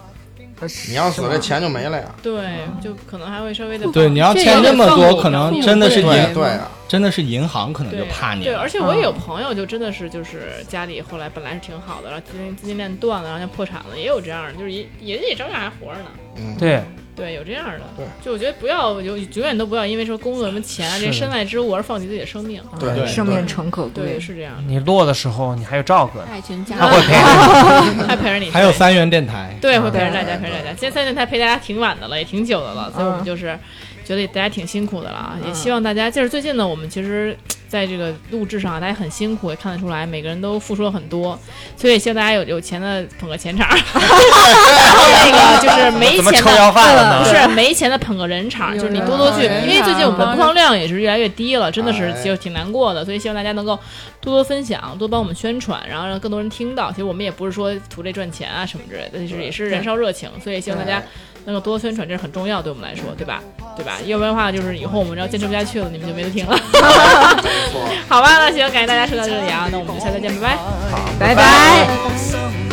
S4: 你要死了，这钱就没了呀。
S2: 对，就可能还会稍微的
S3: 嗯对，你要
S7: 这
S3: 欠
S7: 有
S3: 这
S7: 点
S3: 么
S7: 放
S3: 多，
S7: 不
S3: 可
S7: 了
S3: 能
S7: 放
S3: 真的
S7: 不
S3: 是
S4: 对
S7: 了对
S4: 呀
S7: 嗯
S3: 银，
S4: 对啊呀，
S3: 真的是银行可能就怕你
S2: 对，
S3: 了嗯
S2: 而。且我也有朋友，就真的是就是家里后来本来是挺好的，然后资金资金链断了，然后就破产了，也有这样的，就是也也也照样还活着呢。
S4: 嗯，
S5: 对，
S2: 对，有这样的
S4: 对，
S2: 就我觉得不要有永远都不要因为说工作什么钱啊
S5: 是
S2: 这
S5: 的
S2: 身外之物而放弃自己的生命。
S4: 对
S3: 对
S6: 生命诚可
S2: 对，
S6: 贵。
S2: 是这 样
S5: 你落的时候你还有赵哥
S2: 啊
S5: 呢，
S7: 爱情加
S5: 他会陪着
S2: 的，还陪着你。
S3: 还有三元电台，
S5: 嗯
S2: 对，会陪着大家，
S4: 对
S2: 陪着大家。今天三电台陪大家挺晚的了，也挺久的了，所以我
S6: 嗯
S2: 们就是觉得大家挺辛苦的了啊。也
S6: 嗯
S2: 希望大家，就是最近呢，我们其实在这个录制上，啊大家很辛苦，也看得出来，每个人都付出了很多。所以希望大家有有钱的捧个钱场， 然后 那个就是没
S5: 怎么
S2: 钱
S5: 抽
S2: 的呃
S5: 要饭了
S2: 不
S5: 呢？
S2: 是没钱的捧个人场，就是你多多去，
S7: 有人
S2: 因为最近我们的播放量也是越来越低了，真的是
S4: 哎
S2: 就挺难过的，所以希望大家能够多多分享，多帮我们宣传，然后让更多人听到。其实我们也不是说图这赚钱啊什么之类的，但是也是燃烧热情，所以希望大家能够多多宣传，这是很重要，对我们来说，对吧？对吧？要不然的话，就是以后我们要坚持不下去了，你们就没得听了。 好吧，那行，感谢大家收到这里啊，那我们就下次见，拜拜。
S6: 拜拜
S1: 不相